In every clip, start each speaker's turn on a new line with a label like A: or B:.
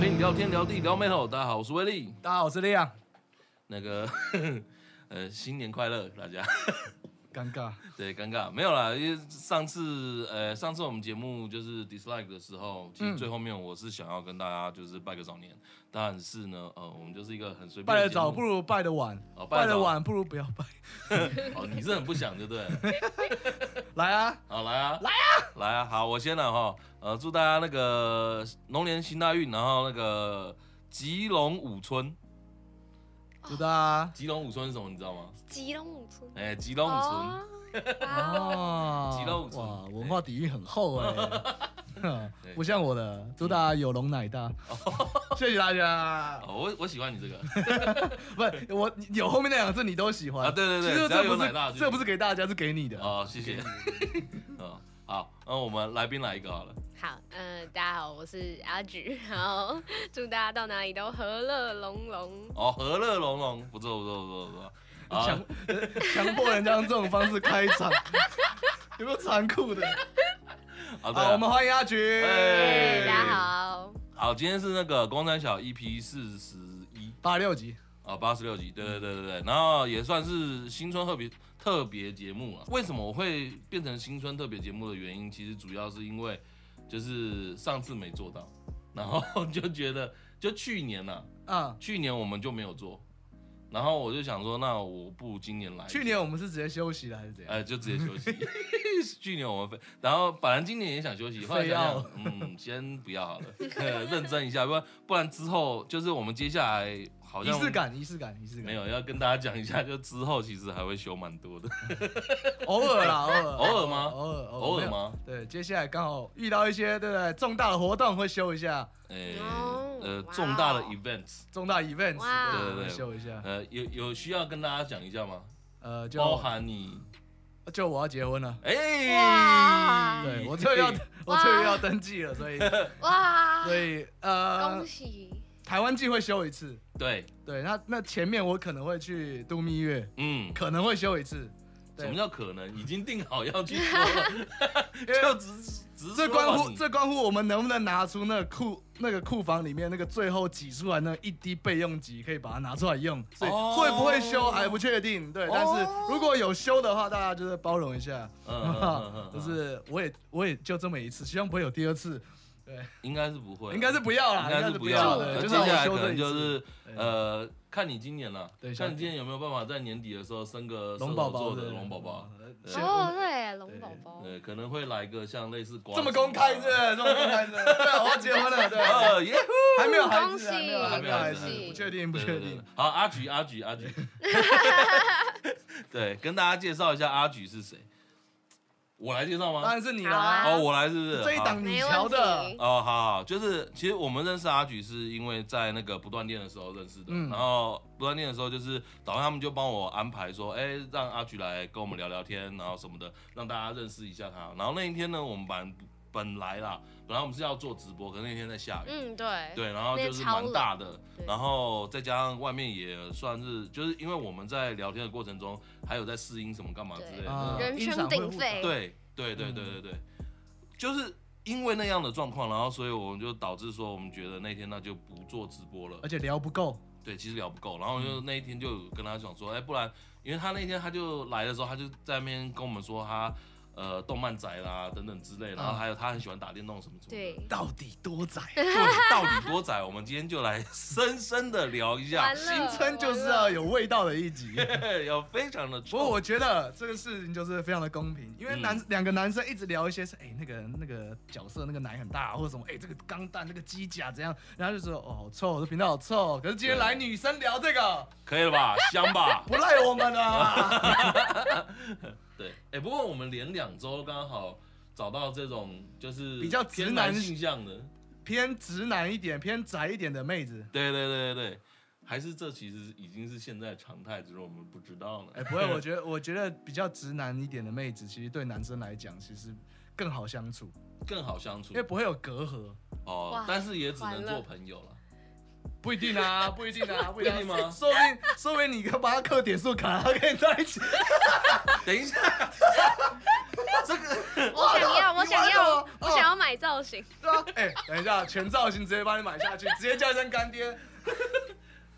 A: 天聊地聊美好，大家好，我是威力。
B: 大家好，我是亮。
A: 那个， 呃，新年快乐，大家。
B: 尴尬，
A: 对，尴尬没有啦，因为上次呃，上次我们节目就是 dislike 的时候，
B: 嗯
A: 其实最后面我是想要跟大家就是拜个早年，但是呢，呃，我们就是一个很随便
B: 拜
A: 的
B: 得
A: 节
B: 早
A: 目
B: 不如拜得晚
A: 哦，拜
B: 拜
A: 得
B: 得
A: 早
B: 晚不如不要拜。
A: 哦，你是很不想，对 不对？
B: 来啊，
A: 好，来啊，来啊，来啊！好，我先了哈。呃，祝大家那个龙年行大运，然后那个吉龙五村，
B: 祝大
A: 吉龙五村是什么？你知道吗？
C: 吉隆五村。
A: 哎、吉龙五村，
B: 家
C: 哦哇哦，
B: 哦，
A: 吉肉族
B: 哇，文化底蕴很厚哎，哼
A: 对
B: 不像我的。祝大家有龙奶大，谢谢大家。
A: 哦，我我喜欢你这个，
B: 不是，我有后面那两个字你都喜欢
A: 啊对对对
B: 其实
A: 只要
B: 这
A: 有
B: 不，
A: 奶大就是
B: 这不是给大家，是给你的。
A: 哦，谢谢。 嗯，好，那我们来宾来一个好了。
C: 好，嗯、大家好，我是阿菊，然后祝大家到哪里都和乐融融。
A: 哦，和乐融融，不错不错不错不错。啊
B: 强，强迫人家用这种方式开 场，有没有残酷的？
A: 好
B: 哦好，我
A: 的
B: 们，欢迎阿菊。
A: 哦啊哎
C: 大家好，
A: 好，今天是那个工山小 EP 四十一
B: 八六集，
A: 啊，八十六集，对对对对对，然后也算是新春特别特别节目了。为什么我会变成新春特别节目的原因，其实主要是因为就是上次没做到，然后 就觉得就去年啊呐、
B: 嗯，
A: 去年我们就没有做，然后我就想说，那我不如今年来一下，
B: 去年我们是直接休息了还是怎样？
A: 呃，就直接休 息。去年我们飞，然后本来今年也想休息，后来想想，嗯，先不要好了， 认真一下，不然不然之后就是我们接下来好
B: 仪
A: 像
B: 式感，仪式感，仪式感，
A: 没有要跟大家讲一下，就之后其实还会休蛮多的，
B: 偶 尔啦，偶尔，
A: 偶尔吗
B: 偶尔，
A: 偶尔
B: 没有？
A: 吗？
B: 对，接下来刚好遇到一些对不对重大的活动会休一下，
A: 诶、
C: 哦
A: 呃，
C: 哇哦
A: 重大的 events，
B: 重大 events
C: 哇
A: 对对对
B: 会休一下。
A: 呃，有有需要跟大家讲一下吗？
B: 呃，就
A: 包含你，
B: 就我要结婚了，
A: 哎、
C: 哇
B: 对我这个 要 我这个要登记了，所以
C: 哇，
B: 所以
C: 恭
B: 呃，
C: 喜！
B: 台湾季会休一次，
A: 对，
B: 对，那那前面我可能会去度蜜月，
A: 嗯。
B: 可能会休一次，对
A: 什么叫可能？已经定好要去做了，
B: 因 为
A: 就只只是
B: 这
A: 说
B: 关
A: 你
B: 乎这关乎我们能不能拿出那个库那个库房里面那个最后挤出来那一滴备用级，可以把它拿出来用。所以
A: 哦
B: 会不会修还不确定，对。
A: 哦
B: 但是如果有修的话，大家就是包容一下，
A: 嗯嗯嗯嗯嗯
B: 就是我也我也就这么一次，希望不会有第二次。对，
A: 应该是不会，
B: 应该是不要啦，
A: 应该是
B: 不
A: 不要
B: 的，
A: 了。接
B: 就是让
A: 下
B: 我
A: 来
B: 修
A: 可
B: 这
A: 能
B: 一
A: 就
B: 次。
A: 是呃，看你今年了，
B: 对
A: 看你今年有没有办法在年底的时候生个
B: 龙宝宝
A: 射手座的
B: 对
A: 龙宝宝。
B: 呃
A: 对啊
B: 先
C: 哦，对，龙
B: 对
C: 宝宝，
A: 对，可能会来个像类似瓜子啊
B: 这么公开是不是这么公开是 不是？对啊，我要结婚了，对啊，
A: 呃耶！
B: 还没有孩
C: 恭
B: 子，
C: 喜
B: 还没有孩
A: 还没
B: 子
A: 有
B: 还
A: 孩
B: 没有
A: 子
B: 孩子，不确定，不
A: 对
B: 确
A: 对对
B: 定
A: 对。好，阿菊，阿菊，阿 菊， 对，跟大家介绍一下阿菊是谁。我来介绍
B: 当
A: 吗？
B: 然是你
C: 好啊
B: 啦。
A: 哦，我来是不是？
B: 这一
A: 好
B: 档你
C: 没
B: 瞧
C: 问
B: 的
C: 题，
A: 哦，好好，就是其实我们认识阿菊是因为在那个不断电的时候认识的，
B: 嗯
A: 然后不断电的时候就是导他们就帮我安排说，哎、让阿菊来跟我们聊聊天，然后什么的，让大家认识一下他。然后那一天呢，我们本本来啦，本来我们是要做直播，可是那天在下雨，
C: 嗯，对，
A: 对，然后就是蛮大的
C: 对，
A: 然后再加上外面也算是，就是因为我们在聊天的过程中还有在试音什么干嘛之类的，
B: 啊
A: 嗯
C: 人
B: 音
C: 声
B: 场会
C: 鼎
B: 互
C: 沸，
A: 对对对对对对，就是因为那样的状况，然后所以我们就导致说，我们觉得那天那就不做直播了
B: 而。且聊不够。
A: 对，其实聊不够，然后就那一天就有跟他讲说，哎、不然，因为他那天他就来的时候，他就在那边跟我们说他呃动漫宅啦等等之类，然后还有他很喜欢打电动什么什么的。
C: 对，
B: 到底多窄？
A: 对，到底多宅？我们今天就来 深深的聊一下
C: 完，了
B: 青春就是要有味道的一集。
A: 要非常的
B: 不过我觉得这个事情就是非常的公平，因为男
A: 嗯
B: 两个男生一直聊一些是哎那个那个角色那个奶很大或者什么哎这个钢弹那个机甲怎样，然后就说哦好臭，这频道好臭。可是今天
A: 对
B: 来女生聊这个
A: 可以了吧？香吧？
B: 不赖我们啊。
A: 对，哎、不过我们连两周刚好找到这种就是
B: 比较直
A: 偏
B: 男
A: 性向的，
B: 偏直男一点偏宅一点的妹子，
A: 对对对对对，还是这其实已经是现在常态，只是我们不知道呢。
B: 哎不会，我觉得我觉得比较直男一点的妹子，其实对男生来讲其实更好相处，
A: 更好相处
B: 因为不会有隔阂。
A: 哦
C: 哇，
A: 但是也只
C: 完
A: 能
C: 了
A: 做朋友 了。
B: 不一定啊，不一定啊，不一定啊
A: 不一定吗
B: 说不定，说不定你跟把他扣点数卡，他跟你在一起。
A: 等一下，
B: 这个
C: 我想要，我想要，我想
B: 要，
C: 要买造型。
B: 对啊，哎，等一下，全造型直接帮你买下去，直接叫一声干爹，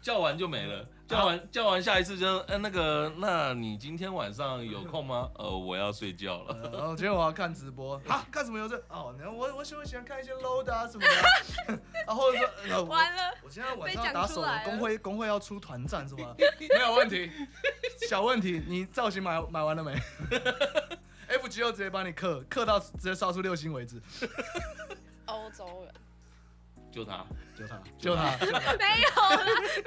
A: 叫完就没了，叫完叫完下一次就嗯、呃那个，那你今天晚上有空吗？呃，我要睡觉 了。
B: 呃，今天我要看直播，啊，看什么游戏？哦，然后我我喜欢喜欢看一些 low 的啊什么的啊， 啊，或者说，
A: 哦
B: 呃我
C: 完了，
B: 我今天晚
C: 被
B: 上
C: 讲
B: 打
C: 出
B: 手游
C: 来，了
B: 工会工会要出团战是吧？ 没有问题，小问题，你造型买买完了没？FGO 直接帮你刻刻到直接刷出六星为止，
C: 欧洲人
A: 就他，
B: 就他，就他，就他
C: 没有啦，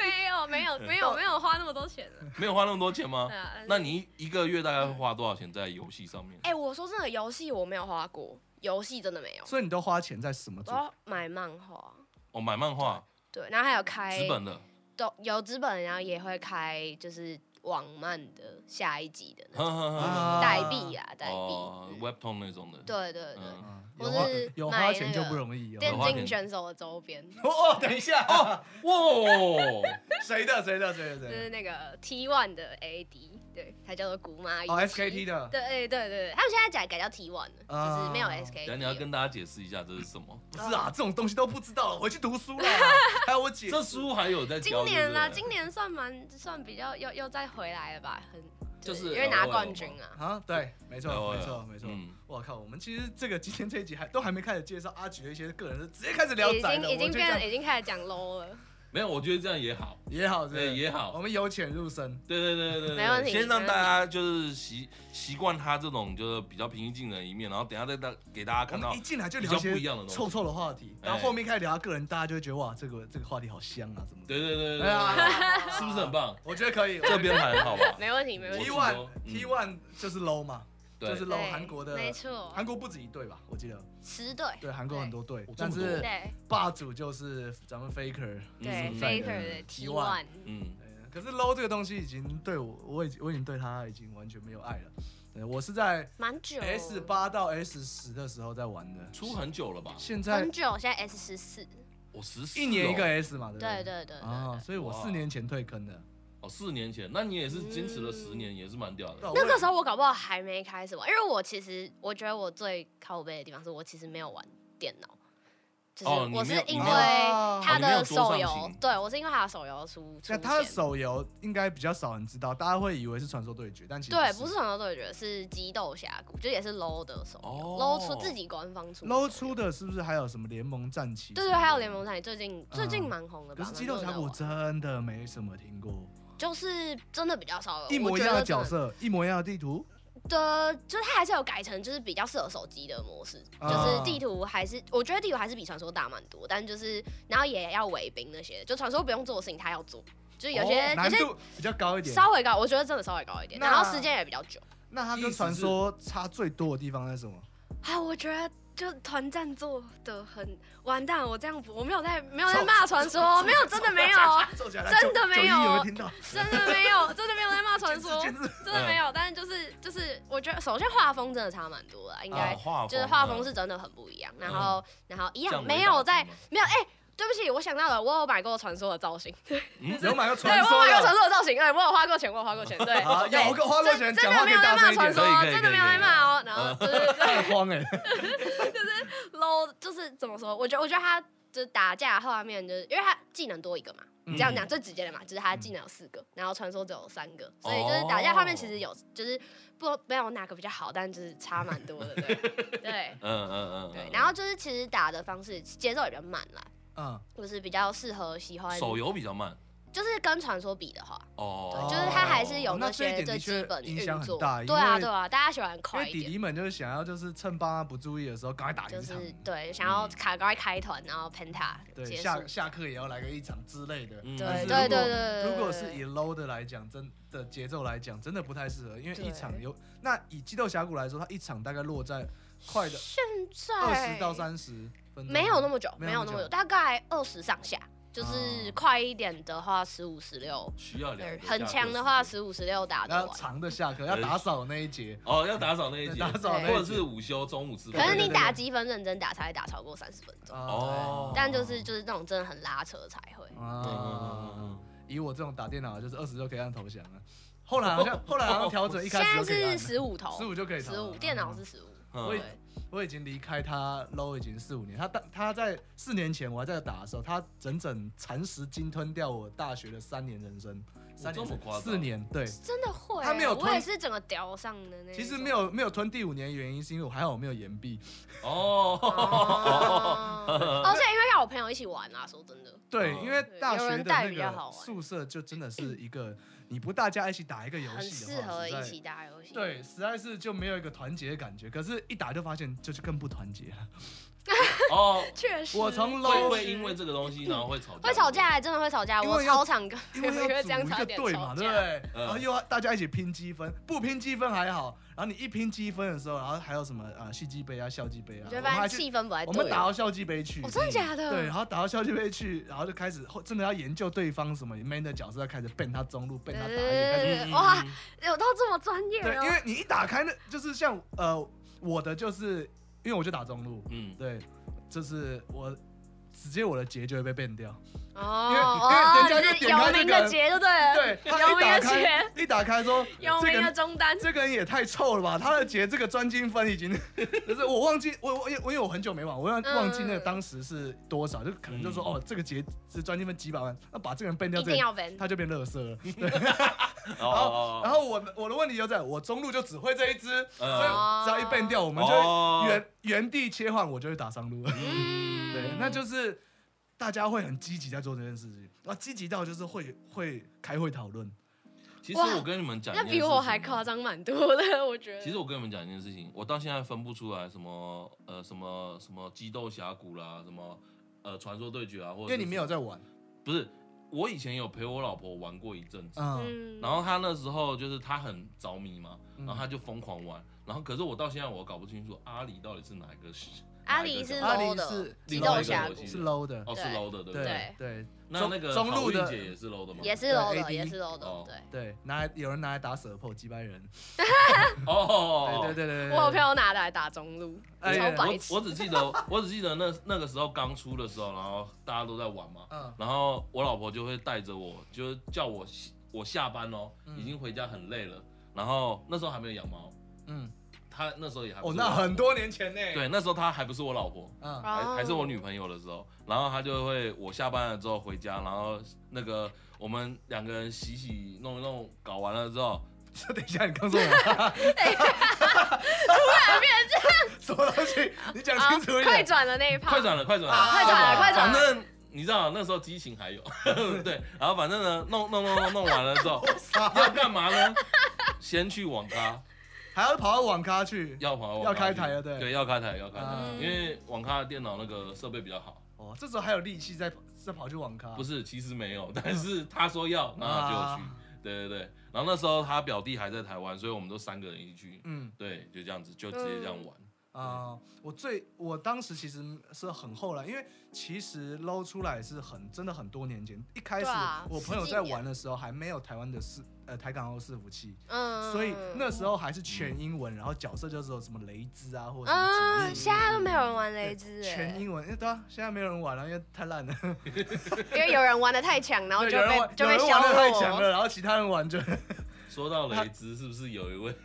C: 没有，
A: 嗯
C: 没有，没有，没有花那么多钱了。
A: 没有花那么多钱 吗
C: 对？啊
A: 那你一个月大概会花多少钱在游戏上面？
C: 哎、我说真的，游戏我没有花过，游戏真的没有。
B: 所以你都花钱在什么
C: 我
B: 上？
C: 要买漫画，
A: 哦，买漫画
C: 对，然后还有开
A: 纸本的，
C: 都有纸本，然后也会开就是网漫的下一集的那
A: 呵
C: 种
A: 呵呵
B: 啊
C: 代币啊，代币。
A: 哦
C: 嗯
A: ，Webtoon 那种的。
C: 对对对，
A: 嗯，
B: 嗯
C: 我
B: 有花
C: 是
B: 有
C: 买
B: 花
C: 那
B: 钱就
C: 个
B: 不容易。有
C: 电
A: 有花
C: 竞
A: 钱
C: 选手的周边，
B: 哦，等一下，哦，
A: 哇，
B: 谁的谁的谁的
C: 就
B: 谁
C: 是那个 T One 的 AD，对，它叫做古玛
B: 的？
C: 伊。
B: 哦，SKT 的，
C: 对，哎，对对对，他们现在改改叫 T One 了，就是没有
B: 啊
C: SK。
A: 等下你要跟大家解释一下这是什 么？
B: 不是啊，这种东西都不知道，回去读 书了。还有我姐，
A: 这书还有在教
C: 今年啦，
A: 对不对
C: 今年算蛮算比较又又再回来了吧，很对
A: 就是
C: 因为拿
A: LOL
C: 冠军啊，
B: 啊，对，没错，
A: LOL
B: 没错，没错。
A: 嗯
B: 我靠，我们其实这个今天这一集还都还没开始介绍阿菊的一些个人的，直接开始聊
C: 已
B: 宅
C: 经
B: 了。
C: 已经
B: 我觉得这样
C: 变已经开始讲 low 了，
A: 没有，我觉得这样也好。哎
B: 也好，是不是哦
A: 对也好
B: 我们由浅入深。
A: 对对对对对，
C: 没问题
A: 先让
C: 没问题
A: 大家就是习习惯他这种就是比较平易近人的一面，然后等一下再大给大家
B: 我
A: 看到
B: 们一进来就聊
A: 比较
B: 些
A: 不一样的东西
B: 臭臭的话题，然后
A: 哎
B: 后面开始聊他个人，大家就会觉得哇，这个这个话题好香啊，怎么？
A: 对对对对对，
B: 哎呀，
A: 是不是很？ 棒？
B: 我觉得可以。
A: 这边还好吧？
C: 啊没问题没问
B: T
C: 题，
B: one
A: 嗯
B: T one 就是 low 嘛，
A: 对
B: 就是，
C: 对
B: low 韩国的，
C: 没错，
B: 韩国不止一队吧？我记得，
C: 十队，
B: 对，韩国很多队
A: 哦，这
B: 但
A: 么多
B: 是
C: 对
B: 霸主就是咱们 Faker。
C: 对
A: 嗯
B: 在
C: Faker
B: 的
C: 的 T
B: T1
C: one，
A: 嗯，
B: 呃可是 low 这个东西已经对我，我已经我已经对他已经完全没有爱了。呃我是在
C: 蛮久
B: S 八到 S 十的时候在玩的，
A: 出很久了吧？哦
B: 现在
C: 很久，现在 S 十四，
A: 我十四
B: 一年一个 S 嘛，对不对？
C: 对对对
B: 啊，
C: 对，
B: 所以我
A: 哇
B: 四年前退坑的。
A: 哦，四年前，那你也是坚持了十年，也是蛮屌的。
C: 嗯那个时候我搞不好还没开始玩，因为我其实我觉得我最靠背的地方是我其实没有玩电脑，就
A: 哦
C: 是
A: 你
C: 我是
A: 没有
C: 因
A: 你
C: 为
A: 没有
C: 他
A: 哦你没
C: 的
A: 有
C: 手
A: 桌上
C: 游
A: 型，
C: 对我是因为他的手游出
B: 那
C: 出现，
B: 他的手游应该比较少人知道，大家会以为是传说对决，但其实
C: 对不是传说对决，是激斗峡谷，就也是 low 的手游
A: 哦
C: ，low 出自己官方出的
B: low
C: 手
B: 出。
C: 游
B: 的，是不是还有什么联盟战旗？
C: 对对，还有联。盟赛，最近最近
B: 嗯
C: 蛮红的吧？
B: 可是激斗峡
C: 蛮
B: 谷
C: 多人在
B: 真
C: 玩
B: 的没什么听过，
C: 就是真的比较少有
B: 一模
C: 呃我
B: 一
C: 觉
B: 样
C: 得
B: 的角
C: 真的
B: 色，一模一样的地图，
C: 的，就是它还是有改成就是比较适合手机的模式，
B: 啊
C: 就是地图还是我觉得地图还是比传说大蛮多，但就是然后也要围兵那些，就传说不用做的事情它要做，就是有些、
B: 哦
C: 有
B: 难
C: 些
B: 度比较高一点。
C: 稍微高，我觉得真的稍微高一点，
B: 那
C: 然后时间也比较久
B: 那它
A: 意思
B: 跟
A: 是
B: 传说差最多的地方在什么？
C: 啊，我觉得。就团战做的很完蛋，我这样不，我没有在没有在
B: 臭
C: 骂传说，没有真的 没有，哦
B: 皱起来
C: 真的
B: 九
C: 没有
B: 九
C: 哦
B: 一有没有听到？
C: 真的没有，真的没有在骂 传说，
B: 简直
C: 真的没有。但是就是就是，我觉得首先画风真的差蛮多啦，应该
A: 啊
B: 哦
A: 画
C: 就是画
B: 嗯
C: 风是真的很不一样。然后，然后一
A: 这
C: 样
A: 样
C: 没
A: 伟大
C: 有在
A: 是吗
C: 没有哎、对不起，我想到了，我有买过传说的造型，对，
B: 有买过
C: 我
B: 传
C: 有
B: 说
C: 买过传
B: 的，
C: 说的造型，对，我有花过钱，我有花过钱，对，
B: 好，
C: 对
B: 有我花过钱，
C: 真真
B: 讲
C: 的
B: 话可
C: 没
B: 以嗯
C: 有在
B: 大
C: 骂
B: 声一点
C: 传说，
A: 可以可以
C: 真的没有在骂哦。然后就是
B: 太慌哎，
C: low，就是怎么说？我觉得我觉得他就是打架画面，就是因为他技能多一个嘛。
B: 嗯
C: 你这样讲最直接的嘛，就是他技能有四个，然后传说只有三个，所以
A: 哦
C: 就是打架画面其实有，就是不没有哪个比较好，但就是差蛮多的，对对
A: 嗯嗯嗯
C: 对
A: 嗯。。
C: 然后就是其实打的方式节奏也比较慢啦，
B: 嗯，
C: 就是比较适合喜欢
A: 手，游比较慢
C: 就是跟传说比的话，
A: 哦
C: 对，，就是它还是有
B: 哦那这一
C: 些
B: 点
C: 最
B: 的
C: 基
B: 确
C: 本的
B: 影
C: 运
B: 响很
C: 作，
B: 大因
C: 对啊
B: 为
C: 对啊，大家喜欢
B: 因
C: 快
B: 为
C: 一
B: 弟
C: 点。
B: 弟们就是想要就是趁爸妈不注意的时候赶快打
C: 就
B: 赢一
C: 是
B: 场，
C: 对，想要卡赶快开团，然后 penta
B: 嗯对
C: 结
B: 下
C: 束。
B: 下课也要来个一场之类的。
A: 嗯
B: 但
C: 对
B: 是
C: 对对
B: 如果
C: 对，
B: 如果
C: 对
B: 是以 low 的来讲，真的节奏来讲，真的不太适合，因为
C: 对
B: 一场有那以激斗峡谷来说，它一场大概落在快的
C: 现在
B: 二十到三十分钟，
C: 哎没有那么久，
B: 没有
C: 没有
B: 那么
C: 那么
B: 久
C: 久，大概二十上下，就是
B: 哦
C: 快一点的话十五十六，
A: 需要两
C: 对
A: 个，
C: 很强的话十五十六打
B: 然
C: 得
B: 后
C: 完。
B: 长的下课要打扫那一节，
A: 哦，要打扫那一节，
B: 打扫那
A: 或
B: 一
A: 者
B: 节
A: 是午休中午吃
C: 可
A: 饭。
C: 是
B: 对对
C: 你
B: 对
C: 打积分认真打才会打超过三十分钟，
A: 哦
B: 对
C: 但就是就是那种真的很拉扯才会。
A: 嗯嗯
B: 啊
A: 嗯，
B: 以我这种打电脑的就是二十就可以按投降了，后来好像后来好像调整，一
C: 现
B: 开始
C: 在
B: 就可以
C: 是
B: 按
C: 十五头，
B: 十五就可以投
C: 十五，
B: 了
C: 电脑是十五。
A: 嗯
B: 我
C: 对
B: 也，我已经离开他 low 已经四五年，他当他在四年前我还在打的时候，他整整蚕食鲸吞掉我大学的三年人生，三
A: 这么
B: 年
A: 夸张
B: 四年对。
C: 真的会欸，
B: 他没有
C: 我
B: 吞
C: 也是整个屌上的那。
B: 其实没。有 没有吞第五年的原因是因为我还好我没有延毕，
A: 哦，
C: 哦，而且因为要我朋友一起玩啊，说真的，
B: 对，
A: 哦
B: 因为大
C: 有
B: 学
C: 人
B: 的
C: 带
B: 那
C: 比较好
B: 个
C: 玩
B: 宿舍就真的是一个你不大家一起打一个游
C: 很
B: 戏
C: 适
B: 的话，
C: 合
B: 实在
C: 一起打游戏。
B: 对，实在是就没有一个团结的感觉。可是，一打就发现就是更不团结 了。
A: 哦，
C: 确实。
B: 我从
A: 会
B: low
A: 会因为这个东西然后会吵架，
C: 会吵架，欸，真的会吵架。
B: 因
C: 我
B: 为要
C: 超常跟
B: 因
C: 别
B: 为要
C: 人会这
B: 组
C: 样
B: 一
C: 差
B: 个
C: 点
B: 队
C: 吵
B: 嘛，对
C: 架。
B: 不对？
A: 嗯
B: 然后又要大家一起拼积分，不拼积分还好，然后你一拼积分的时候，然后还有什么啊戏剧杯啊校际杯啊，
C: 你就
B: 我
C: 会
B: 们
C: 发
B: 还
C: 现
B: 去
C: 气氛不太对。
B: 我们打到校际杯去
C: 哦，，真的假的？
B: 对，然后打到校际杯去，然后就开始后真的要研究对方什么 man 的角色，要开始变他中路，变他打野，开始
A: 嗯，
C: 哇
A: 嗯
C: 有到这么专业
B: 对，因
C: 哦。
B: 为你一打开那就是像呃我的就是因为我就打中路，
A: 嗯，
B: 对，就是我直接我的结就会被变掉。因为
C: 哦哦，
B: 因为人家
C: 就是
B: 就点
C: 姚
B: 开这
C: 明
B: 个
C: 的节就对了。
B: 对，他
C: 姚
B: 一
C: 明
B: 打
C: 的节
B: 开，一打开说
C: 姚
B: 这
C: 明的
B: 个
C: 中单。
B: 这个人也太臭了吧，他的节这个专精分已经， 就是我忘记我我因为因为我很久没玩，我忘
C: 嗯
B: 忘记那个当时是多少，就可能就说
A: 嗯
B: 哦这个节是专精分几百万，那把这个人变掉
C: 一
B: 这
C: 定
B: 个。
C: 要 ban，
B: 他就变乐色了，
A: 哦哦，
B: 然后我的我的问题就在我中路就只会这一只，所
A: 哦
B: 以
A: 嗯
C: 哦
B: 只要一变掉，我
A: 我
B: 们就会
A: 哦
B: 原原地切换，我就会打上路。
A: 嗯
B: 对，那就是大家会很积极在做这件事情，然后积极到就是会会开会讨论，
A: 其实我跟你们讲，
C: 那比我还夸。张蛮多的，我觉得。
A: 其实我跟你们讲一件事情，我到现在分不出来什么呃什么什么激斗峡谷啦，什么呃传说对决啊，或
B: 因
A: 者
B: 为
A: 是
B: 你没有在玩。
A: 不是我以前有陪我老婆玩过一阵子，
B: 嗯，
C: 嗯
A: 然后她那时候就是她很着迷嘛，
B: 嗯
A: 然后她就疯狂玩，然后可是我到现在我搞不清楚阿里到底是哪一个是
C: 阿里
A: 嗯
C: 是
B: 阿
C: low
B: 里
C: 的
B: 啊是，
C: 激
A: 另外
C: 斗
A: 一个
C: 峡
A: 游
C: 谷
A: 戏
B: 是 low 的，
A: 哦是
C: 对
A: low 的对不对？
B: 对对
A: 那
B: 中
A: 那个
B: 中
A: 好
B: 路
A: 运
B: 的
A: 姐也是 low 的吗？
C: 也是
B: 对
C: low 的，
B: AD
C: 也是 low 的
A: 哦，
C: 对。
B: 对，拿来有人拿来打 support 击败人，
A: 哦哦哦哦，
B: 对对对对对，
C: 我有朋友拿来打中路，
B: 哎
C: 超白痴
A: 我
C: 啊
A: 我。只记得，我只记得那那个时候刚出的时候，然后大家都在玩嘛，
B: 嗯
A: 然后我老婆就会带着我，就是叫我我下班哦，
B: 嗯
A: 已经回家很累了，然后那时候还没有养猫，
B: 嗯，
A: 她那时候也还不
B: 哦，
A: 是我
B: 那
A: 老婆
B: 很多年前呢，，
A: 对，那时候她还不是我老婆，
B: 嗯
A: 还
C: 哦
A: 还是我女朋友的时候，然后她就会我下班了之后回家，然后那个我们两个人洗洗弄一弄，搞完了之后，
B: 这等一下你刚说 我，突然变 这样，什么东西？你讲
C: 啊
B: 清楚一
C: 快
B: 点，
C: 转的那一趴，
A: 快转了，快转了
B: 啊，
C: 快转了，快
A: 反
C: 转了。
A: 正你知道那时候激情还有， 对，然后反正呢，弄弄弄弄弄完了之 后要干嘛呢？先去网咖，
B: 还要跑到网咖去，
A: 要跑网咖
B: 要开台
A: 去
B: 了对
A: 对，要开台，要开台，
B: 嗯
A: 因为网咖的电脑那个设备比较好。
B: 哦，这时候还有力气在在跑去网咖，
A: 不是，其实没有， 但是他说要，然后他就去
B: 啊。
A: 对对对，然后那时候他表弟还在台湾，所以我们都三个人一起去。
B: 嗯
A: 对，就这样子，就直接这样玩。
B: 啊、我最我当时其实是很后来，因为其实捞出来是很真的很多年前，一开始
C: 对啊
B: 我朋友
C: 十几
B: 在
C: 年
B: 玩的时候还没有台湾的伺呃台港澳伺服器，
C: 嗯，
B: 所以那时候还是全英文，然后角色就是有什么雷兹啊或者什么
C: 嗯，
B: 之类的。
C: 现在都没有人玩
B: 对
C: 雷之，
B: 全
C: 哎
B: 英文，因为对啊，现在没有人玩了，因为太烂了。
C: 因为有人玩的太强，然后
B: 对，
C: 就
B: 有人
C: 被
B: 玩，
C: 就
B: 有
C: 被
B: 人
C: 削
B: 玩的太强
C: 弱。
B: 了，然后其他人玩就，
A: 说到雷兹，是不是有一 位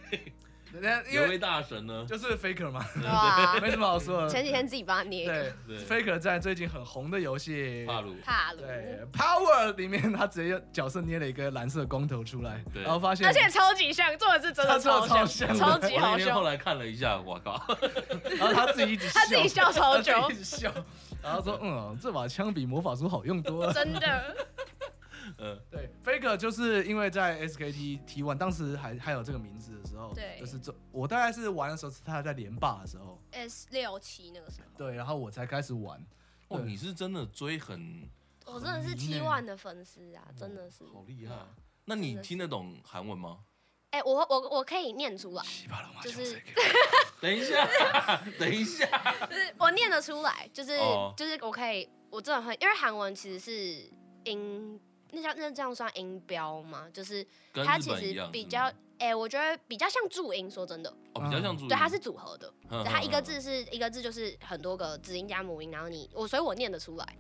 B: 人家因
A: 有一
B: 为
A: 位大神呢？
B: 就是 faker 嘛，
C: 哇，
B: 没什么好说的。
C: 前几天自己帮他捏一个
B: 对
A: 对
B: ，faker 在最近很红的游戏
A: 帕鲁。
C: 帕鲁，
B: 对，Power 里面他直接用角色捏了一个蓝色光头出来，
A: 对
B: 然后发现，
C: 而且超级像，做的是真的
B: 他做
C: 超
B: 得超
C: 像，
B: 像
C: 超
A: 我
C: 级
A: 那
C: 好
A: 天后
C: 笑。
A: 来看了一下，我靠，
B: 然后他自己一直笑，
C: 他自己笑超久
B: 他自己一直笑，然后说，嗯，这把枪比魔法书好用 多了。
C: 真的，
A: 嗯，
B: 对，Faker 就是因为在 SKT T1 当时还还有这个名字的时候，
C: 对
B: 就是这我大概是玩的时候是他在连霸的时候，
C: S 六七那个时候，
B: 对，然后我才开始玩，
A: 哦，
B: 对
A: 你是真的追很
C: 我真的是
B: 很迷
C: T
B: 呢
C: One 的粉丝啊，真的是。
A: 哦好厉害。那你听得懂韩文吗？
C: 哎，我我我可以念出来，
B: 西巴龙马
C: 就是
A: 等一下， 等一下，
C: 就是我念得出来，就是、
A: 哦
C: 就是我可以，我真的很，因为韩文其实是音，那叫那这样算音标吗？就是
A: 跟
C: 它
A: 日
C: 其
A: 本一
C: 实
A: 样，
C: 比
A: 是吗
C: 较，哎、我觉得比较像注音。说真的，
A: 哦，比较像注音。嗯
C: 对，它是组合的，
A: 哼，
C: 它
A: 哼
C: 一个，
A: 哼
C: 字是一个字，就是很多个子音加母音，然后你我，所以我念得出来。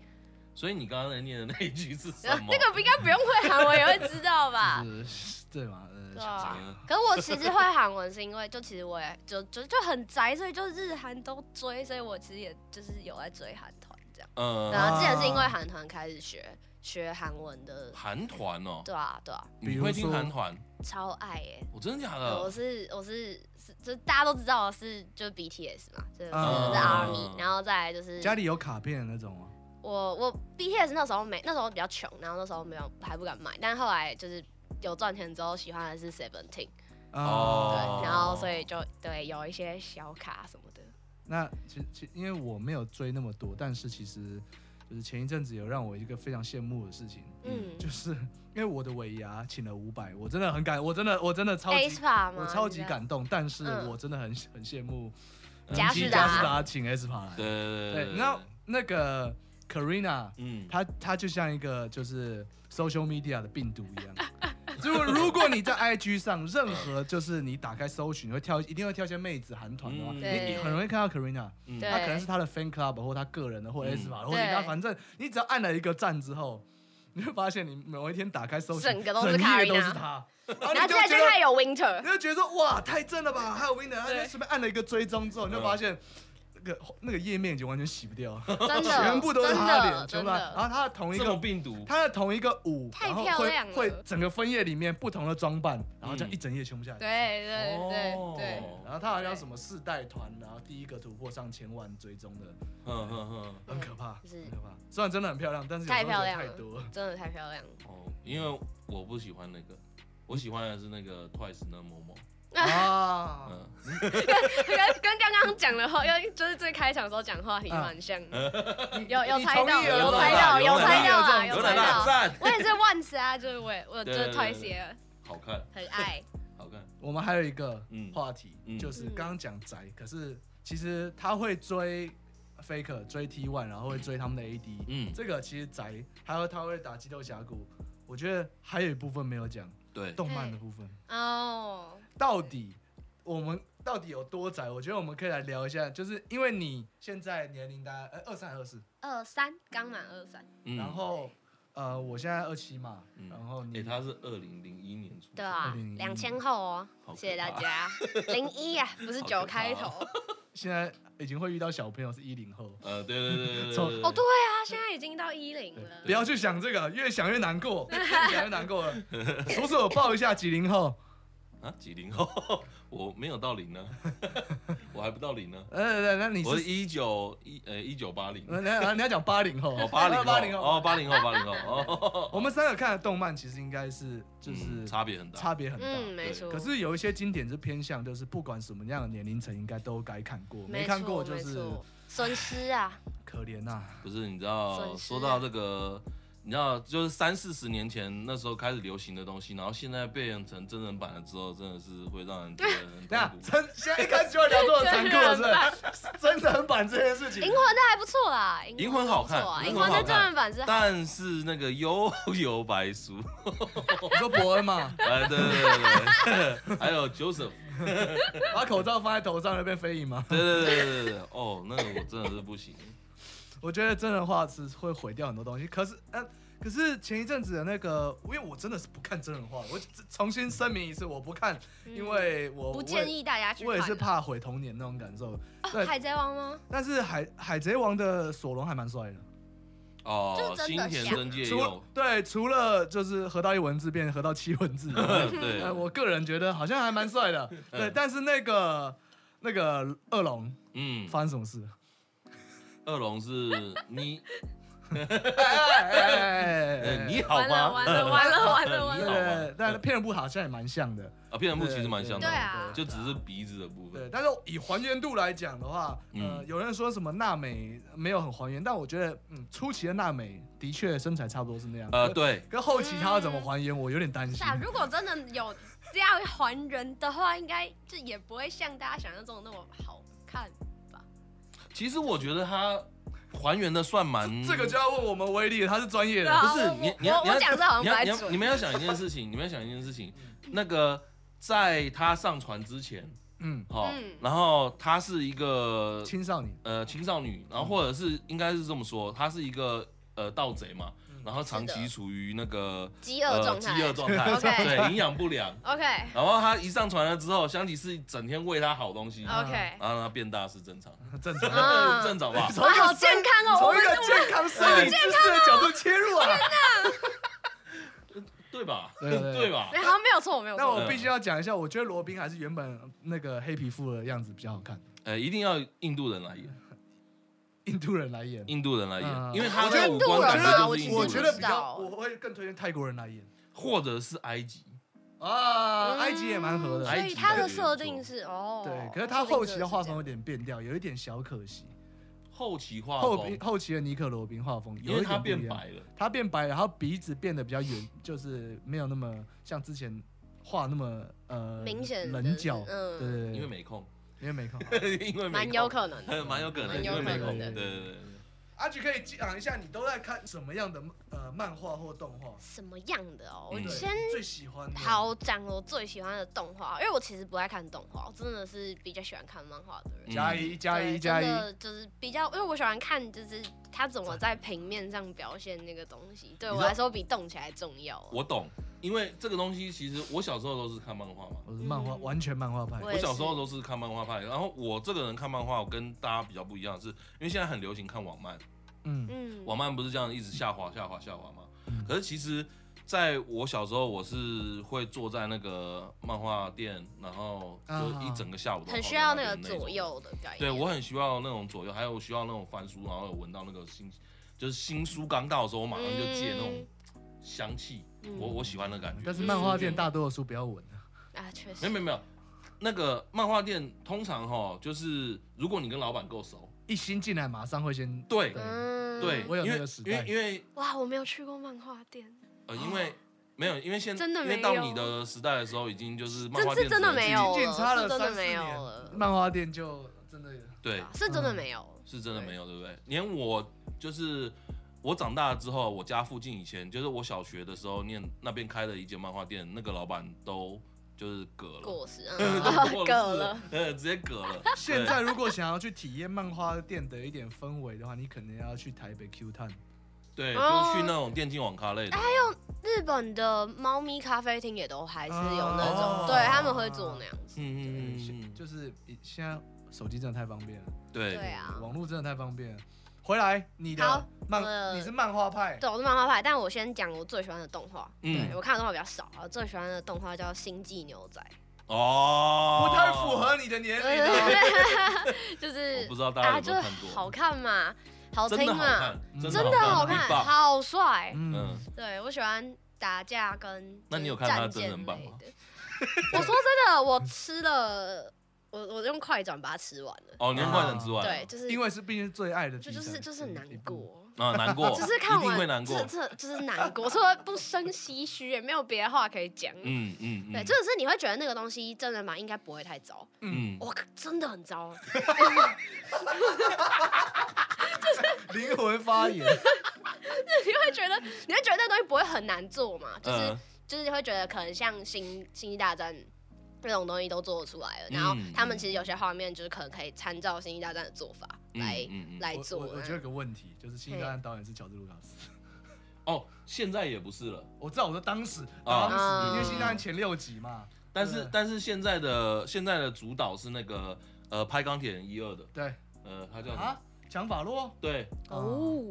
A: 所以你刚刚在念的那一句是什
C: 然
A: 么
C: 后？那个不应该不用会韩文也会知道吧？
B: 就是对嘛，呃，
C: 对
B: 想
C: 啊
B: 啥？
A: 嗯
C: 可是我其实会韩文是因为，就其实我也就就就很宅，所以就日韩都追，所以我其实也就是有在追韩团这样。
B: 啊
A: 呃，
C: 然后之前是因为韩团开始学学韩文的，
A: 韩团哦，
C: 对啊对啊，
B: 比
A: 你
B: 如
A: 会听
B: 说
A: 韩团？
C: 超爱耶、
A: 我真的假
B: 嗯
C: 我
A: 的？
C: 是我是是就大家都知道我是就是 BTS 嘛，就是、
B: 嗯
C: 是 ARMY，然后再来就是
B: 家里有卡片的那种吗？
C: 我我 BTS 那时候没那时候比较穷，然后那时候没有还不敢买，但后来就是有赚钱之后喜欢的是 Seventeen，
B: 啊
A: 哦
C: 对，然后所以就对有一些小卡什么的。
B: 那其其因为我没有追那么多，但是其实就是前一阵子有让我一个非常羡慕的事情，
C: 嗯
B: 就是因为我的尾牙请了五百，我真的很感，我真的我真的超级
C: Ace 吧吗？
B: 我超级
C: 你知道，
B: 感动，但是
C: 嗯
B: 我真的很很羡慕
A: 嗯
C: 嘉
B: 士
C: 士达
B: 达请 S 帕来，
A: 对对
B: 对，然后那个 Karina，
A: 嗯，
B: 她她就像一个就是 social media 的病毒一 样。如果如果你在 IG 上任何就是你打开搜寻，你会跳一定会跳一些妹子韩团的话，
A: 嗯
B: 你
C: 对
B: 你很容易看到 Karina，
A: 嗯
C: 对
B: 她可能是她的 fan club 或她个人的或
A: 嗯
B: S 法，或者
C: 对
B: 她反正你只要按了一个赞之后，你会发现你某一天打开搜寻，
C: 整个都是
B: 整页都
C: Karina
B: 是她，然后
C: 然
B: 你
C: 后
B: 就
C: 现在
B: 觉
C: 就
B: 得
C: 看有
B: 你
C: Winter，
B: 就觉得说哇太正了吧，还有 Winner，然后
C: 对
B: 就随便按了一个追踪之后，你就
A: 嗯
B: 发现那个那个页面已经完全洗不掉了，
C: 真的，
B: 全部都是
C: 真
B: 他的
C: 的，
B: 脸，全
C: 真
B: 部都是她然
C: 的，
B: 后他的同一
A: 这么
B: 个
A: 病毒，
B: 他的同一个舞，
C: 太
B: 然后
C: 漂亮
B: 会
C: 了
B: 会整个分页里面不同的装扮，然后这样
A: 嗯
B: 一整页全部下来。
C: 对对对对，
A: 哦
B: 然后他好像什么四代团，然后第一个突破上千万追踪的，
A: 嗯嗯嗯，
B: 很可怕，
C: 是
B: 很可怕。虽然真的很漂亮，但是有时
C: 太
B: 候
C: 漂
B: 人
C: 亮
B: 太
C: 了
B: 多了。
C: 真的太漂亮了。
A: 哦，因为我不喜欢那个，我喜欢的是那个 Twice 的某某，
B: 啊，
A: 嗯，
C: 跟跟刚刚讲的话，要就是最开场的时候讲话题蛮像的，有有
B: 你
C: 猜
B: 从
C: 到，
B: 一而
C: 有
B: 终
C: 猜
A: 啊
C: 到，
A: 有
C: 有猜到啊，
B: 有
C: 有
A: 有奶
C: 猜
A: 大
C: 到。
A: 赞，
C: 我也是 once 啊，就是我也我就
A: 对
C: 是
A: 对对
C: twice 了
A: 好看
C: 很爱，
A: 好看，
B: 我们还有一个
A: 嗯
B: 话题，
A: 嗯
B: 就是
C: 嗯
B: 刚刚讲宅，可是其实他会追 Faker、追 T One，然后会追他们的 AD，、
A: 嗯，
B: 这个其实宅，还有他会打激斗峡谷。我觉得还有一部分没有讲，
A: 对，
B: 动漫的部分，
C: 哦，
B: 到底我们到底有多宅？我觉得我们可以来聊一下，就是因为你现在年龄大概呃二三二四，
C: 二三刚满二三，
A: 嗯
B: 然后呃我现在二七嘛，
A: 嗯
B: 然后你、
A: 诶，他是二零零一年出，
C: 对，啊
B: 2001，
C: 两千后哦
A: 好可怕，
C: 谢谢大家，零一啊，不是九开头
A: 好
B: 现在已经会遇到小朋友是一零后，
A: 呃，对对对对
B: 从
A: 对，
C: 哦，对啊，现在已经到一零了
B: 不，要去想这个，越想越难过， 越想越难过了。叔叔，我抱一下几零后，
A: 啊，几零后？ 我没有到零 呢，我还不到零呢，
B: 呃，那你
A: 我是
B: 是，
A: 一九一呃一九八零，
B: 呃你要你要讲八零后，
A: 哦八零
B: 八零后，
A: 哦八零后八零后哦，
B: 我们三个看的动漫其实应该是就是
A: 嗯差别很大，
B: 差别很
C: 嗯，
B: 大，
C: 没错，
B: 可是有一些经典是偏向，就是不管什么样的年龄层应该都该看过，没看过就
C: 没
B: 是
C: 错损失啊，
B: 可怜呐、啊。
A: 不是，你知道，
C: 损失
A: 说到这个，你知道，就是三四十年前那时候开始流行的东西，然后现在变成真人版了之后，真的是会让人觉得很
B: 等一下
A: 痛，苦。
B: 真现在一开始就要聊这么残酷的
C: 真人版
B: 事，真人版这件事情
C: 银，魂的还不错啦，
A: 银魂好看
C: 不错啊
A: 银
C: 银
A: 魂
C: 魂
A: 好看
C: 的真人版是
A: 但是那个悠悠白书，
B: 你说伯恩嘛，
A: 哎，对对对 对，还有 Joseph，
B: 把口罩放在头上会被飞影吗？
A: 对对对对对对，哦，那个我真的是不行，
B: 我觉得真人化是会毁掉很多东西。可是，呃，可是前一阵子的那个，因为我真的是不看真人化的，我重新声明一次，我不看，
C: 嗯
B: 因为我
C: 不建议大家去
B: 我也，我也是
C: 看啊。
B: 怕毁童年那种感受。
C: 哦
B: 对
C: 海贼王吗？
B: 但是海海贼王的索隆还蛮帅的，
A: 哦，
C: 就是真啊
A: 新
C: 的
A: 田
C: 像
A: 真介
B: 除
A: 佑，
B: 对除了就是合到一文字变合到七文字以 外，
A: 对
B: 呃，，我个人觉得好像还蛮帅 的。对，但是那个那个恶龙
A: 嗯，
B: 发生什么事？
A: 恶龙是你，
B: 哎哎哎哎哎
A: 呃，你好
C: 完了完
A: 吗？
C: 了完了完了完
A: 你
B: 对
A: 好
B: 对
C: 了！
B: 对，但骗人布好像也蛮像的。
A: 啊，片人部其实蛮像
C: 对
A: 的，
C: 啊
A: 就只是鼻子的部
B: 对，
A: 分，
B: 但是以还原度来讲的话，呃，
A: 嗯
B: 有人说什么娜美没有很还原，但我觉得，嗯，初期的娜美的确身材差不多是那样，
A: 呃，
B: 可，
A: 对。
B: 跟后期她要怎么还原，我有点担
C: 是
B: 心。
C: 啊，如果真的有这样还原的话，应该就也不会像大家想象中的那么好看。
A: 其实我觉得他还原的算蛮
B: 这个就要问我们威力，他是专业
C: 对
B: 的
C: 啊，
A: 不是
C: 我
A: 你你
C: 我
A: 要
C: 我讲这好像
A: 你
C: 不
A: 要
C: 太
A: 你要你
C: 准。 嗯
A: 们要想一件事情，你们要想一件事情， 那个在他上船之前，
B: 嗯，
A: 哦，
C: 嗯
A: 然后他是一个
B: 青少年，
A: 呃青少女，然后或者是应该是这么说，他是一个呃盗贼嘛，
B: 嗯
A: 然然后长期
C: 是的
A: 处于那个
C: 饥饿状态
A: 呃饥饿状态，
C: OK
A: 对，营养不良。
C: OK
A: 然后他一上船了之后，香吉士整天喂他好东西，
C: 哦
A: 然
C: OK，
A: 后让他啊变大是正常，
B: 正 常。
C: 哎 啊
A: 正常吧？
B: 从一个
C: 哇好健康哦
B: 生从
C: 我们
B: 一个健康生理知
C: 啊
B: 识的角度切入啊。
A: 对吧？
B: 对对对
A: 对吧？
C: 哎好像没有错，我没有
B: 那
C: 错。
B: 我必须要讲一下，我觉得罗宾还是原本那个黑皮肤的样子比较好看，
A: 呃，一定要印度人来演，
B: 印度人来演。
A: 印度人来
B: 嗯
A: 演，因为他
C: 我觉
A: 的
C: 得
A: 五
C: 印
A: 官
C: 度人
A: 感觉
C: 啊
A: 就
C: 我
A: 是
C: 其
A: 印
C: 实
A: 度
B: 我
C: 不
B: 觉
A: 人
B: 得
C: 知
B: 比
C: 道
B: 较，我会更推荐泰国人来演
A: 或者是埃及。
B: 啊，
C: 嗯
B: 埃及也蛮合
A: 埃
B: 的。
A: 及
C: 所以他的设定是哦，
B: 对，可是他后期的画风有
C: 说不定真是这样
B: 点变调，有一点小可惜。
A: 后期画
B: 后
A: 风，
B: 后期的尼克罗宾画风
A: 因
B: 有
A: 为
B: 一
A: 他
B: 点不
A: 变
B: 一样，
A: 白了，
B: 他变白了，然后鼻子变得比较圆，就是没有那么像之前画那么呃
C: 明显的
B: 棱角。对
C: 嗯，
B: 对对，
A: 因为没空，
B: 因为没看。
A: 因为没
C: 蛮
A: 空
C: 有可能的。
A: 呃蛮有可能，
C: 蛮
A: 因
C: 有
A: 为
C: 可能的
A: 没空，对对对。
B: 阿菊可以讲一下你都在看什么样的呃漫画或动画？
C: 什么样的哦？我
A: 嗯
B: 对
C: 先
B: 你最喜欢的
C: 好讲我最喜欢的动画，因为我其实不爱看动画，我真的是比较喜欢看漫画的人。
B: 嗯加一加
C: 对
B: 一加
C: 真
B: 一，
C: 的就是比较，因为我喜欢看，就是他怎么在平面上表现那个东西，对
A: 你
C: 我
A: 知道
C: 来说比动起来重要啊。
A: 我懂，因为这个东西其实我小时候都是看漫画嘛，
B: 我是漫画
C: 嗯
B: 完全漫画派
C: 我。
A: 我
C: 也
A: 小
C: 是
A: 时候都是看漫画派。然后我这个人看漫画，我跟大家比较不一样的是，因为现在很流行看网漫，
B: 嗯
C: 嗯，
A: 网漫不是这样一直下滑下滑下滑吗
B: 嗯？
A: 可是其实在我小时候，我是会坐在那个漫画店，然后就一整个下午都
C: 很
A: 泡
C: 需
A: 在
C: 要那
A: 那
C: 个
A: 边种
C: 左。右的概念。
A: 对我很需要那种左右，还有需要那种翻书，然后有闻到那个新，就是新书刚到的时候，我马上就借那种香气，
C: 嗯
A: 我我喜欢的感觉。
B: 但是
A: 就
B: 漫画店
A: 觉得
B: 大多的书不要闻啊。
C: 啊，确
A: 没
C: 实
A: 有没有没有，那个漫画店通常哈，就是如果你跟老板够熟，一
B: 一新进来马上会先
A: 对
C: 嗯
A: 对，
B: 我有
A: 因
B: 那
A: 为
B: 个时
A: 因为
B: 代
A: 因为
C: 哇，我没有去过漫画店，哦
A: 呃，因为没有，因为现
C: 真的
A: 因为
C: 没
A: 到
C: 有
A: 你的时代的时候，已经就是漫
C: 这
A: 画
C: 次
A: 店
C: 真的
A: 只能
C: 没
A: 去
C: 有
B: 进
C: 了，
B: 差
C: 是
B: 了
C: 真的
B: 三四
C: 没有
B: 年
C: 了，
B: 漫画店就真的
A: 对，
C: 啊是真的没有。
A: 是真的
C: 对
A: 没有，对不对？连我就是我长大了之后，我家附近以前就是我小学的时候念那边开的一间漫画店，那个老板都就是嗝了，
C: 过时，
A: 对
C: 嗯，
A: 都过
C: 够
A: 世
C: 了，，
A: 呃，直接嗝了。
B: 现在如果想要去体验漫画店的一点氛围的话，你可能要去台北 Q 探。
A: 对，对
C: 哦哎
A: 就去那种电竞网咖类的，还有
C: 日本的猫咪咖啡厅也都还是有那
A: 哦
C: 种，对他们会做那样子。
A: 嗯嗯
B: 对
A: 嗯
B: 哎现，
A: 嗯，
B: 就是现在手机真的太方便了，
A: 对
C: 对啊，
B: 网络真的太方便了。回来，你的
C: 好
B: 漫
C: 呃
B: 你是漫画派，
C: 对，我是漫画派，但我先讲我最喜欢的动画。
A: 嗯
C: 对我看的动画比较少啊，我最喜欢的动画叫《星际牛 仔
A: 哦，
B: 不太符，合你的年龄啊。》，
C: 就是
A: 我不知道大家
C: 啊，
A: 有没
C: 就
A: 有
C: 是
A: 看过，
C: 好看嘛，好
A: 真
C: 哦听
A: 的好
C: 嘛，
A: 看，
B: 嗯
A: 真
C: 真
A: 的
C: 的好
A: 看，
C: 看，
A: 很棒，
C: 好帅。
B: 嗯
A: 嗯，
C: 对我喜欢打架跟
A: 那你有
C: 就是
A: 看他
C: 战
A: 真
C: 舰
A: 人版
C: 类
A: 吗
C: 的？我说真的，我吃了，我我用快转把它吃完了。
A: 哦，连
B: 啊
A: 快点之外，
C: 对，就是
B: 因为是毕竟是最爱的题
C: 就
B: 材，
C: 就是就是很难
B: 一部。
C: 过。
A: 啊，难过，
C: 只是看
A: 一定会
C: 完，
A: 难过
C: 这，这就是 难过，除了不生唏嘘，也没有别的话可以讲。
A: 嗯嗯嗯，
C: 对，真的是你会觉得那个东西真人版应该不会太糟，
A: 嗯，
C: 我靠，真的很糟，
B: 灵魂发言，
C: 你会觉得你会觉得那东西不会很难做嘛？就是、
A: 呃
C: 就是会觉得可能像星星际大战。那种东西都做得出来了，然后
A: 嗯
C: 他们其实有些画面就是可能可以参照《星际大战》的做法
A: 嗯
C: 来、
A: 嗯嗯
C: 来
B: 我
C: 做啊
B: 我
C: 的。
B: 我觉得有个问题就是《新大战》导演是乔治·卢卡斯，
A: 哦，现在也不是了，
B: 我知道，我说当时
A: 啊
B: 当时，因为
C: 嗯
B: 《新大战》前六集嘛，
A: 但是
B: 对
A: 但是现在的现在的主导是那个呃拍钢铁人一二的，
B: 对
A: 呃，他叫什么？
B: 啊，强法洛，
A: 对
C: 哦，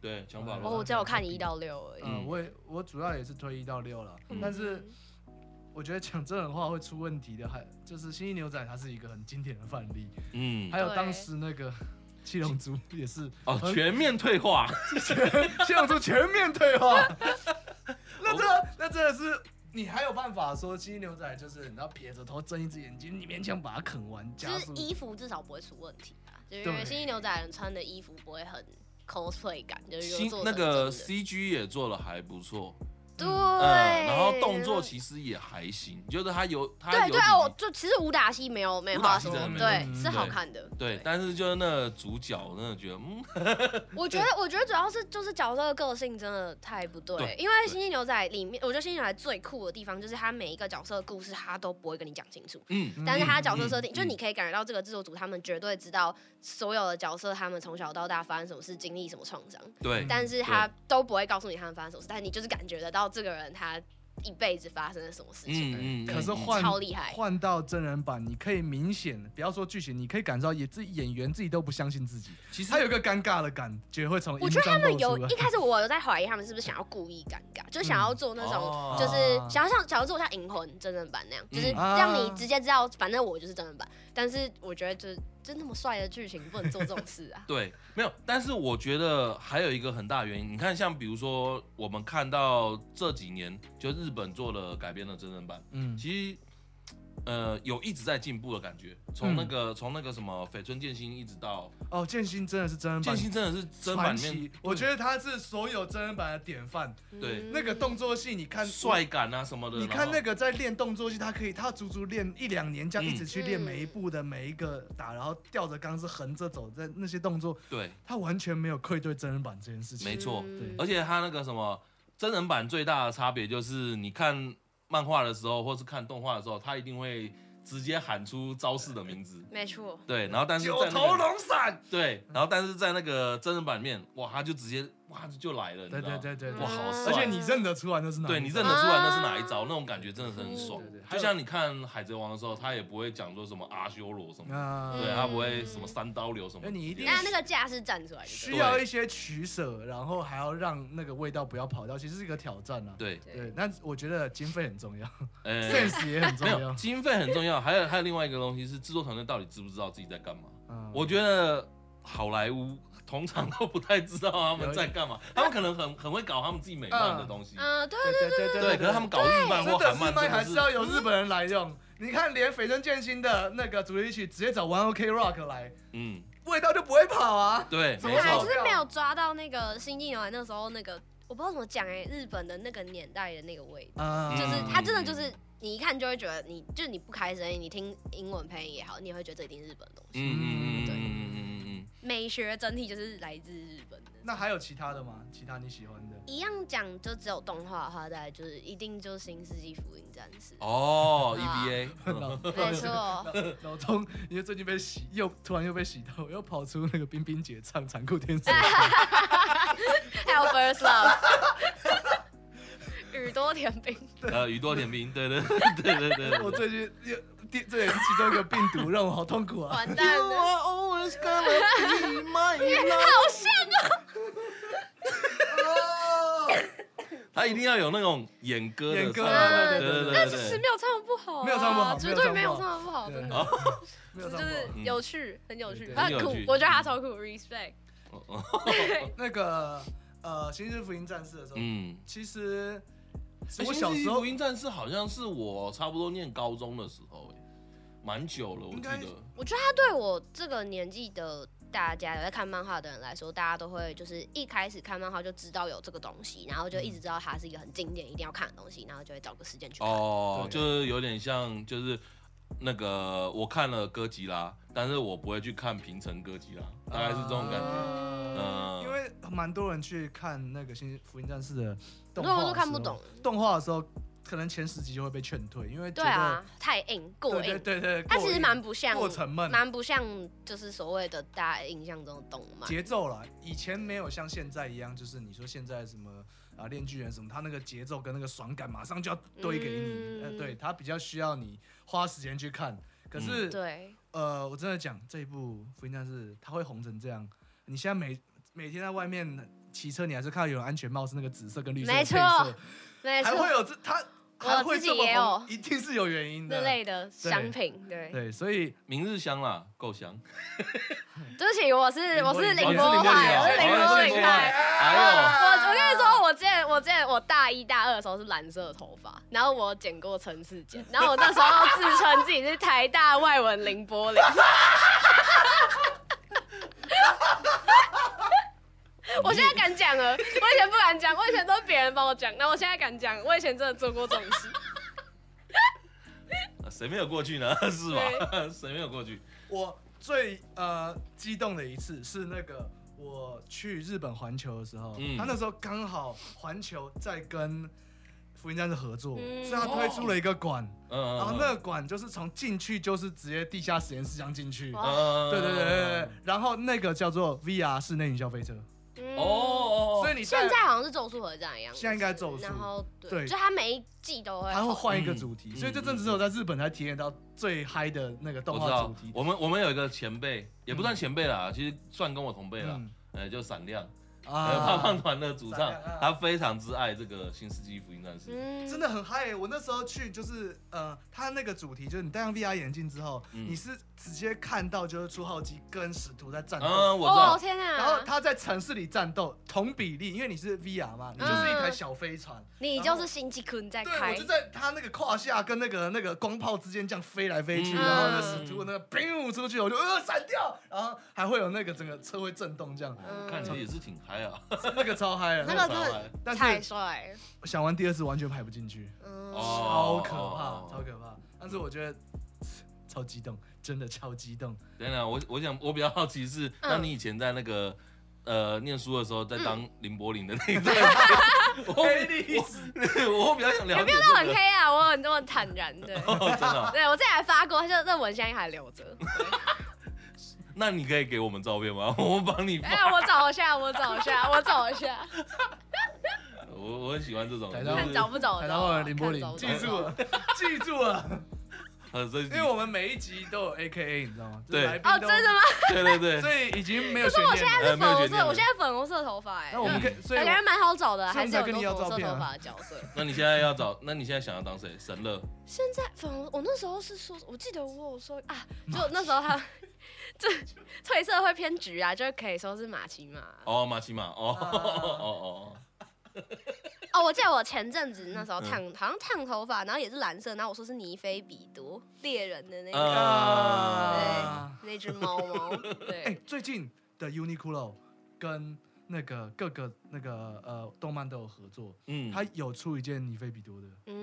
A: 对，强法
C: 哦，
A: 罗，
C: 我只有看一到六而已。
B: 嗯，我也我主要也是推一到六了，
A: 嗯
B: 但是我觉得讲真人话会出问题的，还就是《新一牛仔》，它是一个很经典的范例，
A: 嗯
B: 还，有
C: 对
B: 当时那个七龙珠也是，呃
A: 哦，全面退化，
B: 七龙珠全面退 化，那这那真的是。你还有办法说七一牛仔就是你知道撇着头睁一只眼睛，你勉强把它啃完加
C: 就是
B: 速，
C: 衣服至少不会出问题啊，就是因为
B: 对
C: 星际牛仔人穿的衣服不会很 cosplay 感，就是有
A: 新
C: 做
A: 那个
C: 成真
A: CG 也做的还不错，
C: 对、
A: 嗯，然后动作其实也还行，就是他有他有
C: 对
A: 几
C: 对啊，我就其实武打戏没有没
A: 武
C: 有
A: 打
C: 话
A: 戏
C: 说，
A: 真的嗯
C: 对
B: 没，有
C: 是好
A: 对
C: 看的。
A: 对，但是就是那个主角，我真的觉得，嗯，
C: 我觉得，我觉得主要是就是角色的个性真的太不对，
A: 对
C: 因为《星际牛仔》里面，我觉得《星际牛仔》最酷的地方就是他每一个角色的故事，他都不会跟你讲清楚。
A: 嗯，
C: 但是他的角色设定，
A: 嗯
C: 就你可以感觉到这个制作组他们绝对知道所有的角色他们从小到大发生什么事，经历什么创伤，
A: 嗯对，
C: 但是他都不会告诉你他们发生什么事，但你就是感觉得到这个人他一辈子发生了什么事情。
A: 嗯嗯，
B: 可是
A: 嗯
B: 换
C: 超厉害
B: 换到真人版，你可以明显不要说剧情，你可以感受到也自己演员自己都不相信自己，
A: 其实
B: 他有一个尴尬的感觉会从
C: 我
B: 荧幕
C: 觉得他
B: 上
C: 们
B: 露出
C: 有
B: 来
C: 一。开始我有在怀疑他们是不是想要故意尴尬，就想要做那
A: 哦。
C: 种就是想要像想要做像《银魂》真人版那样，就是让你直接知道，反正我就是真人版。但是我觉得就是就那么帅的剧情不能做这种事啊
A: 对，没有，但是我觉得还有一个很大原因，你看，像比如说我们看到这几年就日本做了改编的真人版，
B: 嗯，
A: 其实呃有一直在进步的感觉，从
C: 嗯
A: 那个从、那个什么绯村剑心一直到
B: 哦，剑心真的是真人版
A: 剑心真的是真版
B: 传
A: 里面
B: 奇，，我觉得他是所有真人版的典范。
A: 对
C: 嗯
B: 那个动作戏，你看
A: 帅感啊什么的，
B: 你看那
A: 个
B: 个在练动作戏，他可以，他足足练一两年，这样
A: 嗯
B: 一直去练
C: 嗯
B: 每一步的每一个打，然后吊着钢丝横着走，在那些动作，
A: 对，
B: 他完全没有愧对真人版这件事情。
A: 没错
C: 嗯
A: 而且他那个什么真人版最大的差别就是你看漫画的时候或是看动画的时候，他一定会直接喊出招式的名字。
C: 没错，
A: 对，然后但是在、那
B: 九
A: 个
B: 头龙闪，
A: 对，然后但是在那个真人版面，哇，他就直接哇就来了，你
B: 对
A: 知道
B: 对
A: 吗？
B: 对对，对
A: 哇，好
C: 嗯
A: 帅！
B: 而且你认得出来那是哪一个？
A: 对你认得出来那是哪一招，那种感觉真的是很爽
B: 啊对对。对
A: 就像你看海贼王的时候，他也不会讲说什么阿修罗什么，
B: 啊，
A: 对他不会什么三刀流什么
B: 那，你一定
C: 那那个架是站出来的，
B: 需要一些取舍，然后还要让那个味道不要跑掉，其实是一个挑战啊。
A: 对，
B: 对，但我觉得经费很重要
A: 呃，
B: ，sense 也很重
A: 没有
B: 要。
A: 经费很重要， 还有还有另外一个东西是制作团队到底知不知道自己在干嘛？
B: 嗯
A: 我觉得好莱坞通常都不太知道他们在干 嘛，他们可能很很会搞他们自己美漫的东西，
C: 嗯，对，
B: 对对对
A: 对，可是他们搞日漫
B: 真
A: 或
B: 的
A: 韩
B: 是
A: 漫
B: 卖
A: 真
B: 还
A: 的
B: 是
A: 是
B: 要由日本人来用。你看，连绯村剑心的那个主题曲，直接找 One OK Rock 来，
A: 嗯，
B: 味道就不会跑啊。
A: 对，
B: 怎么
A: 没
C: 本来
A: 错
C: 就。是没有抓到那个《新进牛仔》那时候那个我不知道怎么讲哎，日本的那个年代的那个味道。
B: 啊
C: 就是
A: 嗯
C: 他真的就是你一看就会觉得你就是你不开声音，你听英文配音也好，你也会觉得这一定是日本的东
A: 嗯嗯嗯嗯
C: 西。
A: 嗯嗯嗯
C: 美学整体就是来自日本的。
B: 那还有其他的吗？其他你喜欢的？
C: 一样讲就只有动画的话，大概就是一定就是《新世纪福音战士》
A: 嗯。哦
C: 啊
A: ，EVA，
C: 没错，
B: 老钟，因为最近被洗，又突然又被洗到，又跑出那个冰冰姐唱《残酷天使》。
C: 还有 First Love，耳朵甜饼，
A: 呃，宇多田兵，对 对对对对
B: 我
A: 对。
B: 最近又第这也是其中一个病毒，让我好痛苦啊。
C: 完蛋了，
A: always gonna be my love。
C: 好像啊
A: 他一定要有那种演歌的
B: 演歌
A: 唱
B: 啊
A: 法，
B: 对对
A: 对
B: 对
C: 但
A: 对
C: 是
A: 对
C: 十
A: 对。
C: 秒唱的不好啊，
B: 没有唱不好
C: 绝对
B: 没
C: 没
B: 有
C: 有
B: 唱不
C: 唱的不好，
B: 对
C: 真
B: 哦
C: 的。
B: 没有
C: 就
B: 上过
C: 是有趣，很有
B: 对
C: 趣，
B: 对嗯
C: 很
A: 很有
C: 酷
A: 趣，
C: 我觉得他超酷，respect。
A: 哦哦
B: 那个呃《新日福音战士》的时候，
A: 嗯，
B: 其实
A: 哎
B: 我
A: 新
B: 小
A: 世纪
B: 时候
A: 福音战士好像是我差不多念高中的时候，哎，蛮久了，我
B: 应
A: 记
B: 该
A: 得。
C: 我觉得他对我这个年纪的大家有在看漫画的人来说，大家都会就是一开始看漫画就知道有这个东西，然后就一直知道它是一个很经典、一定要看的东西，然后就会找个时间去看。
A: 哦，
B: 对啊
A: 就是有点像，就是那个我看了哥吉拉，但是我不会去看平成哥吉拉，大概是这种感觉。
B: 呃
A: 嗯
B: 因为蛮多人去看那个《新福音战士》的动
C: 很
B: 画，
C: 多人都看不懂。。
B: 动画的时候，可能前十集就会被劝退，因为觉
C: 对
B: 得
C: 啊，太硬过
B: 对对
C: 硬，
B: 对对，
C: 它
B: 过
C: 其实
B: 瘾
C: 蛮不像，
B: 过沉闷，啊
C: 蛮不像就是所谓的大家印象中的动漫。
B: 节奏啦，以前没有像现在一样，就是你说现在什么啊，《链锯人》什么，他那个节奏跟那个爽感马上就要堆给你，
C: 嗯
B: 呃，对他比较需要你花时间去看。可是、
C: 嗯对，
B: 呃，我真的讲这一部《福音战士》，它会红成这样，你现在每每天在外面骑车，你还是看到有人安全帽是那个紫色跟绿色的
C: 没
B: 配
C: 错
B: 色，
C: 没
B: 还
C: 错
B: 会，有这它
C: 我
B: 还会
C: 自己
B: 这么
C: 也
B: 红
C: 有，
B: 一定是有原因
C: 那
B: 的。
C: 类的商品，对。
B: 对，所以
A: 明日香啦，够香。
C: 对不起，我是我是
B: 凌
C: 凌
B: 波
C: 波
B: 丽
C: 派，我
B: 派
C: 是凌
B: 哦
C: 波
B: 凌波
C: 领
B: 派
C: 派。
B: 嗯
A: 哎
C: 我我跟你说，我之前我之前我大一大二的时候是蓝色头发，然后我剪过层次剪，然后我那时候自称自己是台大外文林柏林。 我现在敢讲了，我以前不敢讲，我以前都是别人帮我讲，那我现在敢讲，我以前真的做过这种事。
A: 呃谁没有过去呢？ 是吧？谁没有过去？
B: 我最呃激动的一次是那个我去日本环球的时候，
A: 嗯
B: 他那时候刚好环球在跟福音战士合作，
C: 嗯
B: 所以他推出了一个馆，
A: 嗯，
B: 然后哦那个馆就是从进去就是直接地下实验室这样进去。
C: 哇
A: 嗯，
B: 对对对对对，然后那个叫做 VR 室内云霄飞车，
C: 嗯
A: 哦哦，
B: 所
A: 以
B: 以你
C: 现
B: 戴
C: 在好像是《咒术回战》一样，
B: 现在应该咒术
C: 然后对，
B: 对
C: 就他每一季都会
B: 还会
C: 红
B: 换一个
A: 嗯
B: 主题，
A: 嗯
B: 所以这阵子只有在日本才体验到最嗨的那个动
A: 我知
B: 画主
A: 道
B: 题。，
A: 我们我们有一个前辈，也不算前辈啦，其实算跟我同辈啦，
B: 嗯
A: 哎，就闪亮，呃，
B: 啊
A: 胖胖团的主
B: 闪
A: 唱
B: 亮啊，
A: 他非常之爱这个《新世纪福音战士》。
C: 嗯
B: 真的很嗨、欸！我那时候去就是呃，他那个主题就是你戴上 VR 眼镜之后，
A: 嗯
B: 你是直接看到就是初号机跟使徒在战斗。
A: 嗯，我知
C: 哦
A: 道，
C: 天啊！
B: 然后他在城市里战斗，同比例，因为你是 VR 嘛，你就是一台小飞船。
C: 你就是星际坤嗯在
B: 对，
C: 开
B: 我就，在他那个胯下跟那个那个光炮之间这样飞来飞去，
A: 嗯
B: 然后那使徒那个 biu 出去，我就呃闪掉，然后还会有那个整个车会震动这样，
C: 嗯
A: 看你也是挺嗨啊。
B: 那个超嗨
C: 那
B: 的。
C: 个真的
B: 但是
C: 太帅了，
B: 想玩第二次完全排不进去。
C: 嗯，
A: 哦
B: 超可怕
A: 哦，
B: 超可怕。但是我觉得超激动，真的超激动。
A: 等等，我我想我比较好奇
C: 嗯
A: 是，那你以前在那个呃念书的时候，在当林柏林的那 一段，哦
B: 哎
A: 我我我比较想了
C: 也不
A: 解
C: 用到
A: 这
C: 很
A: 个
C: 黑。啊，我很我很坦然对
A: 哦，真的啊、
C: 对我之前还发过，就这文现在还留着。
A: 那你可以给我们照片吗？ 我帮你发
C: 哎、我找一下，我找一下，我找一下，
A: 我我很喜欢这种，
B: 台
A: 就
B: 大
C: 看
A: 是
C: 找不找
B: 台
C: 得
B: 大
C: 到啊？
B: 后林柏林
C: 看，找不
B: 记
C: 找得
B: 住
C: 到
B: 了， 记住了，
A: 很生气
B: 因。为我们每一集都有 A K A，你知道吗？
A: 对
B: 就是来宾
C: 哦，
B: 都
C: 真的吗？
A: 对对对，
B: 所以已经没有
C: 可
B: 悬
C: 是我现
B: 念了。
C: 在
A: 呃
C: 是粉
A: 没有
C: 红
A: 悬念
C: 色，
A: 了
C: 我现在粉红色头发哎、
B: 那我们可以，所以
C: 感觉蛮好找的，
B: 所以
C: 还
B: 我们
C: 是
B: 才
C: 有
B: 跟你
C: 很
B: 要
C: 多粉
B: 照
C: 红色
B: 片啊
C: 头发的角色。
A: 那你现在要找，那你现在想要当谁？神乐
C: 现在粉红，我那时候是说，我记得我有说啊，就那时候他 这褪色会偏橘啊，就可以说是马奇马。
A: 哦，马奇马 哦
B: 啊
A: 哦哦，
C: 哦，我记得我前阵子那时候
B: 嗯
C: 烫，好像烫头发，然后也是蓝色，然后我说是尼菲比多猎人的那个、
A: 啊
B: 啊，
C: 那只猫猫，对。
B: 哎，最近的 Uniqlo 跟那个各个那个呃动漫都有合作，
A: 嗯，
B: 他有出一件尼菲比多的，对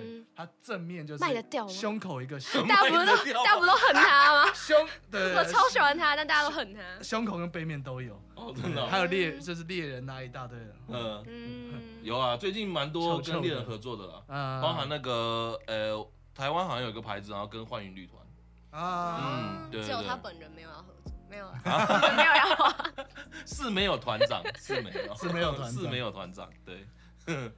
C: 嗯，，
B: 他正面就是
C: 卖得掉吗
B: 胸口 一个胸？
C: 大家不
A: 卖
C: 是
A: 得掉
C: 都大家不都恨他吗
B: 胸，嗯 对，啊
C: 我超喜欢他，但大家都恨他。
B: 胸口跟背面都有，
A: 哦真的哦、
B: 还有猎就是猎人那一大堆的，
A: 嗯，
C: 嗯，
A: 有啊，最近蛮多
B: 臭臭的
A: 跟猎人合作的啦，
B: 啊
A: 包含那个呃，台湾好像有一个牌子，然后跟幻影旅团。
B: 啊，
A: 嗯对对
C: 只有他
A: 对
C: 本人没有要合作， 没有啊，没有要啊。
A: 是没有团 长，是没有，
B: 是没有团长
A: 是没有团长，对，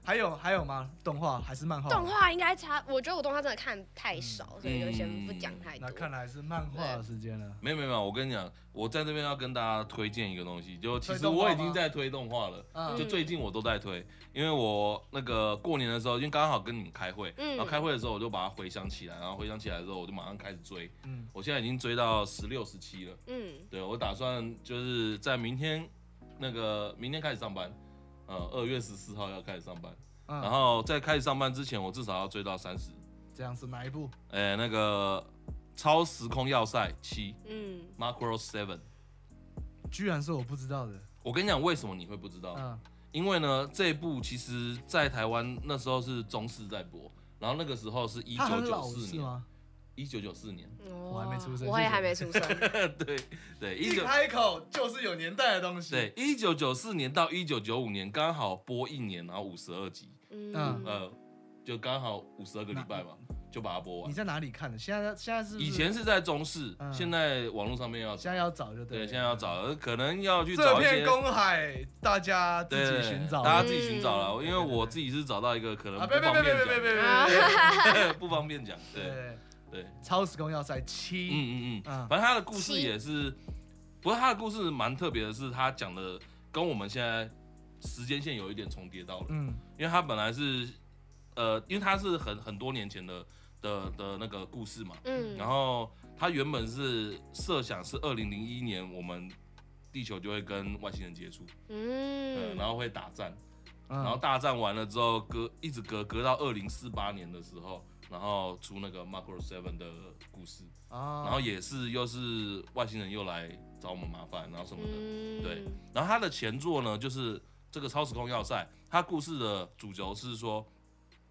B: 还有还有吗？动画还是漫画？
C: 动画应该差，我觉得我动画真的看太少，所以就先不讲太
B: 嗯那
C: 多。
B: 看来是漫画的时间了。
A: 没有没有没有，我跟你讲，我在这边要跟大家推荐一个东西，就其
B: 推
A: 实
B: 动画吗
A: 我已经在推动画了，
B: 嗯
A: 就最近我都在推，因为我那个过年的时候，因为刚好跟你们开会，
C: 嗯
A: 然后开会的时候我就把它回想起来，然后回想起来之后，我就马上开始追，
B: 嗯，
A: 我现在已经追到十六十七了，
C: 嗯，
A: 对我打算就是在明天那个明天开始上班，呃，二月十四号要开始上班，
B: 嗯
A: 然后在开始上班之前，我至少要追到三十。
B: 这样是哪一部？
A: 呃、那个超时空要塞七
C: 嗯，
A: Macro Seven。
B: 居然是我不知道的。
A: 我跟你讲，为什么你会不知道？
B: 嗯
A: 因为呢，这一部其实在台湾那时候是中视在播，然后那个时候是一
B: 它
A: 九
B: 很
A: 九
B: 老
A: 四
B: 是
A: 年，
B: 吗？
A: 一九九四年，
C: 我
B: 还没出生
C: 我也
B: 谢谢
C: 还没出生。
A: 对对，一
B: 一
A: 九
B: 开口就是有年代的东西。
A: 对一九九四年到一九九五年刚好播一年，然后五十二集，
B: 嗯
C: 嗯，
A: 呃，就刚好五十二个礼拜嘛，就把它播
B: 你
A: 完。
B: 在哪里看的？现在现在是不是
A: 以前是在中视，
B: 嗯
A: 现在网络上面要
B: 现在要找就
A: 对，
B: 了
A: 现在要找，呃可能要去
B: 这
A: 找一
B: 片
A: 些。
B: 公海，大家自
A: 对，
B: 己寻找。
A: 大家
B: 啊，
A: 自己寻找了，因为
B: 对对对
A: 我自己是找到一个可能不
B: 别别
A: 方
B: 别别
A: 便
B: 别别别
A: 讲
C: 啊
B: 别！
A: 的， 不方便讲，对
B: 对，
A: 对，
B: 超时空要塞
A: 嗯
B: 七。
A: 嗯嗯，
B: 嗯
A: 反正他的故事也是，不过他的故事蛮特别的是，他讲的跟我们现在时间线有一点重叠到了，
B: 嗯
A: 因为他本来是，呃，因为他是很很多年前的的的那个故事嘛，
C: 嗯，
A: 然后他原本是设想是二零零一年我们地球就会跟外星人接触，嗯，
C: 嗯，
A: 然后会打战，然后
B: 嗯，
A: 大战完了之后，隔一直隔隔到二零四八年的时候，然后出那个 Macro Seven 的故事，然后
B: 啊，
A: 也是又是外星人又来找我们麻烦，然后什么的。
D: 嗯，
A: 对然后他的前作呢，就是这个超时空要塞，他故事的主轴是说，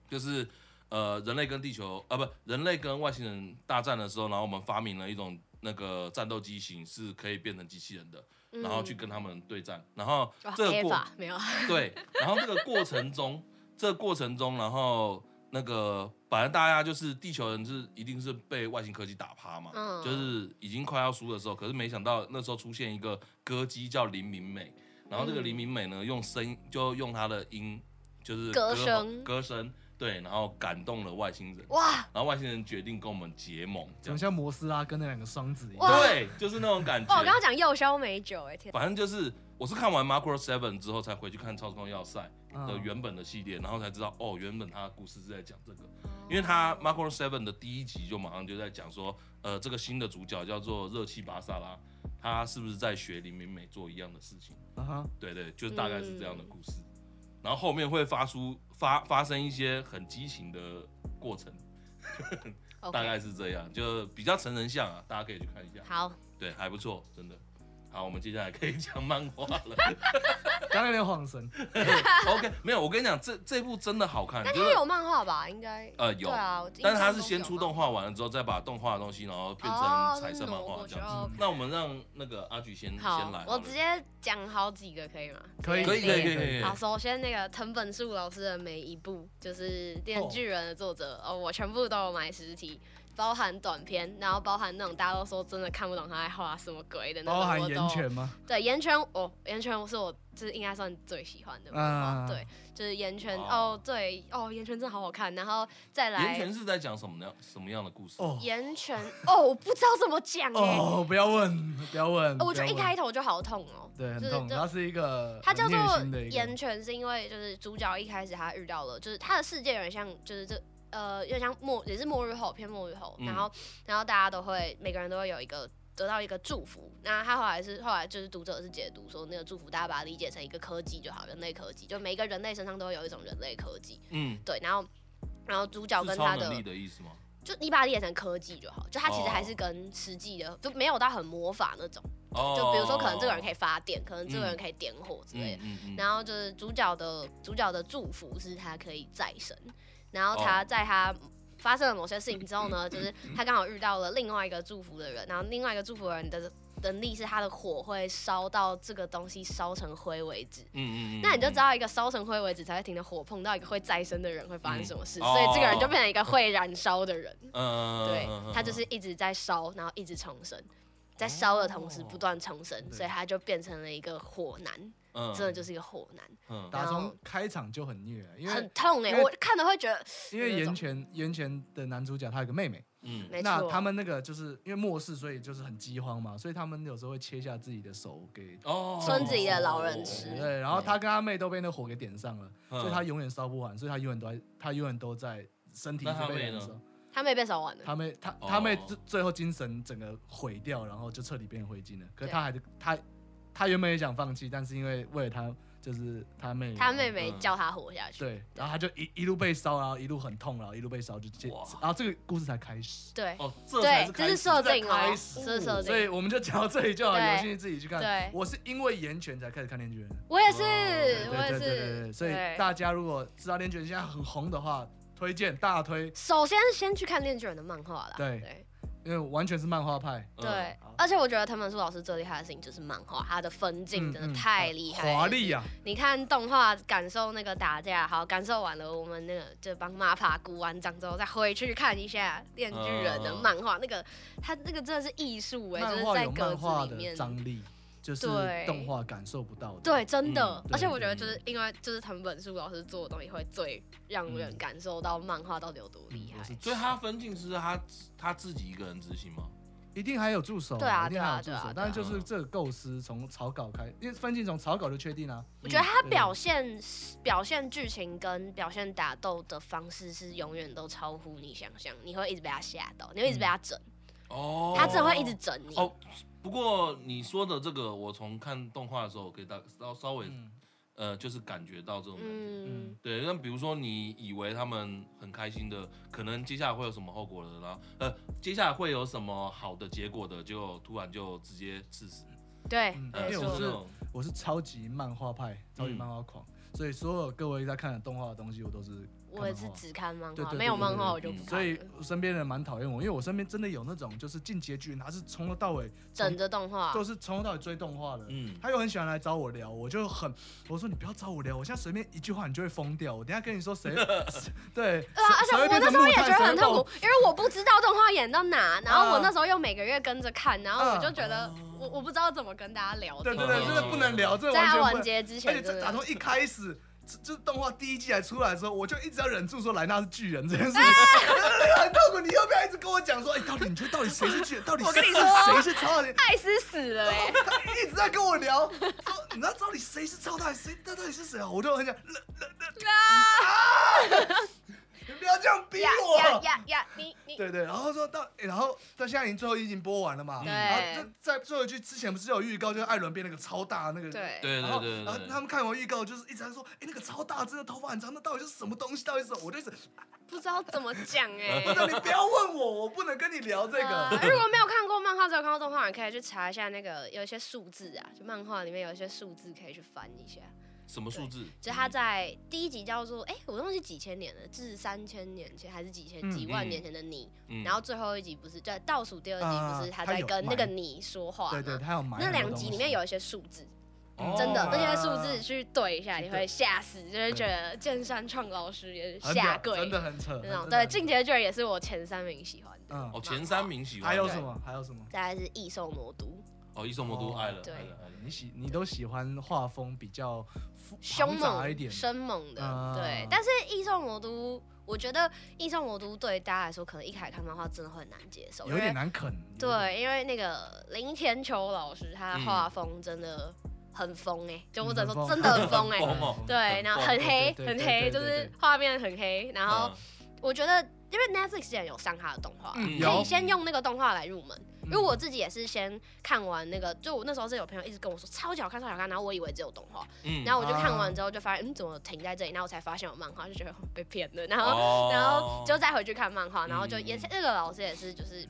A: 就是呃人类跟地球啊不人类跟外星人大战的时候，然后我们发明了一种那个战斗机型是可以变成机器人的，
D: 嗯，
A: 然后去跟他们对战，然后
D: 哇
A: 这个过
D: Eva，没有啊，
A: 对，然后这个过程中，这个过程中，然后那个反正大家就是地球人是一定是被外星科技打趴嘛，
D: 嗯
A: 就是已经快要输的时候，可是没想到那时候出现一个歌姬叫林明美，然后这个
D: 嗯
A: 林明美呢用声就用她的音就是
D: 歌
A: 喉
D: 声
A: 歌声对，然后感动了外星人，
D: 哇，
A: 然后外星人决定跟我们结盟，这
B: 怎么
A: 样
B: 像摩斯拉跟那两个双子一样？
D: 哇
A: 对，就是那种感觉。
D: 哇，哦我刚刚讲幼消美酒，哎天，
A: 反正就是我是看完 Macro Seven 之后才回去看超时空要塞。的
B: 嗯
A: 原本的系列，然后才知道哦，原本他的故事是在讲这个，因为他 Macro Seven 的第一集就马上就在讲说，呃，这个新的主角叫做热气巴萨拉，他是不是在学林明美做一样的事情？
B: 啊哈，
A: 对对，就是大概是这样的故事，
D: 嗯
A: 然后后面会发出发发生一些很激情的过程，大
D: OK，
A: 概是这样，就比较成人像啊，大家可以去看一下，
D: 好，
A: 对，还不错，真的。好，我们接下来可以讲漫画 了。
B: 刚刚有点晃神，
A: OK，没有，我跟你讲，这这部真的好看，
D: 那
A: 就
D: 应该
A: 是
D: 有漫画吧？应该，
A: 呃
D: 对
A: 有，
D: 啊，我印
A: 但是它
D: 象
A: 是
D: 中
A: 先
D: 有
A: 出
D: 漫
A: 动
D: 画
A: 画完了之后，再把动画的东西，然后变
D: 哦
A: 成彩
D: 是
A: 色漫
D: 挪
A: 画
D: 过
A: 这
D: 去
A: 样子。
D: ，OK
A: 那我们让那个阿菊先先
D: 好
A: 来，好
D: 我
A: 了，
D: 直接讲好几个可以吗？
B: 可以
A: 可以可以可以
D: 直接
A: 可以。
B: 嗯
D: 好，首先那个藤本树老师的每一部，就是
B: 哦
D: 《电锯人》的作者哦我全部都有买实体，包含短片，然后包含那种大家都说真的看不懂他在画什么鬼的那种，
B: 包含
D: 我都
B: 岩泉吗？
D: 对岩泉，哦，岩泉是我就是应该算最喜欢的漫画，
B: 嗯
D: 对，就是岩泉
A: 哦
D: 哦，对哦，岩泉真的好好看，然后再
A: 岩
D: 来
A: 泉是在讲什么样什么样的故事？
B: 哦
D: 岩泉哦，我不知道怎么 讲哎、
B: 哦，不要问，不要问，
D: 哦我
B: 不
D: 觉
B: 要
D: 得一
B: 问
D: 开头就好痛哦，
B: 对很
D: 就是
B: 痛，
D: 就
B: 它是一个
D: 它叫
B: 很虐心
D: 做
B: 的一个
D: 岩泉，是因为就是主角一开始他遇到了，就是他的世界有点像，就是这呃有点像末也是末日后偏末日后，
A: 嗯
D: 然后然后大家都会每个人都会有一个。得到一个祝福，那他后来是后来就是读者是解读说那个祝福，大家把它理解成一个科技就好，人类科技，就每一个人类身上都会有一种人类科技，
A: 嗯，
D: 对，然后然后主角
A: 是
D: 跟
A: 超
D: 他
A: 能
D: 的
A: 力的意思吗？
D: 就你把它理解成科技就好，就它其实
A: 哦
D: 还是跟实际的、就没有到很魔法那种，
A: 哦，
D: 就比如说可能这个人可
A: 以
D: 以发电，可能这个人
A: 嗯
D: 可以点火之类的，
A: 嗯嗯嗯，
D: 然后就是主角的主角的祝福是他可以再生，然后
A: 哦
D: 他在他发生了某些事情之后 呢，就是他刚好遇到了另外一个祝福的人，然后另外一个祝福的人的能力是他的火会烧到这个东西烧成灰为止。
A: 嗯嗯嗯，
D: 那你就知道一个烧成灰为止才会停的火碰到一个会再生的人会发生什么事，
A: 嗯
D: 所以这个人
A: 哦
D: 就变成一个会燃烧的人。
A: 嗯，嗯，嗯
D: 对
A: 嗯嗯嗯
D: 他就是一直在烧，然后一直重生，在烧的同时
A: 哦
D: 不断重生，所以他就变成了一个火男，
A: 嗯
D: 真的就是一个火男。
A: 嗯
B: 打
D: 然
B: 从
D: 后
B: 开场就很虐，因
D: 很
B: 为
D: 痛哎、
B: 因为
D: 我看了会觉得，
B: 因
D: 有
B: 为
D: 一
B: 岩
D: 种
B: 泉岩泉的男主角他有个妹妹，
A: 嗯
D: 没
B: 那
D: 错，
B: 他们那个就是因为末世，所以就是很饥荒嘛，所以他们有时候会切下自己的手给。
A: 哦，
D: 村子里的老人吃
B: 对，然后他跟他妹都被那火给点上了，
A: 嗯
B: 所以他永远烧不完，所以他永远都在，他永远都在身体
A: 那他
B: 是被
A: 妹
B: 燃
A: 呢
B: 烧。
D: 他们也被烧完了。
B: 他妹他
A: 哦
B: 他妹最最后精神整个毁掉，然后就彻底变灰烬了。可是他还是他他原本也想放弃，但是因为为了他就是他妹，
D: 他妹妹
A: 嗯
D: 叫他活下去。
B: 对，然后他就一一路被烧，然后一路很痛，然后一路被烧，就接
A: 哇，
B: 然后这个故事才开始。
D: 对
A: 哦，这才
D: 对，这是
A: 是
D: 设定
B: 这才
D: 哦，
B: 开始
D: 这是设
B: 所
D: 定。
B: 以我们就讲到这里就好，
D: 对
B: 有兴趣自己去看
D: 对。
B: 我是因为岩泉才开始看《恋巨人》，
D: 我也
B: 嗯
D: 是，
A: 对
D: 我
B: 对
D: 也
B: 对对对对，
D: 是。
B: 所以
D: 对
B: 大家如果知道《恋巨人》现在很红的话，推荐大推，
D: 首先先去看《恋巨人》的漫画啦。
B: 对
D: 对
B: 因为完全是漫画派，
D: 对
B: 好
D: 而且我觉得藤本树老师最厉害的事情就是漫画，他的分镜真的太厉害了。
B: 嗯华丽啊呀，
D: 你看动画，感受那个打架，好，感受完了，我们那个就帮马法鼓完掌之后，再回去看一下《恋巨人》的
A: 嗯
D: 漫画，那个他那个真的是艺术哎，就
B: 漫
D: 是
B: 画
D: 在
B: 有
D: 格
B: 漫画
D: 子里
B: 的
D: 面
B: 张力，就是
D: 对
B: 动画感受不到的。
D: 对，，真的，
A: 嗯
D: 而且
B: 对
D: 我觉得
A: 对
D: 就是因为就是藤本树老师做的东西会最让人感受到漫画到底有多厉
B: 嗯
D: 害
B: 我。是
A: 所以他分镜是他他自己一个人执行吗？
B: 一定还有助手，
D: 对啊
B: 一定还有助
D: 对啊对
B: 手
D: 啊，
B: 但是就
A: 对啊
B: 是这个构思从草稿开，因为分镜从草稿就确定啊。
D: 我觉得他
B: 对
D: 表现表现剧情跟表现打斗的方式是永远都超乎你想象，你会一直被他吓到，你会
B: 嗯
D: 一直被他整，
A: 哦，
D: 他真的会一直整你。
A: 哦，不过你说的这个，我从看动画的时候，我可以大稍稍微
B: 嗯
A: 呃，就是感觉到这种感觉。
D: 嗯，
A: 对，那比如说你以为他们很开心的，可能接下来会有什么后果的，然后呃，接下来会有什么好的结果的，结果突然就直接致死。
D: 对，
B: 嗯
A: 呃，
D: 没
B: 因为
A: 是这
B: 我
D: 错，嗯
A: 种，
B: 我是超级漫画派，超级漫画狂，所以所有各位在看的动画的东西，我都是
D: 我也是
B: 看漫画
D: 只看漫
B: 对
D: 画，
B: 对对
D: 没有漫画我
A: 对
D: 就
A: 对
D: 不看
B: 所以
D: 了，
B: 身边人蛮讨厌我，因为我身边真的有那种就是进结局，他是从头到尾从
D: 等着动画
B: 都，是从头到尾追动画的，
A: 嗯，
B: 他又很喜欢来找我聊，我就很我说你不要找我聊，我现在随便一句话你就会疯掉，我等一下跟你说谁 谁对，
D: 对啊，而且
B: 谁会
D: 我
B: 变 成
D: 那时候
B: 木
D: 也
B: 炭
D: 觉得
B: 谁会
D: 很痛
B: 爆
D: 苦，因为我不知道动画演到哪，然后我
B: 啊
D: 那时候又每个月跟着看，然后我
B: 啊
D: 就觉得我我不知道怎么跟大家聊
B: 对
D: 这个。
B: 对对，真的不能聊，这
D: 在
B: 完
D: 它
B: 全不
D: 完
B: 能。
D: 结之
B: 而
D: 前
B: 且这
D: 真的，
B: 打从一开始，这就是动画第一季还出来的时候，我就一直要忍住说莱纳是巨人这件事情，
D: 啊
B: 很痛苦。你要不要一直跟我讲说，哎、到底你觉得到底谁是巨人？到底
D: 我跟你
B: 谁谁
D: 说
B: 是超人？
D: 艾斯死 了哎、
B: 他一直在跟我聊，说你知道到底谁是超大，谁那到底是谁啊？我就很想，那那那啊！你不要这样逼
D: 呀呀
B: 我。
D: 呀呀！你你
B: 对对，然后说到，哎然后到现在已经最后一集已经播完了嘛，
A: 对
B: 然后在在最后一句之前不是有预告，就是艾伦变那个超大那个，
D: 对
A: 对
B: 然后
A: 对对
B: 然后
A: 对
B: 他们看完预告就是一直在说，哎，那个超大只的头发很长，那到底是什么东西？到底是什么？我就一直，
D: 不知道怎么讲 哎、
B: 不是你不要问我，我不能跟你聊这
D: 呃
B: 个。
D: 如果没有看过漫画，只有看过动画，你可以去查一下那个有一些数字啊，就漫画里面有一些数字可以去翻一下。
A: 什么数字？
D: 就他在第一集叫做哎、我忘记几千年了，至三千年前还是几千
B: 嗯
D: 几万
A: 嗯
D: 年前的你。
A: 嗯，
D: 然后最后一集不是在倒数第二集不
B: 啊
D: 是他
B: 他
D: 在
B: 有
D: 跟那
B: 埋
D: 个你说话
B: 对对，
D: 吗？
B: 他有买
D: 那
B: 很多
D: 两
B: 东
D: 集
B: 西
D: 里面有一些数字，
A: 哦
D: 真的
B: 啊
D: 那些数字去对一下，
B: 去
D: 你
B: 对
D: 会吓死，就
B: 对
D: 是觉得剑山创老师也是
B: 很屌
D: 下跪
B: 真的很扯。嗯
D: 那种。
B: 真的
D: 对，
B: 很扯
D: 进阶卷也是我前三名喜欢的，
B: 嗯
A: 哦，前三名喜欢。
B: 还有什？么？还有什么？
D: 再来是异兽魔都，
A: 哦，异兽魔都
B: 哦
A: 爱了，
D: 对
A: 爱了，爱了。
B: 你喜你都喜欢画风比较复
D: 凶
B: 庞杂一
D: 猛、
B: 点，
D: 生猛的，
B: 啊
D: 对。但是异兽魔都，我觉得异兽魔都对大家来说，可能一开始看漫画真的会很难接受，
B: 有一点
D: 因为
B: 难啃。有一点，
D: 对，因为那个林田秋老师他
A: 嗯
D: 画风真的很疯哎，就我只能
B: 嗯很疯嗯
D: 说真的很疯哎
A: 很，疯哦
D: 对，然后很黑
B: 对对
D: 很
B: 对
D: 黑，
B: 对对
D: 就是
B: 对
D: 画面很黑。然后
A: 嗯
D: 我觉得，因为 Netflix 之前有上他的动画，
A: 嗯
D: 可以
B: 有
D: 先用那个动画来入门。因为
B: 嗯
D: 我自己也是先看完那个，就我那时候是有朋友一直跟我说超级好看，超级好看，然后我以为只有动画，
A: 嗯
D: 然后我就看完
B: 啊
D: 之后就发现，嗯，怎么停在这里？然后我才发现有漫画，就觉得被骗了。然后，
A: 后
D: 然后就再回去看漫画，然后就也是
A: 哦嗯
D: 那个老师也是就是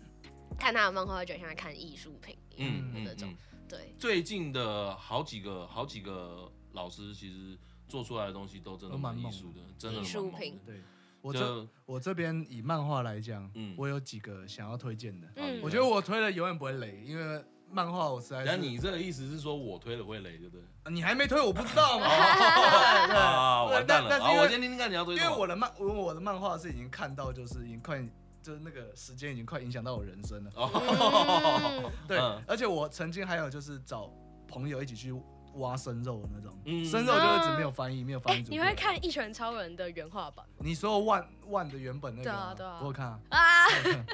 D: 看他的漫画，会觉得像在看艺术品一样
A: 嗯
D: 的那
A: 嗯
D: 种。
A: 嗯，
D: 对，
A: 最近的好几个好几个老师其实做出来的东西都真的
B: 都蛮
A: 艺
B: 猛
A: 术的，真的
D: 艺
A: 蛮
D: 术
A: 猛
D: 品
A: 的
B: 嗯对，我这
A: 就
B: 我这边以漫画来讲
A: 嗯，
B: 我有几个想要推荐的。
D: 嗯
B: 我觉得我推的永远不会雷，因为漫画我实在
A: 那
B: 是啊
A: 你这个意思是说我推了会雷，对不对？
B: 你还没推，我不知道嘛。 对对
A: 哦啊，完蛋了！
B: 但但
A: 好，
B: 是因
A: 我
B: 为
A: 先听听看你要推
B: 因
A: 什
B: 为
A: 么。
B: 我的漫我我的漫画是已经看到，就是已经快就是那个时间已经快影响到我人生了。
A: 哦，
D: 嗯
B: 对，
A: 嗯
B: 而且我曾经还有就是找朋友一起去挖生肉的那种，
A: 嗯
B: 生肉就一直没有翻译，没有
D: 哎、
B: 翻译组。
D: 你会？看《一拳超人》的原画版吗？
B: 你说万万的原本那个吗？
D: 对啊对啊
B: 我有看啊，
D: 啊，
B: 我有看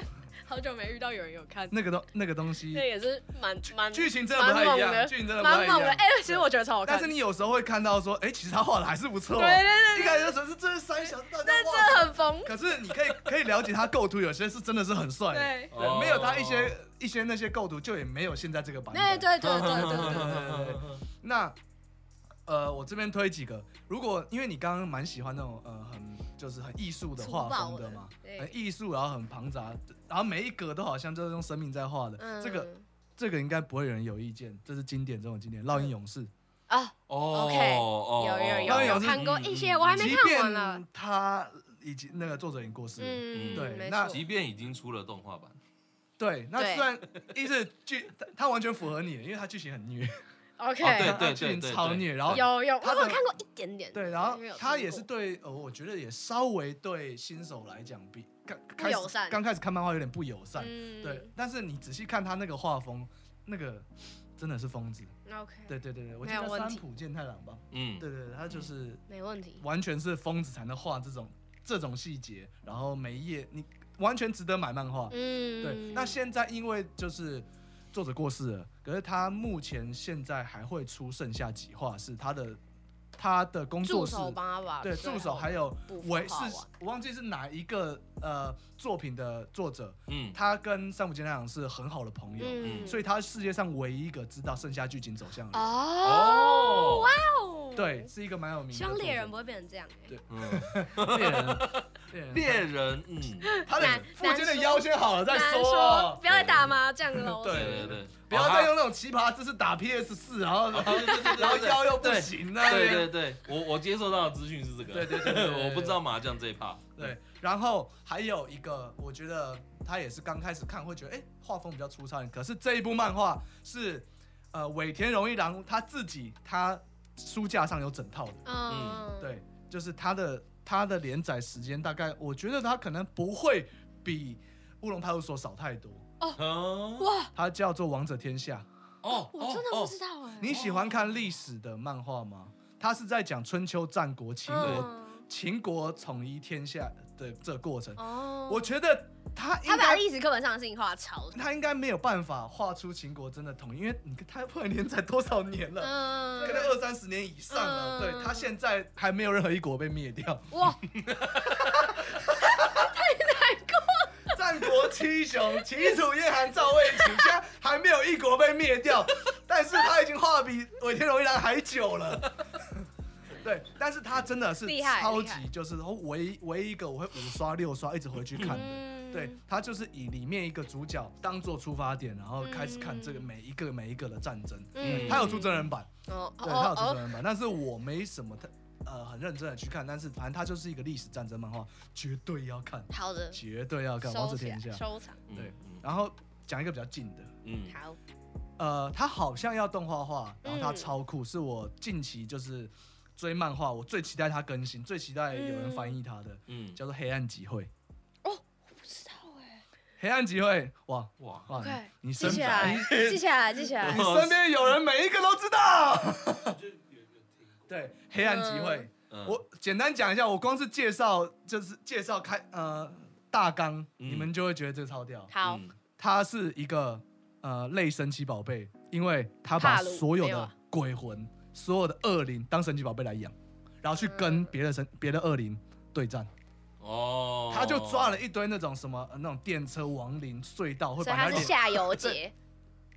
D: 好久没遇到有人有看，
B: 那个东那个东
D: 那
B: 西
D: 也是蛮蛮
B: 嗯剧情真的不太一
D: 蛮猛的
B: 样，剧情真的不太
D: 蛮
B: 一
D: 猛的。
B: 样。
D: 哎、其实我觉得超好看
B: 但，是你有时候会看到说，哎，其实他画的还是不错
D: 对
B: 哦。
D: 对对，
B: 一开始说是这是三小，大家
D: 但
B: 画
D: 这很疯，
B: 可是你可以 可以了解他构图，有些是真的是很帅的。
D: 对。
A: 哦
B: 对，没有他一些一些那些构图，就也没有现在这个
C: 哎
B: 版
D: 对
B: 本。
D: 对对对对
B: 嗯
D: 对对，
B: 那呃，我这边推几个，如果因为你刚刚蛮喜欢那种呃很就是很艺术的
D: 粗
B: 画
D: 暴
B: 风的嘛，
D: 对
B: 很艺术，然后很庞杂，然后每一格都好像就是用生命在画的。
D: 嗯，
B: 这个这个应该不会有人有意见，这是经典这种经典。烙印勇士，
D: 啊，
A: 哦
D: ，OK，有有有
B: 当然
D: 有
B: 有是
D: 看过一些，我还没
B: 即
D: 看完了
B: 便。他已经那个作者已经过世了。
D: 嗯，
B: 对
D: 没
B: 那
D: 错
A: 即便已经出了动画版，
B: 对，那
D: 对
B: 虽然一是剧，他他完全符合你，因为他剧情很虐，
A: 哦对
D: ，OK，
A: 对
B: 他
A: 对
B: 剧
A: 对
B: 情超虐，然后
D: 有有，我
B: 他
D: 有
B: 的
D: 看过一点点，
B: 对，然后
D: 因为有
B: 他
D: 听
B: 也是
D: 过
B: 对，呃，我觉得也稍微对新手来讲比刚开始
D: 友善
B: 刚开始看漫画有点不友善，
D: 嗯，
B: 对。但是你仔细看他那个画风，那个真的是疯子，
D: ，OK，
B: 对对对对，我记
D: 嗯没有
B: 得
D: 问
B: 三
D: 题
B: 浦健太郎吧，
A: 嗯，
B: 对对对，他就是
D: 没问题。
B: 完全是疯子才能画这种这种细节，然后每一页你完全值得买漫画。
D: 嗯，
B: 对，那现在因为就是作者过世了，可是他目前现在还会出剩下几话，是他的他的工
D: 助
B: 作室
D: 手帮他把
B: 对，
D: 最
B: 助手
D: 后
B: 还有
D: 部分
B: 维是
D: 画
C: 啊
D: 完，
B: 我忘记是哪一个呃作品的作者，
A: 嗯，
B: 他跟山浦健太郎是很好的朋友，
A: 嗯
B: 所以他是世界上唯一一个知道剩下剧情走向的人。
D: 哦，
A: 哦，
D: 哇哦，
C: 哦，
B: 对，，是一个蛮有名的
C: 希
B: 作
C: 望
B: 品。
C: 猎人不会变成这样欸。
B: 对
A: 嗯，
B: 猎 人，猎人，
A: 猎人，嗯，
B: 他的
C: 难
B: 附件的腰先好了再
C: 难
B: 说
C: 说，
B: 哦，
C: 不要再打麻将了。
B: 对
A: 对对对，
B: 不要再
A: 哦
B: 用那种奇葩姿势打 PS 四，然后然后
A: 他对对对对对
B: 然后
A: 对
B: 腰又不
A: 对
B: 行那
A: 对对
B: 边
A: 对，我 我接受到的资讯是这个，
B: 对对对对对对
A: 我不知道麻将这一趴，
C: 嗯
B: 对，然后还有一个，我觉得他也是刚开始看会觉得，哎，画风比较粗糙，可是这一部漫画是，呃，尾田荣一郎他自己他书架上有整套的，
C: 嗯，，
B: 对，就是他的他的连载时间大概，我觉得他可能不会比乌龙派出所少太多，
A: 嗯，
C: 哦哇，
B: 它叫做《王者天下》。
A: 哦，
C: 我真的
A: 哦
C: 不知道哎。
B: 你喜欢看历史的漫画吗？它是在讲春秋战国秦国
C: 嗯
B: 秦国统一天下的这个过程。
C: 哦，
B: 我觉得他应
C: 他把
B: 该
C: 历史课本上的事情画超多，
B: 他应该没有办法画出秦国真的统一，因为你看他不然连载多少年了，
C: 嗯
B: 可能二三十年以上了。
C: 嗯
B: 对他现在还没有任何一国被灭掉，
C: 哇，
B: 战国七雄齐楚燕韩赵魏秦，现在还没有一国被灭 掉，但是他已经画比尾田荣一郎还久 了。对，但是他真的是
C: 厉害
B: 超
C: 厉害
B: 级，就是唯一唯一一个我会五刷六刷一直回去看的。
C: 嗯
B: 对，他就是以里面一个主角当做出发点，然后开始看这个每一个每一个的战争。
C: 嗯
B: 他有出真人版，
C: 哦
B: 对，他有
C: 哦
B: 出真
C: 哦，
B: 人版，但是我没什么太呃很认真的去看，但是反正他就是一个历史战争漫画，绝对要看，
C: 好的，
B: 绝对要看《王
C: 收
B: 者
C: 起
B: 天
C: 来，
B: 下》。
C: 收藏，
A: 嗯
B: 对
A: 嗯
B: 然后讲一个比较近的，
A: 嗯，
C: 好，
B: 呃，它好像要动画化，然后它
C: 嗯
B: 超酷，是我近期就是追漫画，我最期待它更新，最期待有人翻译它的，
A: 嗯，
B: 叫做《黑暗集会》。
C: 不知道哎
B: 黑暗集会，哇
A: 哇，
B: 哇
C: ，OK，，
B: 你
C: 记
B: 身
C: 起
B: 边
C: 来，记起来，记起 来
B: 你，身边有人每一个都知道。 对，黑暗集会，
A: 嗯
B: 我简单讲一下，我光是介绍就是介绍开呃大纲，你们就会觉得这个超屌。
C: 好，
A: 嗯
B: 它是一个呃类神奇宝贝，因为它把
C: 帕鲁
B: 所有
C: 没有
B: 的
C: 啊
B: 鬼魂、所有的恶灵当神奇宝贝来养，然后去跟
C: 嗯
B: 别的神、别的恶灵对战。
A: 哦，
B: 他就抓了一堆那种什么呃那种电车亡灵隧道，会
C: 所
B: 把
C: 以他
B: 它
C: 是
B: 连
C: 下游节，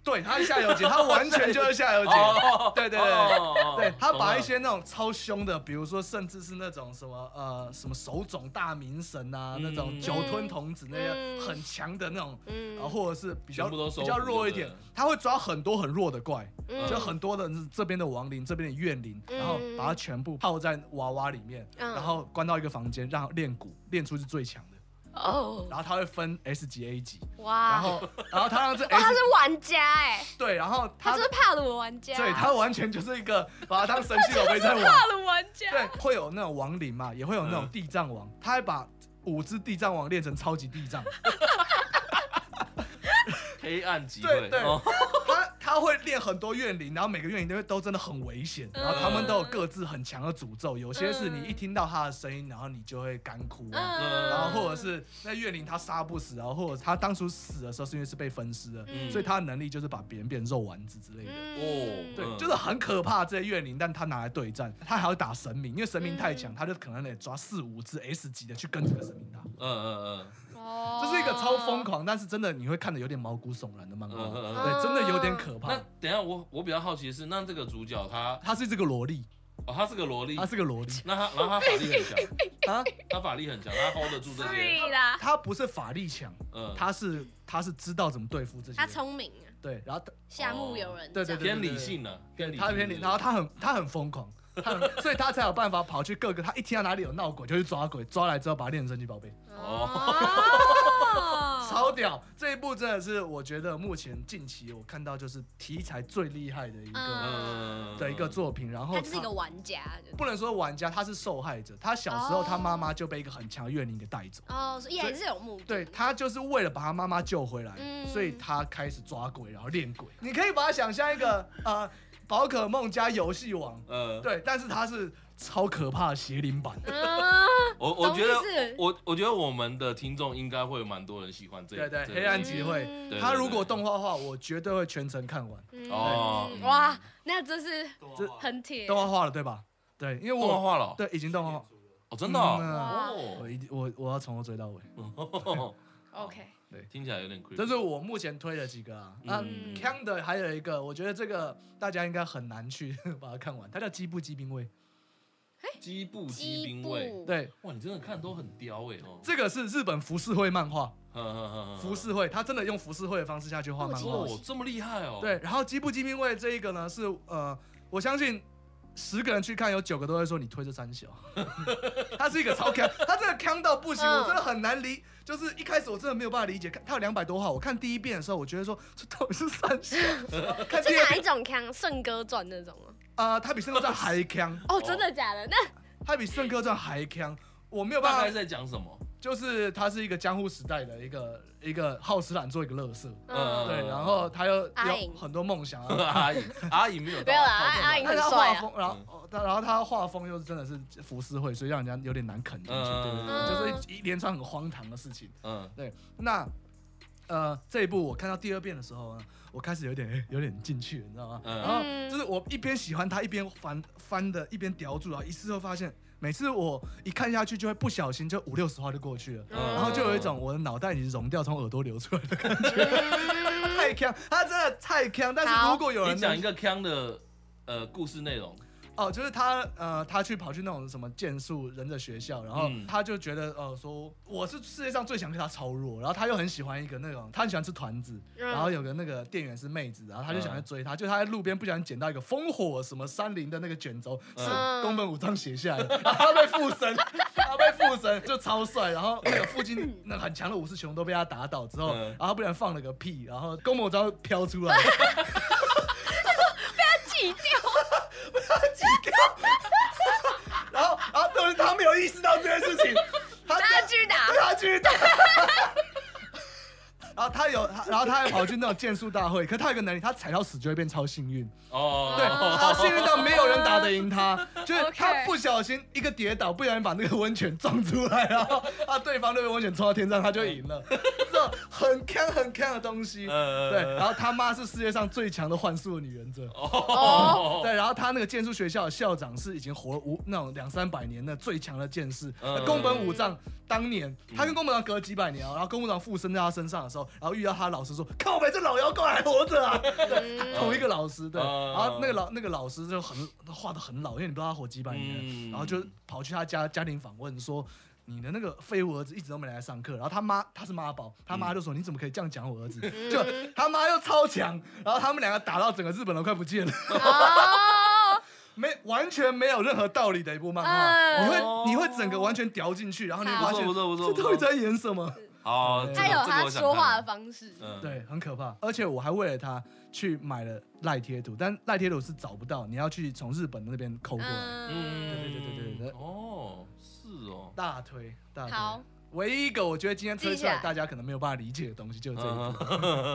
B: 对他下游解，他完全就是下游解。
A: 哦，
B: 对对对
A: 哦哦
B: 对他把一
A: 懂
B: 些那种超凶的，比如说甚至是那种什么呃什么手冢大明神啊，那种
A: 嗯
B: 酒吞童子那些
C: 嗯
B: 很强的那种
C: 嗯
B: 啊，，或者是比较
A: 全部都收服
B: 比较弱一点
A: 就对了，
B: 他会抓很多很弱的怪，
C: 嗯
B: 就很多的是这边的亡灵，这边的怨灵，
C: 嗯
B: 然后把它全部泡在娃娃里面，
C: 嗯
B: 然后关到一个房间，让它练蛊，练出是最强的，
C: 哦，
B: 然后他会分 S 级 A 级，
C: 哇，
B: 然后然后他让这
C: 啊哇，他
B: S
C: 是玩家哎，
B: 对，然后
C: 他
B: 他
C: 就是啊帕鲁玩家，
B: 对他完全就是一个把它当神奇宝贝在玩，
C: 帕鲁玩家，
B: 对，会有那种亡灵嘛，也会有那种
A: 嗯
B: 地藏王，他还把五只地藏王练成超 级地藏，
A: 黑暗集
B: 对
A: 会，
B: 对
A: 哦
B: 他他会练很多怨灵，然后每个怨灵都都真的很危险，
A: 嗯
B: 然后他们都有各自很强的诅咒，有些是你一听到他的声音，然后你就会干哭啊。
A: 嗯
B: 然后或者是那怨灵他杀不死，然啊后或者他当初死的时候是因为是被分尸的，
A: 嗯
B: 所以他的能力就是把别人变肉丸子之类的。
C: 嗯
B: 哦对，
A: 嗯
B: 就是很可怕这些怨灵，但他拿来对战，他还要打神明，因为神明太强，
C: 嗯
B: 他就可能得抓四五只 S 级的去跟这个神明打。
A: 嗯嗯
C: 哦
B: 这是一个超疯，狂，但是真的你会看的有点毛骨悚然的漫
A: 嗯
B: 画，
A: 嗯嗯嗯。
B: 对，真的有点可
A: 那
B: 怕。
A: 等一下我我比较好奇的是，那这个主角他
B: 他是这个萝莉，
A: 哦他是个萝莉
B: 他，是个萝莉
A: 那他然后他法力很强，
B: 啊，
A: 他法力很强，他 hold 得住这些，
C: 对啦，
B: 他不是法力强，
A: 嗯，
B: 他是他是知道怎么对付这些
C: 他
B: 人，
C: 聪明啊，
B: 对，然后
C: 夏目友人
B: 哦对对
C: 帐
B: 对
A: 偏理性呢，偏理
B: 他他偏理，然后他很他很疯狂。他很所以他才有办法跑去各个，他一听到哪里有闹鬼就去抓鬼，抓来之后把它练成神奇宝贝，
C: 哦
B: 超屌！这一部真的是我觉得目前近期我看到就是题材最厉害的一个、
A: 嗯
B: 的一个作品，然后
C: 他就是一个玩家，就是
B: 不能说玩家，他是受害者。他小时候，
C: 哦
B: 他妈妈就被一个很强的怨灵给带走。
C: 哦，所以
B: 所以
C: 也是有目的，
B: 对他就是为了把他妈妈救回来，
C: 嗯
B: 所以他开始抓鬼，然后练鬼。你可以把它想象 一个呃，宝可梦加游戏王，
A: 呃，
B: 对，但是他是超可怕的邪灵版。
C: 嗯，
A: 我我觉
C: 懂意
A: 得
C: 思
A: 我我觉得我们的听众应该会有蛮多人喜欢这
B: 对对
A: 这
B: 黑暗集会
C: 嗯
A: 对
B: 他如果动画化，我绝对会全程看完。
C: 嗯
A: 哦
C: 哇，那这是
B: 这
C: 很铁，
B: 动画化了对吧？对，因为
A: 动画
B: 我
A: 化了哦，
B: 对已经动画化，
A: 哦真的哦
B: 嗯
C: 啊
A: 哦
B: 我一定我我要从头追到尾。
C: OK，
B: 对，
A: 听起来有点 creepy。
B: 这是我目前推的几个啊。啊
A: 嗯
B: c a n 的还有一个，我觉得这个大家应该很难去把它看完，它叫《鸡不鸡兵卫》。
A: 基部基
C: 基
A: 兵
C: 部
A: 卫，
B: 对，
A: 哇，你真的看都很刁哎、哦。
B: 这个是日本浮世绘漫画，
A: 这
B: 浮世绘，他真的用浮世绘的方式下去画漫
C: 哦
B: 画
C: 我。
A: 哦，这么厉害哦。
B: 对，然后《鸡不鸡兵卫》这一个呢，是呃，我相信十个人去看，有九个都会说你推这三小。他是一个超强，他真的强到不行，
C: 嗯
B: 我真的很难理。就是一开始我真的没有办法理解，看他有两百多话，我看第一遍的时候，我觉得说这到底是三 小，看
C: 是
B: 第二
C: 哪一
B: 遍，
C: 种康？圣歌传那种吗？
B: 呃，他比圣歌传还强，
C: 哦，真的假的？那
B: 他比圣歌传还强，我没有
A: 大概
B: 办
A: 是
B: 法，
A: 在讲什么？
B: 就是他是一个江户时代的一个一个好吃懒做一个乐色，
A: 嗯
B: 对，然后他又
C: 阿
B: 有
C: 颖
B: 很多梦想啊，
A: 阿姨，阿姨没有到，
C: 没有啦
A: 到这么
C: 阿姨
B: 但
C: 很
B: 他
C: 帅
B: 画
C: 啊
B: 风，然后哦他然后他画风又是真的是浮世绘，所以让人家有点难啃进去，对对
A: 嗯
B: 对，就是一一连串很荒唐的事情。
A: 嗯，
B: 对，那呃这一部我看到第二遍的时候呢，我开始有点 有点进去了，你知道吗？
A: 嗯
B: 然后就是我一边喜欢他，一边翻翻的，一边叼住，然后一次就发现，每次我一看下去就会不小心就五六十话就过去了，
C: 嗯
B: 然后就有一种我的脑袋已经融掉，从耳朵流出来的感觉，
C: 嗯
B: 太强，他真的太强。但是
C: 好
B: 如果有人
A: 你
B: 能
A: 讲一个康的呃故事内容，
B: 哦，就是他呃，他去跑去那种什么剑术人的学校，然后
A: 嗯
B: 他就觉得呃，说我是世界上最强，可是他超弱，然后他又很喜欢一个那种，他很喜欢吃团子，
C: 嗯
B: 然后有个那个店员是妹子，然后他就想去
A: 嗯
B: 追她，就他在路边不小心捡到一个烽火什么山林的那个卷轴，是
C: 嗯
B: 宫本武藏写下来的，然后他被附身，他被附身就超帅，然后那个附近那很强的武士熊都被他打倒之后，
A: 嗯
B: 然后他不然放了个屁，然后宫本武藏飘出 来。
C: 记掉，
B: 几个，然后然后都是他没有意识到这件事情，他
C: 啊大家继续打
B: 对。他去打。 然后他有，他然后他还跑去那种剑术大会，可他有个能力，他踩到屎就会变超幸运，
A: 哦，
B: 对，他幸运到没有人打得赢他，就是他
C: OK
B: 不小心一个跌倒，不小心把那个温泉撞出来，然后 啊对方那个温泉冲到天上，他就赢了，这种很坑很坑的东西，
A: 呃
B: 对，然后他妈是世界上最强的幻术的女忍者，
A: 哦，
B: 对，然后他那个剑术学校的校长是已经活了五那种两三百年的最强的剑士，
A: 嗯
B: 那宫本武藏当年他跟宫本武藏隔几百年哦，然后宫本武藏附身在他身上的时候，然后遇到他老师说：“靠北，这老妖怪还活 着啊！”对同一个老师对，
A: 嗯
B: 然后那个老那个老师就很画的很老，因为你不知道他活几百年，
A: 嗯
B: 然后就跑去他家家庭访问说。你的那个废物儿子一直都没来上课，然后他妈他是妈宝，他妈就说、你怎么可以这样讲我儿子？
A: 嗯
B: 就他妈又超强，然后他们两个打到整个日本都快不见了。
C: 哦，
B: 没完全没有任何道理的一部漫画，
C: 嗯
B: 你会你会整个完全掉进去，然后你会发现
A: 不错不错不错嗯
B: 这到底在演什么？
A: 好，这个
C: 他有他说话的，方式
A: 这，个我想看嗯，
B: 对，很可怕。而且我还为了它去买了赖贴图，但赖贴图是找不到，你要去从日本那边抠过来。
A: 嗯，
B: 对对对对对对
A: 哦，是哦，
B: 大推大
C: 好
B: 推，，唯一一个我觉得今天推出
C: 记
B: 来
C: 下
B: 大家可能没有办法理解的东西就是这一
A: 嗯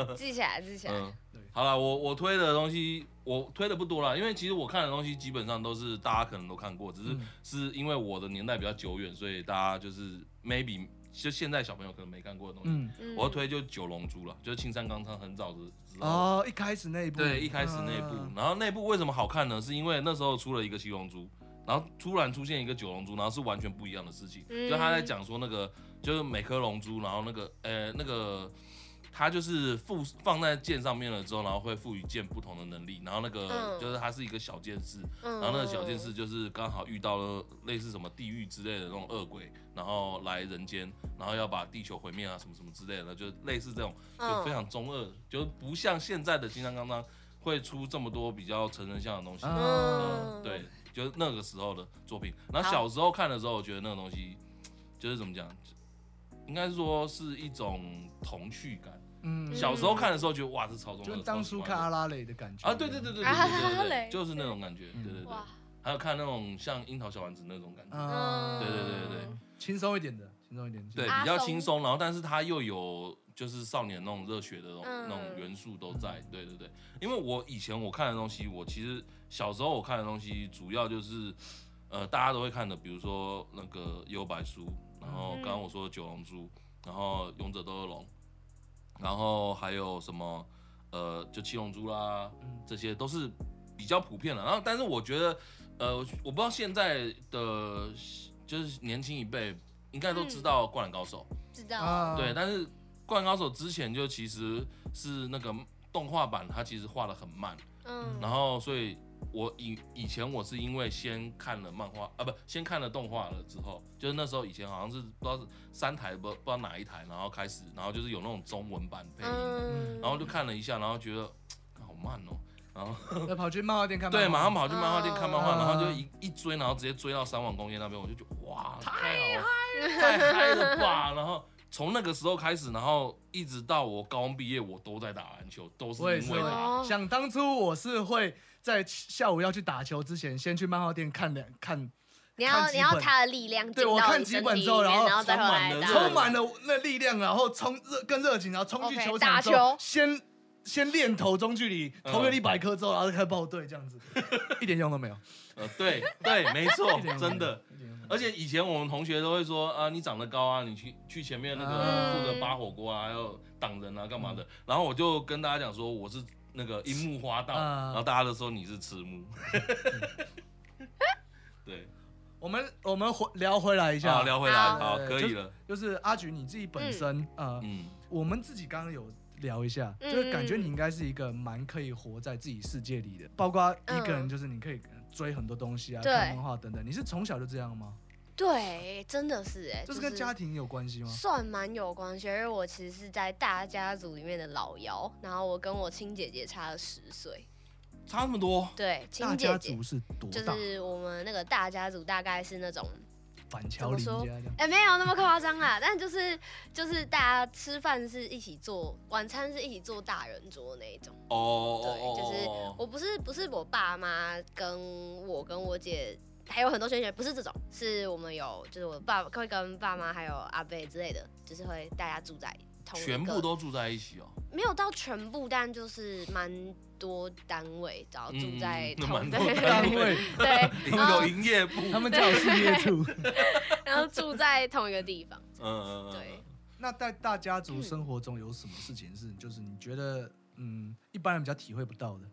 B: 部。
C: 记起来，记起来。
A: 嗯
B: 对，
A: 好了，我我推的东西，我推的不多啦，因为其实我看的东西基本上都是大家可能都看过，只是
B: 嗯
A: 是因为我的年代比较久远，所以大家就是 maybe 就现在小朋友可能没看过的东西。
B: 嗯，
C: 嗯
A: 我要推就九龙珠了，就是青山刚昌很早就知道的。
B: 哦，一开始那一部，嗯
A: 对，一开始那一部，然后那部为什么好看呢？是因为那时候出了一个七龙珠，然后突然出现一个九龙珠，然后是完全不一样的事情。
C: 嗯
A: 就他在讲说那个，就是每颗龙珠，然后那个呃那个，它就是附放在剑上面了之后，然后会赋予剑不同的能力。然后那个、
C: 嗯
A: 就是它是一个小剑士，
C: 嗯
A: 然后那个小剑士就是刚好遇到了类似什么地狱之类的那种恶鬼，然后来人间，然后要把地球毁灭啊什么什么之类的，就类似这种就
C: 嗯
A: 非常中二，就不像现在的金刚刚刚会出这么多比较成人向的东西。
B: 啊
A: 嗯，
C: 嗯，
A: 对，就是那个时候的作品。然后
C: 好
A: 小时候看的时候，我觉得那个东西就是怎么讲，应该说是一种童趣感。
B: 嗯，
A: 小时候看的时候觉得哇，这超中二，
B: 就是当初
A: 超喜
B: 看
A: 欢
B: 阿
A: 的
B: 拉蕾的感觉
A: 啊，对对对对对
C: 啊哈哈
A: 对对对，
C: 嘞
A: 就是那种感觉，对对对。
C: 哇，
A: 还有看那种像樱桃小丸子那种感觉，
B: 啊，
C: 嗯
A: 对对对对对，
B: 轻松一点的，轻松一点，轻松
A: 对，
B: 一点
C: 阿
A: 比较
C: 松
A: 轻松，然后但是它又有就是少年那种热血的那种、那种
C: 嗯
A: 元素都在，对对对。因为我以前我看的东西，我其实小时候我看的东西主要就是，呃，大家都会看的，比如说那个《幽白书》，然后
C: 嗯
A: 刚刚我说的《九龙珠》，然后《勇者斗恶龙》，然后还有什么呃，就《七龙珠》啦，
B: 嗯
A: 这些都是比较普遍的。然后，但是我觉得，呃，我我不知道现在的就是年轻一辈应该都知道《灌篮高手》
C: 知道。
B: 啊
A: 对，但是灌篮高手》之前就其实是那个动画版，它其实画的很慢，
C: 嗯
A: 然后所以我以以前我是因为先看了漫画啊，不，先看了动画了之后，就是那时候以前好像是不知道是三台不不知道哪一台，然后开始，然后就是有那种中文版配音，
C: 嗯
A: 然后就看了一下，然后觉得嘖好慢哦。然后
B: 要跑去漫画店看漫画。
A: 对，马上跑去漫画店看漫画，
B: 嗯
A: 然后就一一追，然后直接追到三网工业那边，我就觉得哇，太好了，太嗨了吧！然后从那个时候开始，然后一直到我高中毕业，我都在打篮球，都是
B: 我也
A: 因
B: 是
A: 为
B: 会
A: 他。
C: 哦
B: 想当初我是会在下午要去打球之前，先去漫画店看两看，
C: 你要
B: 看
C: 你
B: 几
C: 要
B: 本
C: 他的力量进
B: 对我
C: 到
B: 看
C: 你
B: 几
C: 身
B: 本
C: 体
B: 之后
C: 里面，
B: 然后
C: 然后再
A: 充满了
C: 回来打。
A: 对
B: 充满了那力量，然后冲热更热情，然后冲去
C: OK，
B: 球
C: 打
B: 场之后
C: 球
B: 先先练投中距离，投个一百颗之后，然后就开始报队这样子，一点用都没有，
A: 呃，对对，没错
B: 一点，用都没有
A: 真的。，
B: 一点用都没有
A: 而且以前我们同学都会说啊，你长得高啊，你去去前面那
B: 嗯
A: 个负责扒火锅啊，还有挡人啊，干嘛的。然后我就跟大家讲说，我是那个樱木花道，
B: 嗯
A: 然后大家都说你是赤木。 对，
B: 我们我们回聊回来一
A: 好
B: 下，
A: 哦啊聊回来，
C: 好
A: 好，
B: 对
A: 可以了，
B: 就是阿菊你自己本身呃，
A: 嗯。
B: 我们自己刚刚有聊一下，
C: 嗯
B: 就是感觉你应该是一个蛮可以活在自己世界里的，包括一个人，
C: 嗯
B: 就是你可以追很多东西啊，
C: 对
B: 看漫画等等。你是从小就这样吗？
C: 对，真的是哎，
B: 这
C: 就是
B: 跟家庭有关系吗？
C: 算蛮有关系，因为我其实是在大家族里面的老幺，然后我跟我亲姐姐差了十岁，
A: 差那么多，
C: 对，
B: 大
C: 亲
B: 家
C: 姐姐
B: 族是多
C: 就
B: 大？
C: 是我们那个大家族大概是那种，
B: 板桥林家这样。
C: 哎、没有那么夸张啦，但就是就是大家吃饭是一起做，晚餐是一起做大人桌那一种。
A: 哦哦
C: 对就是
A: 哦哦，
C: 我不是不是我爸妈跟我跟我姐。还有很多圈圈不是这种，是我们有就是我爸会跟爸妈还有阿伯之类的，就是会大家住在同一个
A: 全部都住在一起 哦，
C: 没有到全部，但就是蛮多单位，然后住
A: 嗯
C: 在
A: 那
C: 同
A: 蛮多
C: 对
A: 单
B: 单位，
C: 对，
A: 有有营业部，
B: 啊他们叫事业处。
C: 然后住在同一个地方。
A: 嗯嗯嗯，
C: 对
B: 那在大家族生活中有什么事情是，就是你觉得嗯，一般人比较体会不到的？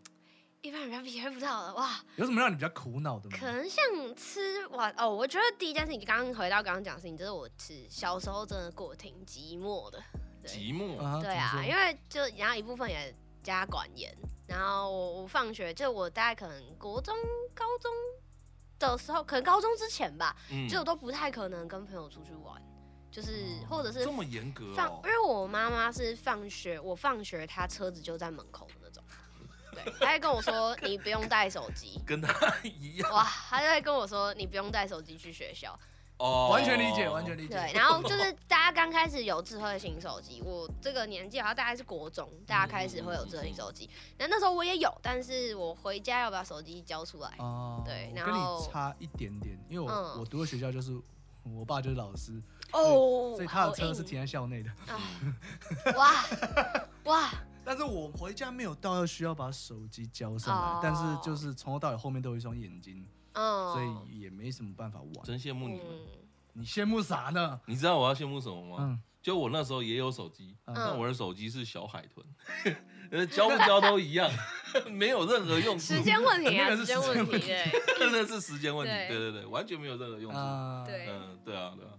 C: 一般人家体会不到的哇，
B: 有什么让你比较苦恼的吗？
C: 可能像吃完哦，我觉得第一件事情，刚刚回到刚刚讲的事情，就是我吃小时候真的过得挺寂寞的，对
A: 寂寞，
B: 啊
C: 对啊，因
B: 为
C: 为就然后一部分也家管严，然后我我放学就我大概可能国中、高中的时候，可能高中之前吧，
A: 嗯
C: 就我都不太可能跟朋友出去玩，就是
B: 哦
C: 或者是
A: 这么严格
C: 放，
A: 哦
C: 因，为我妈妈是放学，我放学她车子就在门口的那种，对，哎她会跟我 说你不用带手机，
A: 跟他一 样
C: 哇，她就会跟我说你不用带手机去学校，
A: 哦，
B: 完全理解，完全
A: 解，
B: 理解。
C: 对，然 后就是大家刚开始有智慧型手机，我这个年纪好像大概是国中，大家开始会有智慧型手机，那那时候我也有，但是我回家要把手机交出来，
B: 哦，
C: 对
B: 我
C: 然
B: 跟
C: 后
B: 你差一点点，因为我、
C: 嗯
B: 我读的学校就是我爸就是老师，
C: 哦，
B: 所以他的
C: 好
B: 车是
C: 硬
B: 停在校内的。
C: 啊，哇哇，
B: 但是我回家没有到要需要把手机交上来，
C: 哦
B: 但是就是从头到尾后面都有一双眼睛，
C: 嗯，
B: 所以也没什么办法玩。
A: 哦真羡慕你们。
C: 嗯
B: 你羡慕啥呢？
A: 你知道我要羡慕什么吗？
B: 嗯，
A: 就我那时候也有手机，
B: 嗯
A: 但我的手机是小海豚， 呃， 交不交都一样， 没有任何用处，
C: 时间问
B: 嗯
C: 题
B: 那
C: 啊，
B: 个
C: 时
B: 是
C: 间问题，对。
A: 真的是时间问题。
C: 对
A: 对对对，完全没有任何用处。
B: 啊
C: 对
A: 嗯，对啊，对啊，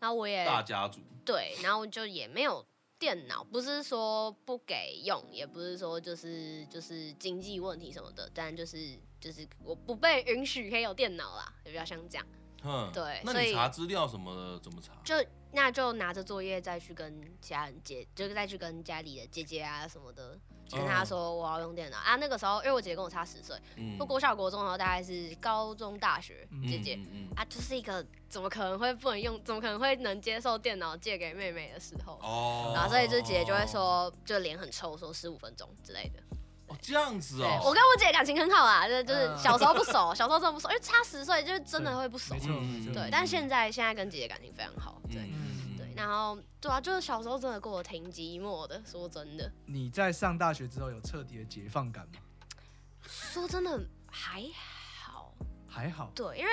C: 然后我也
A: 大家族，
C: 对，然后就也没有电脑，不是说不给用，也不是说就是就是经济问题什么的，但就是就是我不被允许可以有电脑啦，也比较像这样。
A: 嗯，
C: 对
A: 那
C: 所
A: 你
C: 以
A: 查资料什么的怎么查？
C: 就那就拿着作业再去跟家人姐，就是再去跟家里的姐姐啊什么的，跟她说我要用电脑、啊。那个时候，因为我姐姐跟我差十岁，
A: 嗯
C: 我国小国中，然后大概是高中大学，姐姐。
A: 嗯嗯嗯
C: 啊，就是一
D: 哦
C: 个怎么可能会不能用，怎么可能会能接受电脑借给妹妹的时候，
A: 哦，
C: 然后所以就姐姐就会，说，就脸很臭，说十五分钟之类的。
A: 哦，这样子
C: 对，
A: 哦，
C: 我跟我姐感情很好啊，就是就是
B: 嗯
C: 小时候不熟， 小时候真的不熟，因为差十岁就是真的会不熟
B: 没。错，
A: 嗯
B: 没错
C: 对，但现在现在跟姐姐感情非常 好，对、
A: 嗯
C: 对，然后对啊，就是小时候真的过得挺寂寞的，说真的，
B: 你在上大学之后有彻底的解放感吗？
C: 说真的还好，
B: 还好
C: 对，因为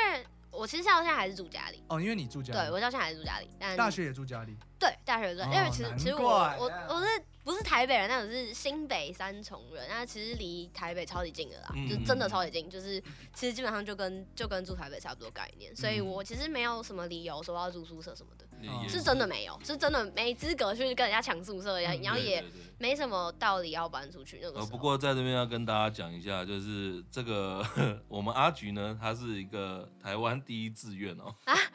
C: 我其实到现在还是住家里，
B: 哦，因为你住家
C: 对
B: 里，
C: 我到现在还是住家里，但
B: 大学也住家里，
C: 对，大学生，
B: 哦
C: 因为其实其实我
B: 难怪
C: 我我是不是台北人，但我是新北三重人，那其实离台北超级近的啦，
A: 嗯
C: 就真的超级近，就是其实基本上就跟就跟住台北差不多概念，所以
A: 嗯
C: 我其实没有什么理由说要住宿舍什么的，
A: 也
C: 是真的没有，是真的没资格去跟人家抢宿舍，然后
A: 嗯对
C: 也
A: 对对
C: 没什么道理要搬出去那个时
A: 呃，
C: 候。
A: 不过在这边要跟大家讲一下，就是这个 我们阿菊呢，她是一个台湾第一志愿哦，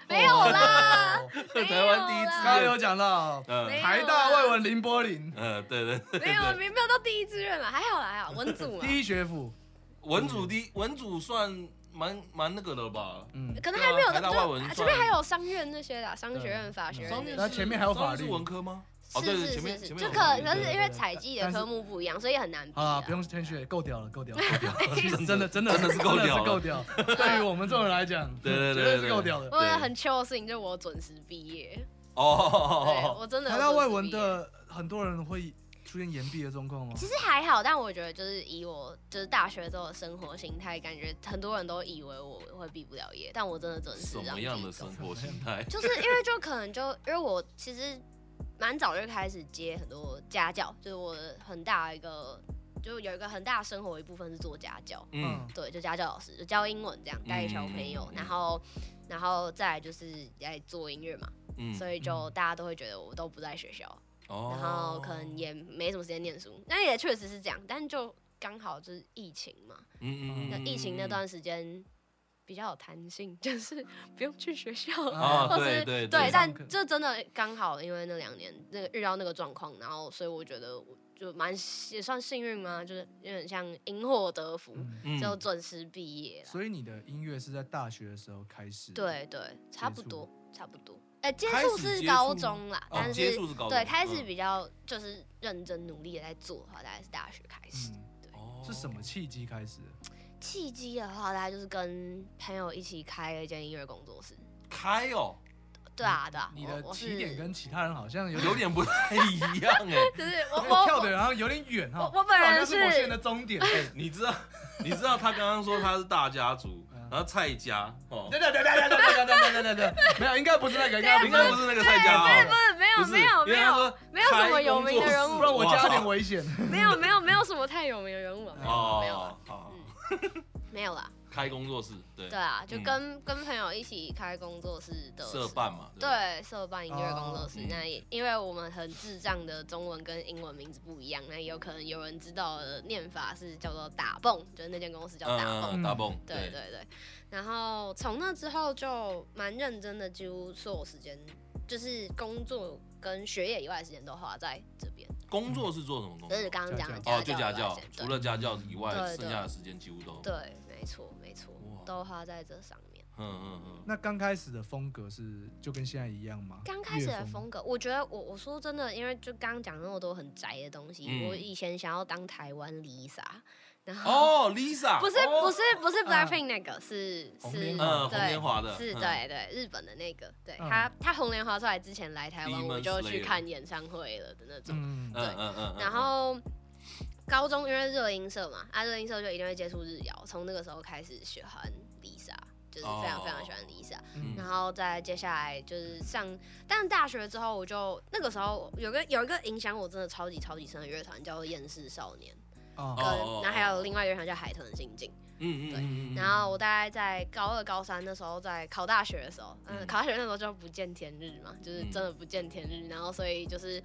C: 没有啦，
B: 哦
C: 没有啦
A: 台湾第一
B: 刚刚
A: 志
B: 有
A: 愿，
B: 讲到
C: 没
A: 呃
C: 有嗯
B: 台大外文林柏林
A: 呃，对对对
C: 没有，没没有到第一志愿啦，还好啦，还好文组 嘛，
B: 第一学府，
A: 文组第文组算蛮蛮那个的吧。
B: 嗯，
C: 可能还没有
A: 对啊台大
C: 就
A: 外文算嗯
C: 啊前面还有商院那些的啊，商学院、法学院
A: 商
C: 那
A: 业
C: 些
A: 是
B: 那前面还有法律
A: 商业是文科吗？哦，对
C: 是
A: 对，
C: 是
A: 前面
C: 是
A: 前
C: 是，
A: 面
C: 就
A: 有
C: 可
A: 法律
C: 可
A: 对
C: 是
A: 对
C: 因为采集的
B: 但是
C: 科目不一样，所以很难比
B: 好
C: 啊
B: 啦，不用谦虚，够屌了，够屌，够屌，真的真的
A: 真的是够屌了
B: 真的够屌。对于我们这种人来讲，
A: 对对对
B: 绝
A: 对
B: 是够屌的。
C: 我也很 chill 的事情就是我准时毕业，
A: 哦哦哦
C: 对
A: 哦哦，
C: 我真的有
B: 台大
C: 准时
B: 外文
C: 毕业
B: 的很多人会出现延毕的状况吗？
C: 其实还好，但我觉得就是以我就是大学之后的生活心态，感觉很多人都以为我会毕不了业，但我真的真的是
A: 什么
C: 让自己
A: 样的
C: 走
A: 生活心态？
C: 就是因为就可能就因为我其实蛮早就开始接很多家教，就是我很大一个就有一个很大的生活一部分是做家教，
A: 嗯，
C: 对，就家教老师，就教英文这样带小朋友，
A: 嗯
C: 然后然后再来就是在做音乐嘛，
A: 嗯，
C: 所以就
B: 嗯
C: 大家都会觉得我都不在学校，然
A: 哦，
C: 后可能也没什么时间念书，那也确实是这样，但就刚好就是疫情嘛，
A: 嗯嗯，
C: 那
A: 嗯
C: 疫情那段时间比较有弹性， 就是不用去学校，
A: 哦，
C: 或
A: 对
C: 是
A: 对
C: 对，
B: 上
C: 但
B: 课
C: 这真的刚好因为那两年那个遇到那个状况，然后所以我觉得我就蛮也算幸运嘛，就是有点像因祸得福，
B: 嗯
A: 嗯
C: 就准时毕业了。
B: 所以你的音乐是在大学的时候开始？，
C: 对对，差不
B: 接触
C: 多差不多。哎、接
A: 开
C: 触
A: 始
C: 是
A: 接
C: 高
A: 触
C: 中啦，
A: 哦
C: 但
A: 接
C: 是
A: 触是高中
C: 对开始
A: 嗯
C: 比较就是认真努力的在做的话，大概是大学开始。
B: 嗯，
A: 哦
B: 是什么契机开始的？
C: 契机的话，大概就是跟朋友一起开了一间音乐工作室。
A: 开哦？
C: 对啊，对啊，
B: 你
C: 我
B: 的
C: 我
B: 起
C: 是
B: 点跟其他人好像有
A: 有点不太一样哎。
C: 就是我我
B: 跳
C: 我
B: 的，然后有点远哈。
C: 我我本人
B: 好像是某些
C: 是
B: 人的终点。
A: 你知道， 你知道他刚刚说他是大家族
B: 嗯，
A: 然后蔡家哦，
B: 等等等等等等等等等等等，没有，应该不是那个，应该
A: 应该不是那个蔡家
C: 不是不
A: 哦，
C: 是没
A: 不
C: 有
A: 是
C: 没有
A: 因为
C: 没
A: 他
C: 有
A: 说
C: 没有什么
A: 开
C: 有
A: 工
C: 名的
A: 作
C: 人
A: 室
C: 物
B: 不，然我加
A: 哇
B: 点危险。
C: 没有没有没有什么太有名的人物啊，没有没有
A: 哦
C: 啦，
A: 好，
C: 没有啦，
A: 开工作室，对
C: 对，啊，就
A: 嗯
C: 跟、跟朋友一起开工作室的
A: 社办嘛，不，
C: 对，社办音乐工作室。
A: 哦嗯
C: 那也因为我们很智障的中文跟英文名字不一样，那也有可能有人知道的念法是叫做打蹦，就是那间公司叫打
A: 嗯
C: 蹦。
A: 嗯，
B: 嗯
A: 打蹦，
C: 对对对。然后从那之后就蛮认真的，几乎所有时间就是工作跟学业以外的时间都花在这边，
A: 工作是做什么工
C: 就是
A: 作？
C: 刚刚讲的
A: 哦，
C: 家
A: 就
C: 教
A: 家
C: 以外
A: 教
C: 的时，间
A: 除了家教以外，
C: 对对
A: 剩下的时间几乎都，
C: 对对，没错没错
A: 哇，
C: 都花在这上面。
A: 嗯嗯嗯。
B: 那刚开始的风格是就跟现在一样吗？
C: 刚开始
B: 乐
C: 的风格，我觉得我我说真的，因为就刚刚讲那么多很宅的东西，
A: 嗯
C: 我以前想要当台湾 Lisa，然后、
A: 哦，Lisa，
C: 不是、
A: 哦
C: 不是不是
B: 啊
C: Blackpink 那个，是
B: 红
C: 是
B: 莲
A: 嗯，红莲
B: 华
C: 对。
A: 华的，
C: 是
A: 嗯，
C: 对对，日本的那个，对、
B: 嗯
C: 他他红莲华出来之前来台湾，
A: Demon
C: 我就去
A: Slayer
C: 看演唱会了的那种。
B: 嗯
A: 嗯嗯嗯嗯，
C: 然后高中因为热音社嘛，啊热音社就一定会接触日谣，从那个时候开始喜欢 Lisa，就是非常非常喜欢 Lisa。
A: 嗯
C: 然后再接下来就是上，但大学之后我就那个时候有个有一个影响我真的超级超级深的乐团叫做厌世少年，
B: 哦
C: 跟、
A: 哦
C: 然后还有另外一个乐团叫海豚心境。
A: 嗯嗯
C: 对
A: 嗯嗯，
C: 然后我大概在高二高三的时候，在考大学的时候，嗯，
A: 嗯
C: 考大学那时候就不见天日嘛，就是真的不见天日，然后所以就是。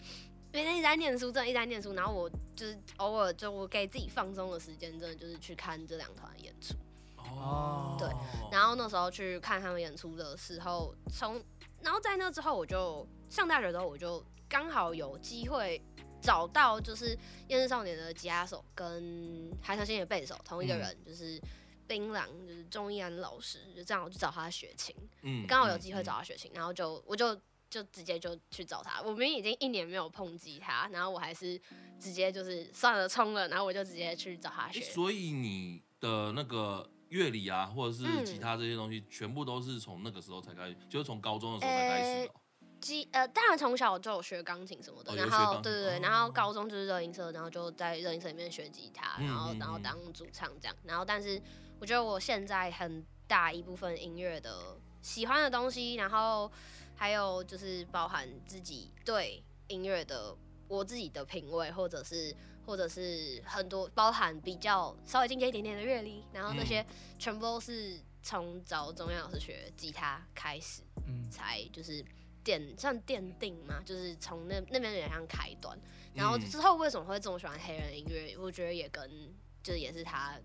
C: 每天一直在念书，真的一直在念书。然后我就是偶尔就我给自己放松的时间，真的就是去看这两团的演出。
A: 哦，
C: 对，然后那时候去看他们演出的时候，从然后在那之后，我就上大学之后，我就刚好有机会找到就是《厌世少年》的吉他手跟《海豚星》的贝斯手同
A: 嗯
C: 一个人，就是槟榔，就是钟一安老师，就这样我就找他学琴，
A: 嗯
C: 刚好有机会找，他学琴，然后就我就。就直接就去找他，我明明已经一年没有碰吉他，然后我还是直接就是算了冲了，然后我就直接去找他
A: 诶
C: 学。
A: 所以你的那个乐理啊，或者是
C: 嗯
A: 吉他这些东西，全部都是从那个时候才开始，就是从高中的时候才开始的哦。
C: 基呃，当然从小就有学钢琴什么的，
A: 哦有
C: 然
A: 学
C: 后
A: 钢
C: 对
A: 琴
C: 对对，
A: 哦
C: 然后高中就是热音社，然后就在热音社里面学吉他，
A: 嗯
C: 然后
A: 嗯
C: 然后
A: 嗯
C: 当主唱这样，然后但是我觉得我现在很大一部分音乐的喜欢的东西，然后还有就是包含自己对音乐的我自己的品味，或者是或者是很多包含比较稍微进阶一点点的乐理，然后那
A: 嗯
C: 些全部都是从找中央老师学吉他开始，
B: 嗯
C: 才就是
D: 奠算奠定嘛，就是从那那边人上开端。然
A: 嗯
D: 后之后为什么会这么喜欢黑人音乐？我觉得也跟就是也是他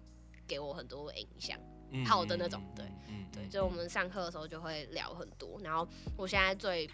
D: 给我很多影响。
A: 嗯
D: 好的那种对，
A: 嗯
D: 对，就我们上课的时候就会聊很多。然后我现在最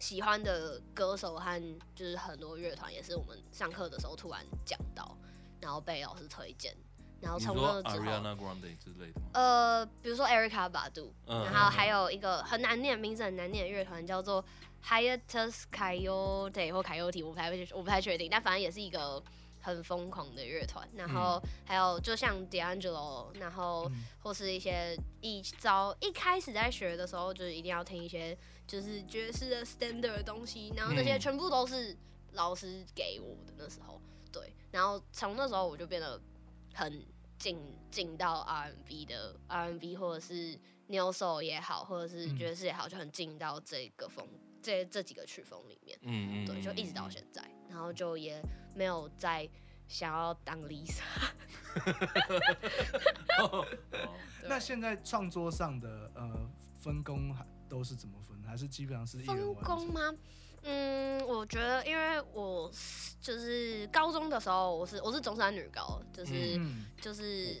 D: 喜欢的歌手和就是很多乐团也是我们上课的时候突然讲到，然后被老师推荐，然后
A: 你
D: 从
A: 说
D: 那之后。
A: Ariana Grande 之类的吗？
D: 呃，比如说 Erica Badu，、
A: 嗯
C: 呃
D: 然后还有一个很难念名字很难念的乐团叫做 Hiatus Coyote 或 Coyote，我不太会，我不太确定，但反正也是一个很疯狂的乐团。
A: 嗯
D: 然后还有就像 D'Angelo，然后或是一些一早一开始在学的时候，就是一定要听一些就是爵士的 standard 的东西，然后那些
A: 嗯
D: 全部都是老师给我的那时候，对，然后从那时候我就变得很进进到 R&B 的 R&B 或者是 New Soul 也好，或者是
B: 嗯
D: 爵士也好，就很进到这个风这这几个曲风里面，
A: 嗯嗯，
D: 对，就一直到现在，然后就也没有再想要当 Lisa，
A: 在。哦
D: 对
B: 那现在创作上的呃分工还都是怎么分？还是基本上是一人
D: 分
B: 完
D: 工
B: 成？
D: 吗？嗯，我觉得，因为我是就是高中的时候，我是我是中山女高，就是、
B: 嗯，
D: 就是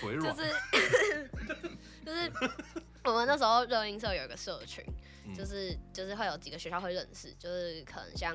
A: 腿
D: 就
A: 软，
D: 是 就是我们那时候热音社有一个社群，
A: 嗯
D: 就是就是会有几个学校会认识，就是可能像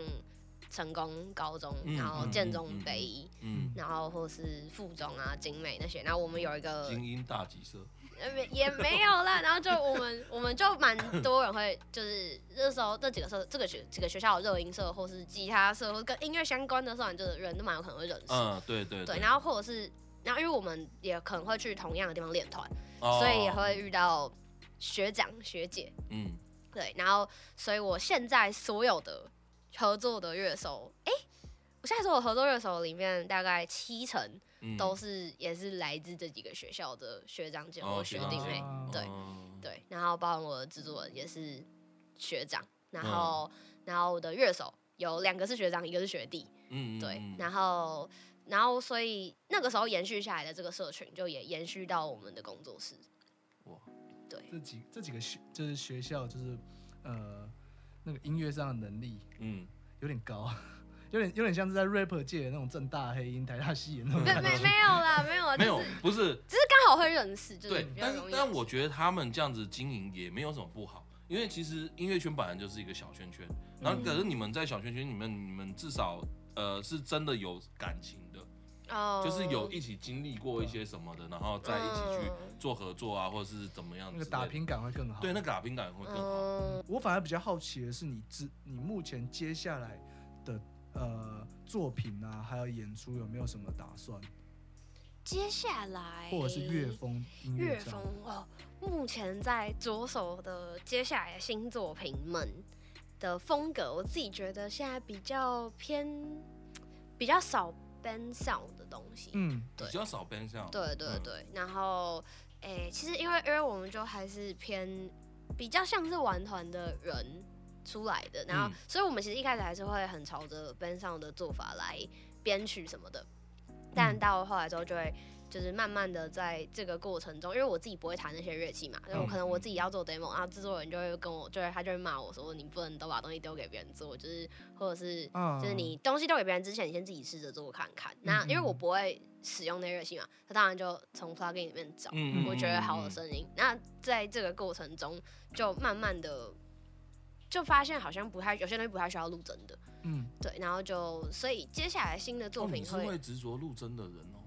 D: 成功高中，
A: 嗯
D: 然后
B: 嗯
D: 建
A: 嗯
D: 中
A: 嗯
D: 北一，
A: 嗯，
D: 然后或是附中啊、景美那些，然后我们有一个
A: 精英大集社，
D: 呃没也没有啦，然后就我们我们就蛮多人会，就是那时候这几个社这个学几个学校有热音社或是吉他社，或是跟音乐相关的社团，就是人都蛮有可能会认识。
A: 嗯，对对
D: 对，然后或者是，然后因为我们也可能会去同样的地方练团，
A: 哦
D: 所以也会遇到学长学姐。
A: 嗯
D: 对，然后所以我现在所有的合作的乐手，哎、我现在所有合作乐手里面大概七成
A: 嗯
D: 都是、也是来自这几个学校的学长姐
A: 哦
D: 或
A: 学
D: 学
A: 长
D: 弟
A: 姐
C: 欸
D: 妹。
B: 哦
D: 对
A: 哦
D: 对，然后包括我的制作人也是学长，然后、然后我的乐手有两个是学长，一个是学弟，
A: 嗯
D: 对，
A: 嗯嗯
D: 然后然后所以那个时候延续下来的这个社群就也延续到我们的工作室，
A: 哇
D: 对，
B: 这几这几个学就是学校就是呃那个音乐上的能力
A: 嗯
B: 有点高， 有点有点像是在 rapper 界的那种正大黑音台大
A: 嗯
B: 戏演那种
D: 没
B: 感
D: 没
B: 觉。
D: 没有啦，没有啦，啊
A: 没有
D: 呃就是
A: 不是
D: 只是刚好会认识，就是
A: 对
D: 比，较
A: 但是
D: 容易认识。
A: 但我觉得他们这样子经营也没有什么不好，因为其实音乐圈本来就是一个小圈圈，然后
D: 嗯
A: 可是你们在小圈圈里面，你们至少呃是真的有感情的，
D: 哦
A: 就是有一起经历过一些什么的，然后再一起去
D: 嗯
A: 做合作啊，或者是怎么样
B: 那个
A: 之类
B: 打
A: 的，
B: 拼感会更好。
A: 对，那个打拼感会更好。
D: 嗯
B: 我反而比较好奇的是你，之你目前接下来的呃作品啊，还有演出有没有什么打算，
D: 接下来
B: 或者是乐风音
D: 乐
B: 乐这
D: 风
B: 样？
D: 哦，目前在着手的接下来的新作品们的风格，我自己觉得现在比较偏比较少 band sound 的东西，
B: 嗯，
A: 比较少 band 上，
D: 对对
A: 嗯
D: 对，然后诶、其实因为因为我们就还是偏比较像是玩团的人出来的，然后、
A: 嗯
D: 所以我们其实一开始还是会很朝着 band 上的做法来编曲什么的，
A: 嗯
D: 但到后来之后就会。就是慢慢的在这个过程中，因为我自己不会弹那些乐器嘛，然后
A: 嗯
D: 可能我自己要做 demo，然后制作人就会跟我，就会他就会骂我说你不能都把东西丢给别人做，就是或者是
A: 哦
B: 啊
D: 就是你东西丢给别人之前，你先自己试着做看看。那
A: 嗯
D: 因为我不会使用那热器嘛，那当然就从 plugin 里面找
A: 嗯，嗯
D: 我觉得好的
A: 嗯
D: 声音。那在这个过程中，就慢慢的就发现好像不太有些东西不太需要录真的，
B: 嗯，
D: 对，然后就所以接下来新的作
A: 哦
D: 品
A: 你是
D: 会，
A: 会执着入真的人哦。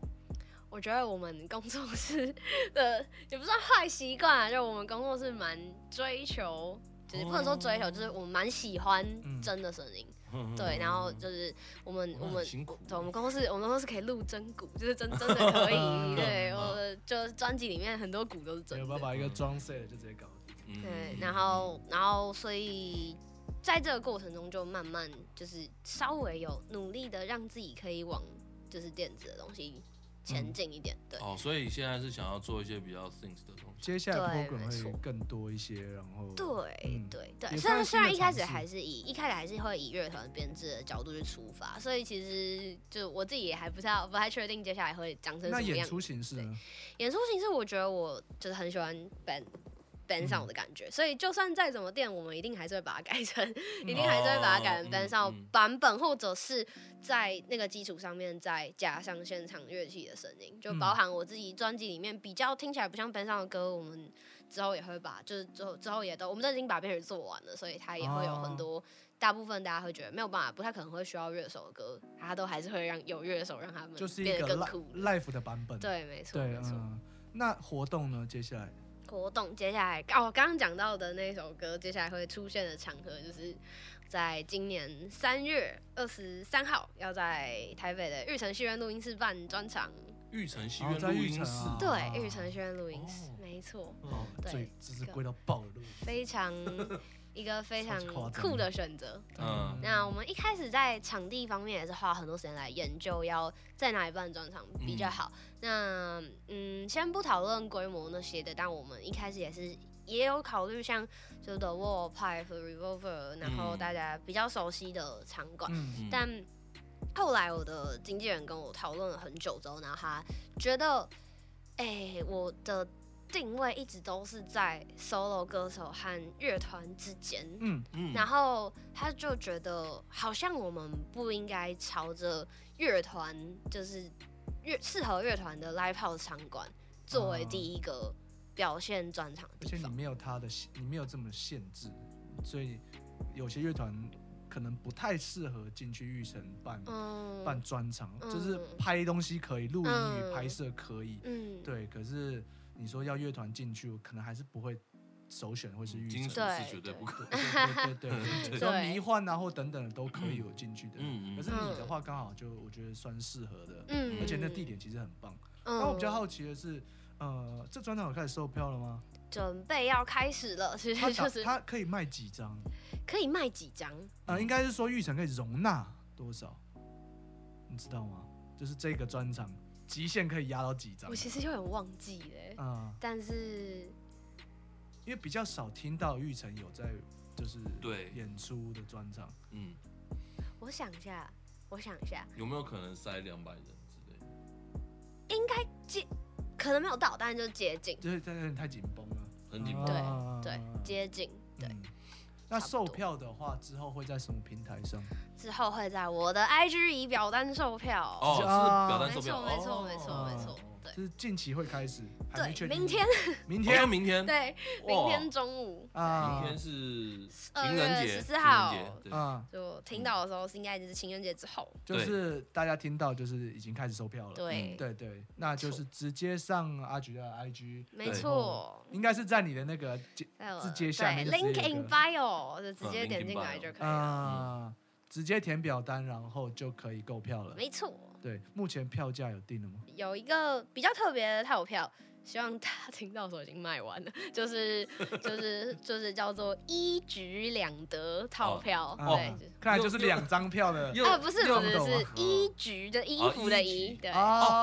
D: 我觉得我们工作室的也不算坏习惯啊，就我们工作室蛮追求。就是不能说追求，
A: 哦
D: 就是我们蛮喜欢
B: 嗯
D: 真的声音，
A: 哼
D: 对，然后就
A: 哼
D: 是我们
A: 哼
D: 我
A: 哇嗯
D: 们
A: 哦很辛苦，
D: 对，我们公司我们公司可以录真鼓，就是真真的可以。
B: 嗯
D: 对，我的就是专辑里面很多鼓都是
B: 没
D: 真
B: 有办
D: 的。
B: 法一个装睡的就直接搞定。
A: 嗯
D: 对，然后然后所以在这个过程中，就慢慢就是稍微有努力的让自己可以往就是电子的东西
B: 嗯
D: 前进一点。对，
A: 哦，所以现在是想要做一些比较 things 的东西。
B: 接下来
D: 对
B: program
D: 没错
B: 会更多一些，然后
D: 对
B: 嗯
D: 对对，
B: 也
D: 虽
B: 算
D: 然
B: 是
D: 虽然
B: 新
D: 一
B: 的
D: 开始
B: 尝试
D: 还是以一开始还是会以乐团编制的角度去出发，所以其实就我自己也还不知道，不太确定接下来会长成什
B: 那
D: 么样
B: 演
D: 子
B: 出形式呢？
D: 演出形式，我觉得我就是很喜欢 band ban 上我的感
B: 嗯
D: 觉，所以就算再怎么变，我们一定还是会把它改成，一定还是会把它改
A: 哦
D: 成 ban 上
A: 嗯嗯
D: 版本，或者是在那个基础上面再加上现场乐器的声音，就
B: 嗯
D: 包含我自己专辑里面比较听起来不像 ban 上的歌，我们之后也会把，就是之后之后也都，我们都已经把编曲做完了，所以它也会有
B: 哦
D: 很多。大部分大家会觉得没有办法，不太可能会需要乐手的歌，它都还是会让有乐手让他们
B: 就是一
D: 变得
B: 个
D: 更酷
B: li-。life 的版本。
D: 对，没错，
B: 对，
D: 没错。
B: 嗯。那活动呢？接下来
D: 活动，接下来哦，我刚刚讲到的那首歌，接下来会出现的场合就是在今年三月二十三号，要在台北的玉成戏院录音室办专场。
A: 玉成戏
B: 哦在
A: 院录
B: 玉
A: 音
B: 成
A: 室，
B: 啊哦
D: 对，玉成戏院录音室，
A: 哦
D: 没错，
B: 哦，
D: 对
B: 最真是
D: 这个
B: 贵到爆了。
D: 非常一个非常
B: 超级夸张
D: 酷的选择。
B: 哦
A: 嗯
D: 那我们一开始在场地方面也是花很多时间来研究要在哪里办专场比较好。那嗯，先不讨论规模那些的，但我们一开始也是也有考虑像就 The Wall、Pipe、Revolver，然后
A: 嗯
D: 大家比较熟悉的场馆。
B: 嗯，
A: 嗯
D: 但后来我的经纪人跟我讨论了很久之后，然后他觉得，哎、我的定位一直都是在 solo 歌手和乐团之间。
B: 嗯，
A: 嗯
D: 然后他就觉得好像我们不应该朝着乐团，就是乐适合乐团的 live house 场馆作为
B: 哦
D: 第一个表现专场
B: 而
D: 的地
B: 且你
D: 方。
B: 没有他的限，你没有这么限制，所以有些乐团可能不太适合进去玉成办
D: 嗯
B: 办专场，
D: 嗯
B: 就是拍东西可以，录音与
D: 嗯
B: 拍摄可以，
D: 嗯，
B: 对。可是你说要乐团进去，可能还是不会首选会是玉
A: 金属
B: 成。
A: 是
D: 对
A: 绝对不可能。
B: 对对对对对，
D: 对
B: 说迷幻啊或等等的都可以有进去的，
A: 嗯嗯
B: 可是你的话刚好就我觉得算适合的，
D: 嗯
B: 而且那地点其实很棒。
D: 嗯
B: 那我比较好奇的是，呃，这专场有开始售票了吗？
D: 嗯准备要开始了，其
B: 它
D: 实
B: 打
D: 就是
B: 它可以卖几张？
D: 可以卖几张？
B: 呃，应该是说玉成可以容纳多少，你知道吗？就是这个专场极限可以压到几张
D: 我？其实有点忘记嘞，
B: 啊、
D: 但是
B: 因为比较少听到玉成有在就是
A: 对
B: 演出的专场，
A: 嗯，
D: 我想一下，我想一下，
A: 有没有可能塞两百人之类的？
D: 可能没有到，但是就接近，
B: 就是在那里太紧绷了。
A: 很紧
D: 对
A: 绷。
B: 啊
D: 对，接近，对。
B: 嗯那
D: 差不
B: 售
D: 多
B: 票的话，之后会在什么平台上？
D: 之后会在我的 IG 仪表单售票。
A: 哦，是
B: 啊
A: 表单售
D: 没
A: 票，
D: 错，没错，
A: 哦
D: 没错，没错，对。
B: 就是近期会开始，还没确
D: 对，
B: 定
D: 明天，
B: 明
A: 好像
B: 天
A: 明天，
D: 对，明
A: 哇
D: 天中午，
B: 啊
A: 明天是
D: 二
A: 情人
D: 月
A: 节，
D: 14
A: 情人
D: 号
A: 节对
B: 啊，
D: 就听到的时候是应该就是情人节之后，
B: 就是大家听到就是已经开始售票了，
D: 对，
A: 嗯
B: 对对，那就是直接上阿菊的 IG，
D: 没错，
B: 应该是在你的那个
D: 还有
B: 直接下面
D: 对
B: 就直接有一个
D: ，link in bio 就直接
A: 嗯，link in
D: 点进来
A: bio
D: 就可以了，嗯
B: 啊，直接填表单，然后就可以购票了。
D: 没错，
B: 对，目前票价有定了吗？
D: 有一个比较特别的套票。希望大家听到的时候已经卖完了， 就是就是就是叫做一举两得套
A: 哦
D: 票，
B: 哦
D: 对，就
B: 看来就是两张票的
A: 又
D: 啊，不是
B: 又
D: 不是
B: 懂
D: 是
A: 哦
B: 了
D: 衣菊的衣服的衣，对。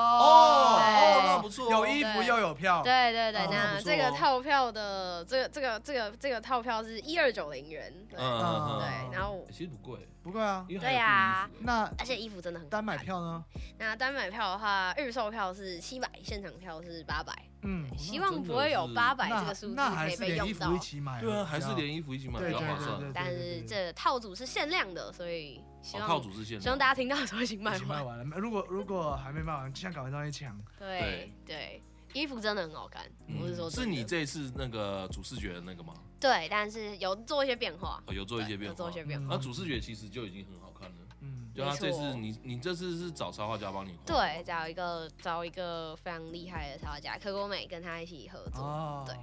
B: 哦
A: 哦，
D: 对
A: 那不错哦，
B: 有衣服又有票，
D: 对对对，
B: 哦
D: 那
A: 不错
D: 这个
A: 哦
D: 套票的这个这个这个这个套票是一二九零元，对、
A: 嗯，嗯嗯，
D: 对
A: 嗯
B: 哦，
D: 然后我
A: 其实不贵，
B: 不贵啊。
A: 因为还有
D: 对呀
A: 附衣服
B: 那
D: 而且衣服真的很好
B: 单买
D: 看。
B: 票呢？
D: 那单买票的话，预售票是七百，现场票是八百，
A: 哦
B: 嗯，
D: 希望不会有八百
B: 那
D: 这个数字
B: 那
D: 可
B: 还
D: 以
B: 是
D: 被
B: 连衣
D: 用到
B: 服一。起买，
A: 对啊，还是连衣服一起买
B: 对
A: 比较
B: 对
A: 划
B: 对对
A: 算。
B: 对，
D: 但是这套组是限量的，所以希
A: 哦，
D: 望、
A: 套组是限
D: 希
A: 量，
D: 望大家听到的时候已经卖
B: 已经卖
D: 完。
B: 完了。如果如果还没卖完，就像赶快上去抢。
D: 对对，衣服真的很好看，
A: 嗯
D: 我是说真
A: 是
D: 的
A: 你这次那个主视觉的那个吗？
D: 对，但是有做一些变化，
A: 哦，有做一些
D: 对
A: 变
D: 有做
A: 化
D: 一。些变化。
A: 那主视觉其实就已经很好看了，
B: 嗯，
A: 就他这
D: 没
A: 次
D: 错
A: 你你这次是找插画家帮你画，
D: 对，，找一个找一个非常厉害的插画家柯国美跟他一起合作。
B: 哦，
D: 对，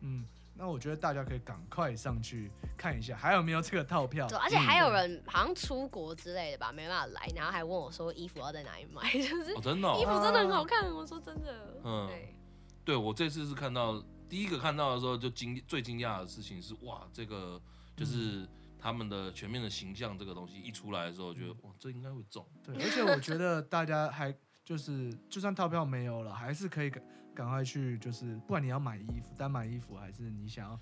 B: 嗯，那我觉得大家可以赶快上去看一下，还有没有这个套票？嗯
D: 对，而且还有人好像出国之类的吧，没办法来，然后还问我说衣服要在哪里买， 就是
A: 哦，真的哦，
D: 衣服真的很好看。我说真的，
A: 嗯
D: 对，
A: 对我这次是看到第一个看到的时候就惊最惊讶的事情是哇，这个
B: 嗯
A: 就是他们的全面的形象这个东西一出来的时候，我
D: 嗯
A: 觉得哇，这应该会中。
B: 对，而且我觉得大家还就是， 就算套票没有了，还是可以赶赶快去，就是不管你要买衣服，单买衣服，还是你想要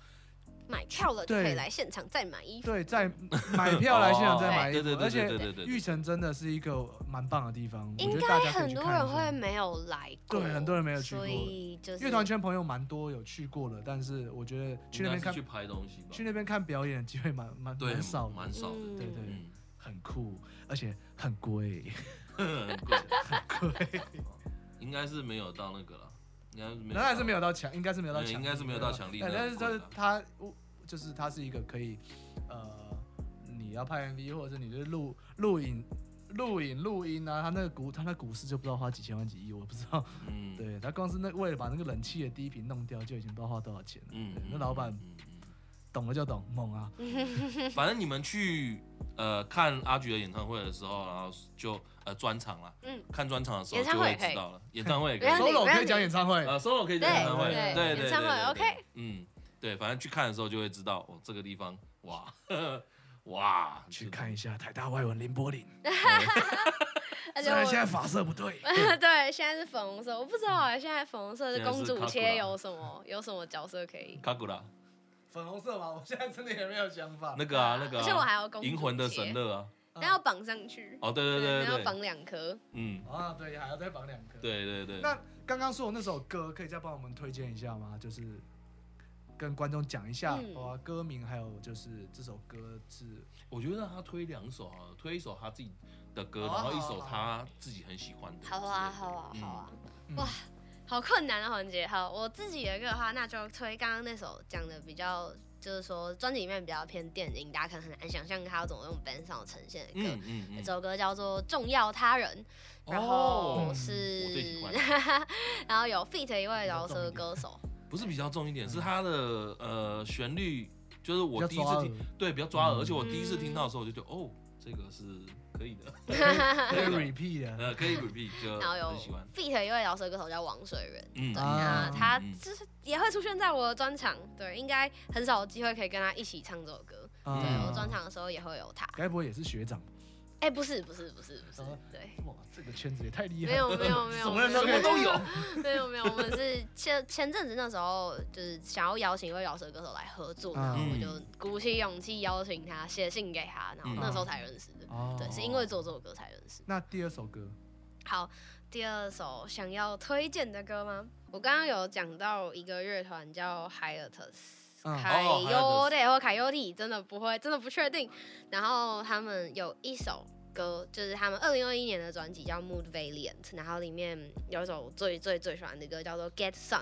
D: 买票了就可以
B: 对
D: 来现场再买衣服。
B: 对，在买票来现场再买衣
A: 哦对对对
B: 服，
A: 对
B: 而且
A: 对对对
B: 玉
A: 对，
B: 城真的是一个蛮棒的地方，我
D: 应
B: 觉得
D: 该
B: 大家啊可以
D: 很
B: 去
D: 多
B: 看
D: 人
B: 一下
D: 会没有来过，
B: 对很多人没有去过
D: 所以就是
B: 乐团圈朋友蛮多有去过的，但是我觉得去那边
A: 应该
B: 看
A: 是去拍东西吧，
B: 去那边看表演的机会蛮蛮
A: 对
B: 蛮少的，
A: 蛮少的，
D: 嗯
B: 对对
A: 嗯，
B: 很酷，而且很贵，
A: 很贵，
B: 贵，
A: 应该是没有到那个了，应该是没有，
B: 那还是没有到强，应该是没有到
A: 对
B: 强，
A: 应该是没有到强力
B: 对
A: 那
B: 但
A: 很
B: 是
A: 贵
B: 它
A: 的
B: 它我就是它是一个可以，呃，你要拍 MV 或者是你就是录录影。录影录音啊，它那个股，它那股市就不知道花几千万几亿，我不知道。
A: 嗯，
B: 对，他光是那为了把那个冷气的低频弄掉，就已经不知道花多少钱了。
A: 嗯，
B: 对
A: 嗯，
B: 那老板
A: 嗯嗯
B: 懂了就懂，猛啊！
A: 反正你们去呃看阿菊的演唱会的时候，然后就呃专场啦，
D: 嗯
A: 看专场的时候
D: 演唱
A: 就
D: 会
A: 会
D: 可以
A: 知道了，演唱会也可
D: 原来
A: 以，
D: 你
B: solo
D: 原来
B: 可以讲
D: 你
B: 演唱会，
A: 呃 solo 可以
D: 对
A: 讲演唱会，
B: 对
A: 对对，
D: 演唱会
A: 对
D: OK，
A: 嗯，对，反正去看的时候就会知道，哦，这个地方哇 哇，呃
B: 去看一下台大外文林柏林。
D: 而且
B: 虽然现在嗯
D: 我。
B: 发色不对，
D: 对，现在是粉红色，我不知道哎，现在粉红色
A: 现
D: 的
A: 在
D: 公
A: 是
D: 主
A: 卡古
B: 啊
D: 切
A: 拉
D: 有什么有什么角色可以？
A: 卡古拉
B: 粉红色嘛，我现在真的也没有想法。
A: 那个啊那个啊，
D: 而且我还有公主
A: 银魂的
D: 节
A: 神乐啊，
D: 那要绑上去，
A: 哦对对
D: 然
A: 对
D: 后
A: 对，
D: 绑两颗。
A: 嗯，
B: 啊，对，还要再绑两个。，
A: 对对对，
B: 那刚刚说的那首歌，可以再帮我们推荐一下吗？就是跟观众讲一下，
D: 嗯
B: 哇，歌名还有就是这首歌是
A: 我觉得他推两首啊，推一首他自己的歌，
B: 好
A: 然
B: 啊
A: 后一
B: 好
A: 首
B: 啊好
A: 他自己很喜欢的之类的，
D: 好啊，好啊，
A: 嗯
D: 好啊！
B: 嗯
D: 哇，好困难的环节。好，我自己的歌的话，那就推刚刚那首讲的比较，就是说专辑里面比较偏电影，大家可能很难想象它要怎么用 band 上呈现的歌
A: 嗯。嗯嗯
D: 这，首歌叫做《重要他人》，然
A: 哦
D: 后
B: 嗯
A: 我最喜
D: 是
A: 欢，
D: 然后有 feat 一位饶舌歌手，
A: 不是比较重一 点，是它的呃旋律，就是
B: 比
A: 我
B: 较
A: 第一
B: 抓
A: 次
B: 耳
A: 听，对，比较抓耳，
B: 嗯
A: 而且我第一次听到的时候，我就觉得哦，这个是可以的，
B: 可以 repeat 的。
A: 呃，可以 repeat 歌，
D: 然后有
A: 很喜欢，
D: feat 一位饶舌歌手叫王水源。
A: 嗯，
D: 对，
B: 啊
D: 那他
A: 嗯
D: 就是也会出现在我的专场，对，应该很少有机会可以跟他一起唱这首歌。
B: 啊
D: 对，我
A: 有
D: 专场的时候也会有他。
B: 该不会也是学长吧？
D: 哎、不是，不是，不是，不是
A: 哦
B: 啊，
D: 对，
B: 哇，这个圈子也太厉害
D: 没
B: 了，
D: 有，没有，没有，
B: 什么人都
D: 没
B: 可以都有。
D: 没有，没有，我们是前前阵子那时候就是想要邀请一位饶舌歌手来合作，
B: 嗯
D: 然后我就鼓起勇气邀请他，写信给他，然后
A: 嗯
D: 那时候才认识的。
B: 哦
D: 对，是因为做这首歌才认识。
B: 那第二首歌，
D: 好，第二首想要推荐的歌吗？我刚刚有讲到一个乐团叫 Hiatus。
B: 嗯
D: 凯
A: 哦
D: 优对或凯优蒂，真的不会，真的不确定。然后他们有一首歌，就是他们二零二一年的专辑叫《Mood Valiant》，然后里面有一首我最最最喜欢的歌叫做《Get Sun》，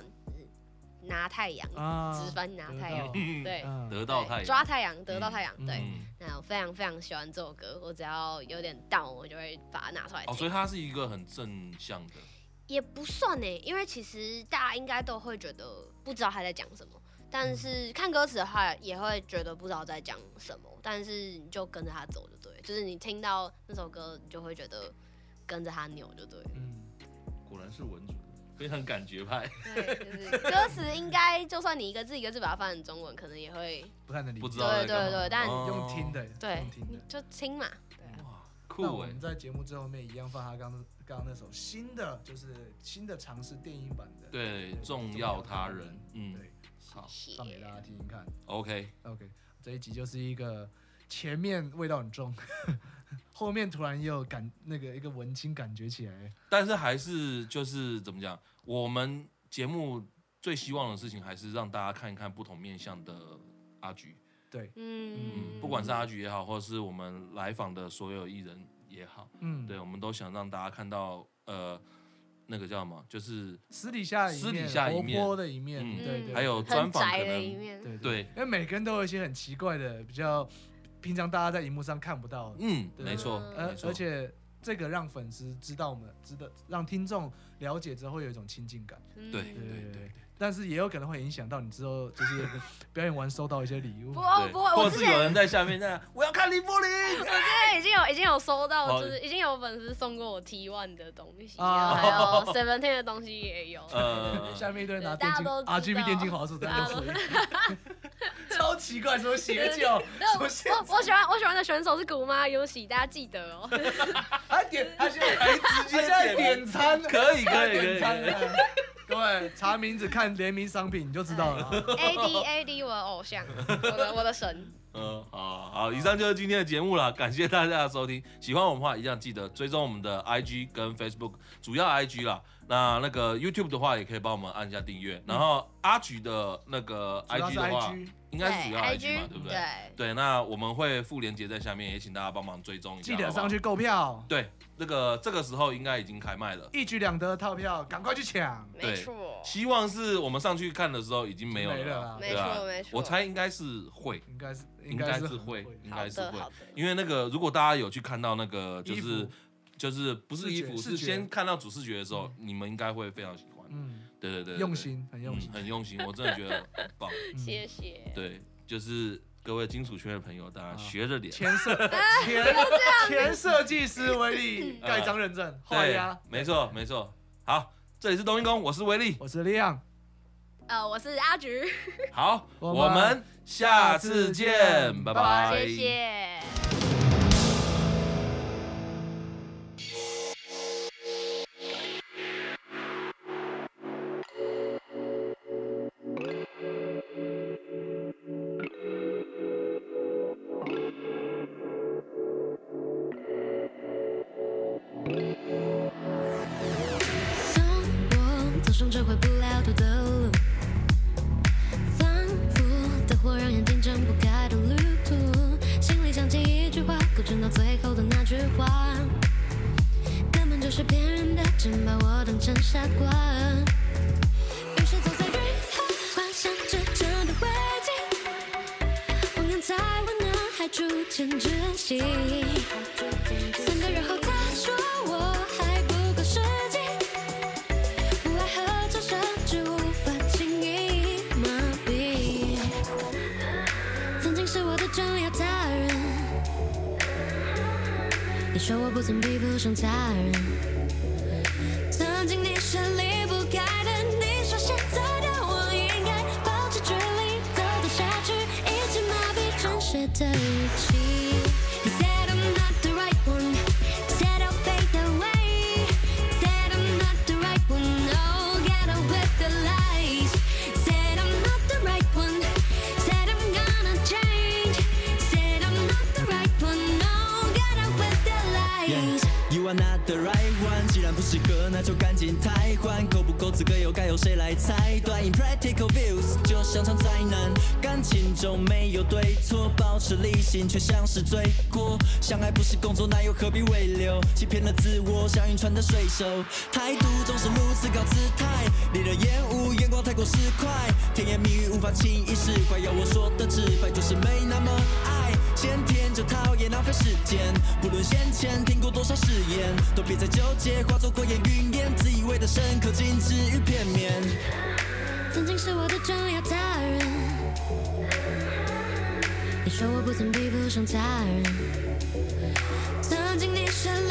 D: 拿太阳，
B: 啊，
D: 直翻拿太阳，
A: 嗯，
D: 对，
B: 嗯
A: 得到
D: 对
A: 太阳
D: 抓太阳，得到太阳，
B: 嗯
D: 对。
A: 嗯
D: 那我非常非常喜欢这首歌，我只要有点 down，我就会把它拿出来
A: 哦，
D: 听。
A: 所以它是一个很正向的，
D: 也不算呢，因为其实大家应该都会觉得不知道他在讲什么，
A: 嗯
D: 但是看歌词的话也会觉得不知道在讲什么，但是你就跟着他走就对，就是你听到那首歌，你就会觉得跟着他扭就对。
B: 嗯，
A: 果然是文主，非常感觉派，
D: 对， 就是歌词应该就算你一个字一个字把它翻成中文，可能也会
B: 不太能理解，
A: 不知道在
D: 对
A: 干
D: 对
A: 嘛
D: 对，但
A: 哦
B: 用听的，
D: 对
B: 用听
D: 你
B: 的。
D: 就听嘛，
A: 嗯
D: 对啊。
A: 哇，
B: 那
A: 酷
B: 我
A: 哎
B: 们，在节目最后面一样放他刚刚刚那首新的，就是新的尝试电影版的，
A: 对，重
B: 重
A: 要
B: 要
A: 他
B: 他
A: 人
B: 人，
A: 嗯，
B: 对，
A: 好
D: 谢
B: 放给大家听听看。
A: ，OK，
B: OK，这一集就是一个前面味道很重， 后面突然又感那个一个文青感觉起来，
A: 但是还是就是怎么讲，我们节目最希望的事情还是让大家看一看不同面向的阿菊，
B: 对，
D: 嗯，
A: 嗯，不管是阿菊也好，或者是我们来访的所有艺人也好，
B: 嗯，
A: 对，我哦们都想让大家看到，呃，那个叫什么，就是
B: 私底下一面
A: 私底下一面
B: 活泼的一面，
A: 嗯
B: 对对对，
A: 还有专
D: 很
A: 访
D: 宅
A: 可
D: 的一
A: 能，
D: 面，
B: 对
A: 对，
B: 因为每个人都有一些很奇怪的，比较平常大家在荧幕上看不到的，
A: 嗯，
B: 对
A: 没错，
D: 嗯
B: 而
A: 没错
B: 呃而，且这个让粉丝知道我们，知道让听众了解之后会有一种亲近感，
D: 嗯
A: 对
B: 对对对。但是也有可能会影响到你之后，就是 表演完收到一些礼物
D: 不，
A: 对，
D: 哦不会，
A: 或
D: 我
A: 者
D: 之
A: 是有
D: 前
A: 人在下面那样，我要看林柏林，
D: 对，已经有已经有收到，
A: 哦
D: 就是已经有粉丝送过我 T One 的东西，
B: 哦
D: 然后还有 Seventeen 的东西也有。
A: 呃，
B: 下面一堆人拿
D: 对
B: 电竞
D: 大家都知道
B: RGB 电竞滑鼠在那
D: 大家都
B: 边回， 超奇怪，什么邪教，
D: 那
B: 什
D: 我
B: 么现场，
D: 我我喜欢我喜欢的选手是古妈优喜，大家记 得哦。
B: 还点，他现在还直
A: 接
B: 接现在
A: 点
B: 点餐，
A: 可以可以可以
B: 点餐
A: 可以，
B: 了，对，查名字看联名商品你就知道了。
C: A D A D 我的偶像，我的我的神，
A: 嗯，好好，以上就是今天的节目了，感谢大家的收听。喜欢我们的话，一样记得追踪我们的 IG 跟 Facebook，主要 IG 啦。那那个 YouTube 的话，也可以帮我们按一下订阅。然后阿菊的那个
B: 主要
A: IG
B: 是
A: 的话，
B: IG，
A: 应
C: 对
A: 该是主要 IG 嘛
C: IG，，
A: 对不对？
C: 对，
A: 对，那我们会附链接在下面，也请大家帮忙追踪一下，
B: 记得
A: 好不好
B: 上去。购票，
A: 对，那个这个时候应该已经开卖了，
B: 一举两得的套票，赶快去抢。
A: 对
C: 没错，
A: 希望是我们上去看的时候已经没有
B: 没了
A: 了
B: 啦
A: 啦，
C: 没
A: 对啊
C: 错没错
A: 我猜应该是会，
B: 应该是
A: 应该是
B: 很
A: 会，嗯应
C: 好
A: 该是
C: 的
A: 会
C: 好，的，
A: 因为那个如果大家有去看到那个就
B: 衣服
A: 是就是不是
B: 视
A: 衣
B: 觉
A: 服，
B: 视
A: 是
B: 觉
A: 先看到主视觉的时候，你们应该会非常喜欢。
B: 嗯，
A: 对对对，对
B: 用，心，很
A: 对
B: 用
A: 嗯
B: 心，
A: 很用心，我真的觉得很 棒。
B: 嗯
C: 谢谢，
A: 对，就是各位金属圈的朋友，大家
B: 啊
A: 学着点。
B: 前设前前设计师威力盖章认证，画
A: 对
B: 押。，
A: 没错没错。好，这里是冬阴功，我是威力。
B: 我是利昂，
C: 呃，我是阿菊，
A: 好，
B: 我
A: 我
B: 们
A: 们下次
B: 次
A: 见
B: 见，
A: 拜
B: 拜拜
A: 拜。
C: 谢谢。
E: 当我走上这回不了头的路，仿佛灯火让眼睛睁不开的旅途，心里想起一句话，可直到最后的那句话，根本就是骗人的，真把我当成傻瓜。于是走在雨后，幻想着真的危机，谎言才温暖，还逐渐窒息。三个月后，他说我还不够实际。不爱和这甚至无法轻易麻痹。曾经是我的重要他人，你说我不曾比不上他人。曾经你是离不开的，你说现在的我应该保持距离，走得下去，一起麻痹真实的语气。You said I'm not the right one, said I'll fade away, said I'm not the right one, no, get away with the lies. Said I'm not the right one, said I'm gonna change, said I'm not the right one, no, get away with the lies.
F: You are not the right one，既然不适合，那就赶紧汰换。够不够资格又该由谁来裁断？Impractical views 就像场灾难，感情中没有对错，保持理性却像是罪过。相爱不是工作，那又何必挽留？欺骗了自我，像晕船的水手，态度总是如此高姿态，你的烟雾眼光太过失快，甜言蜜语无法轻易释怀。要我说的直白，就是没那么爱。先天就讨厌浪费时间，不论先前听过多少誓言，都别再纠结，化作过眼云烟，自以为的深刻，仅止于片面。
E: 曾经是我的重要他人，你说我不曾比不上他人。曾经你是离 Oh, Oh,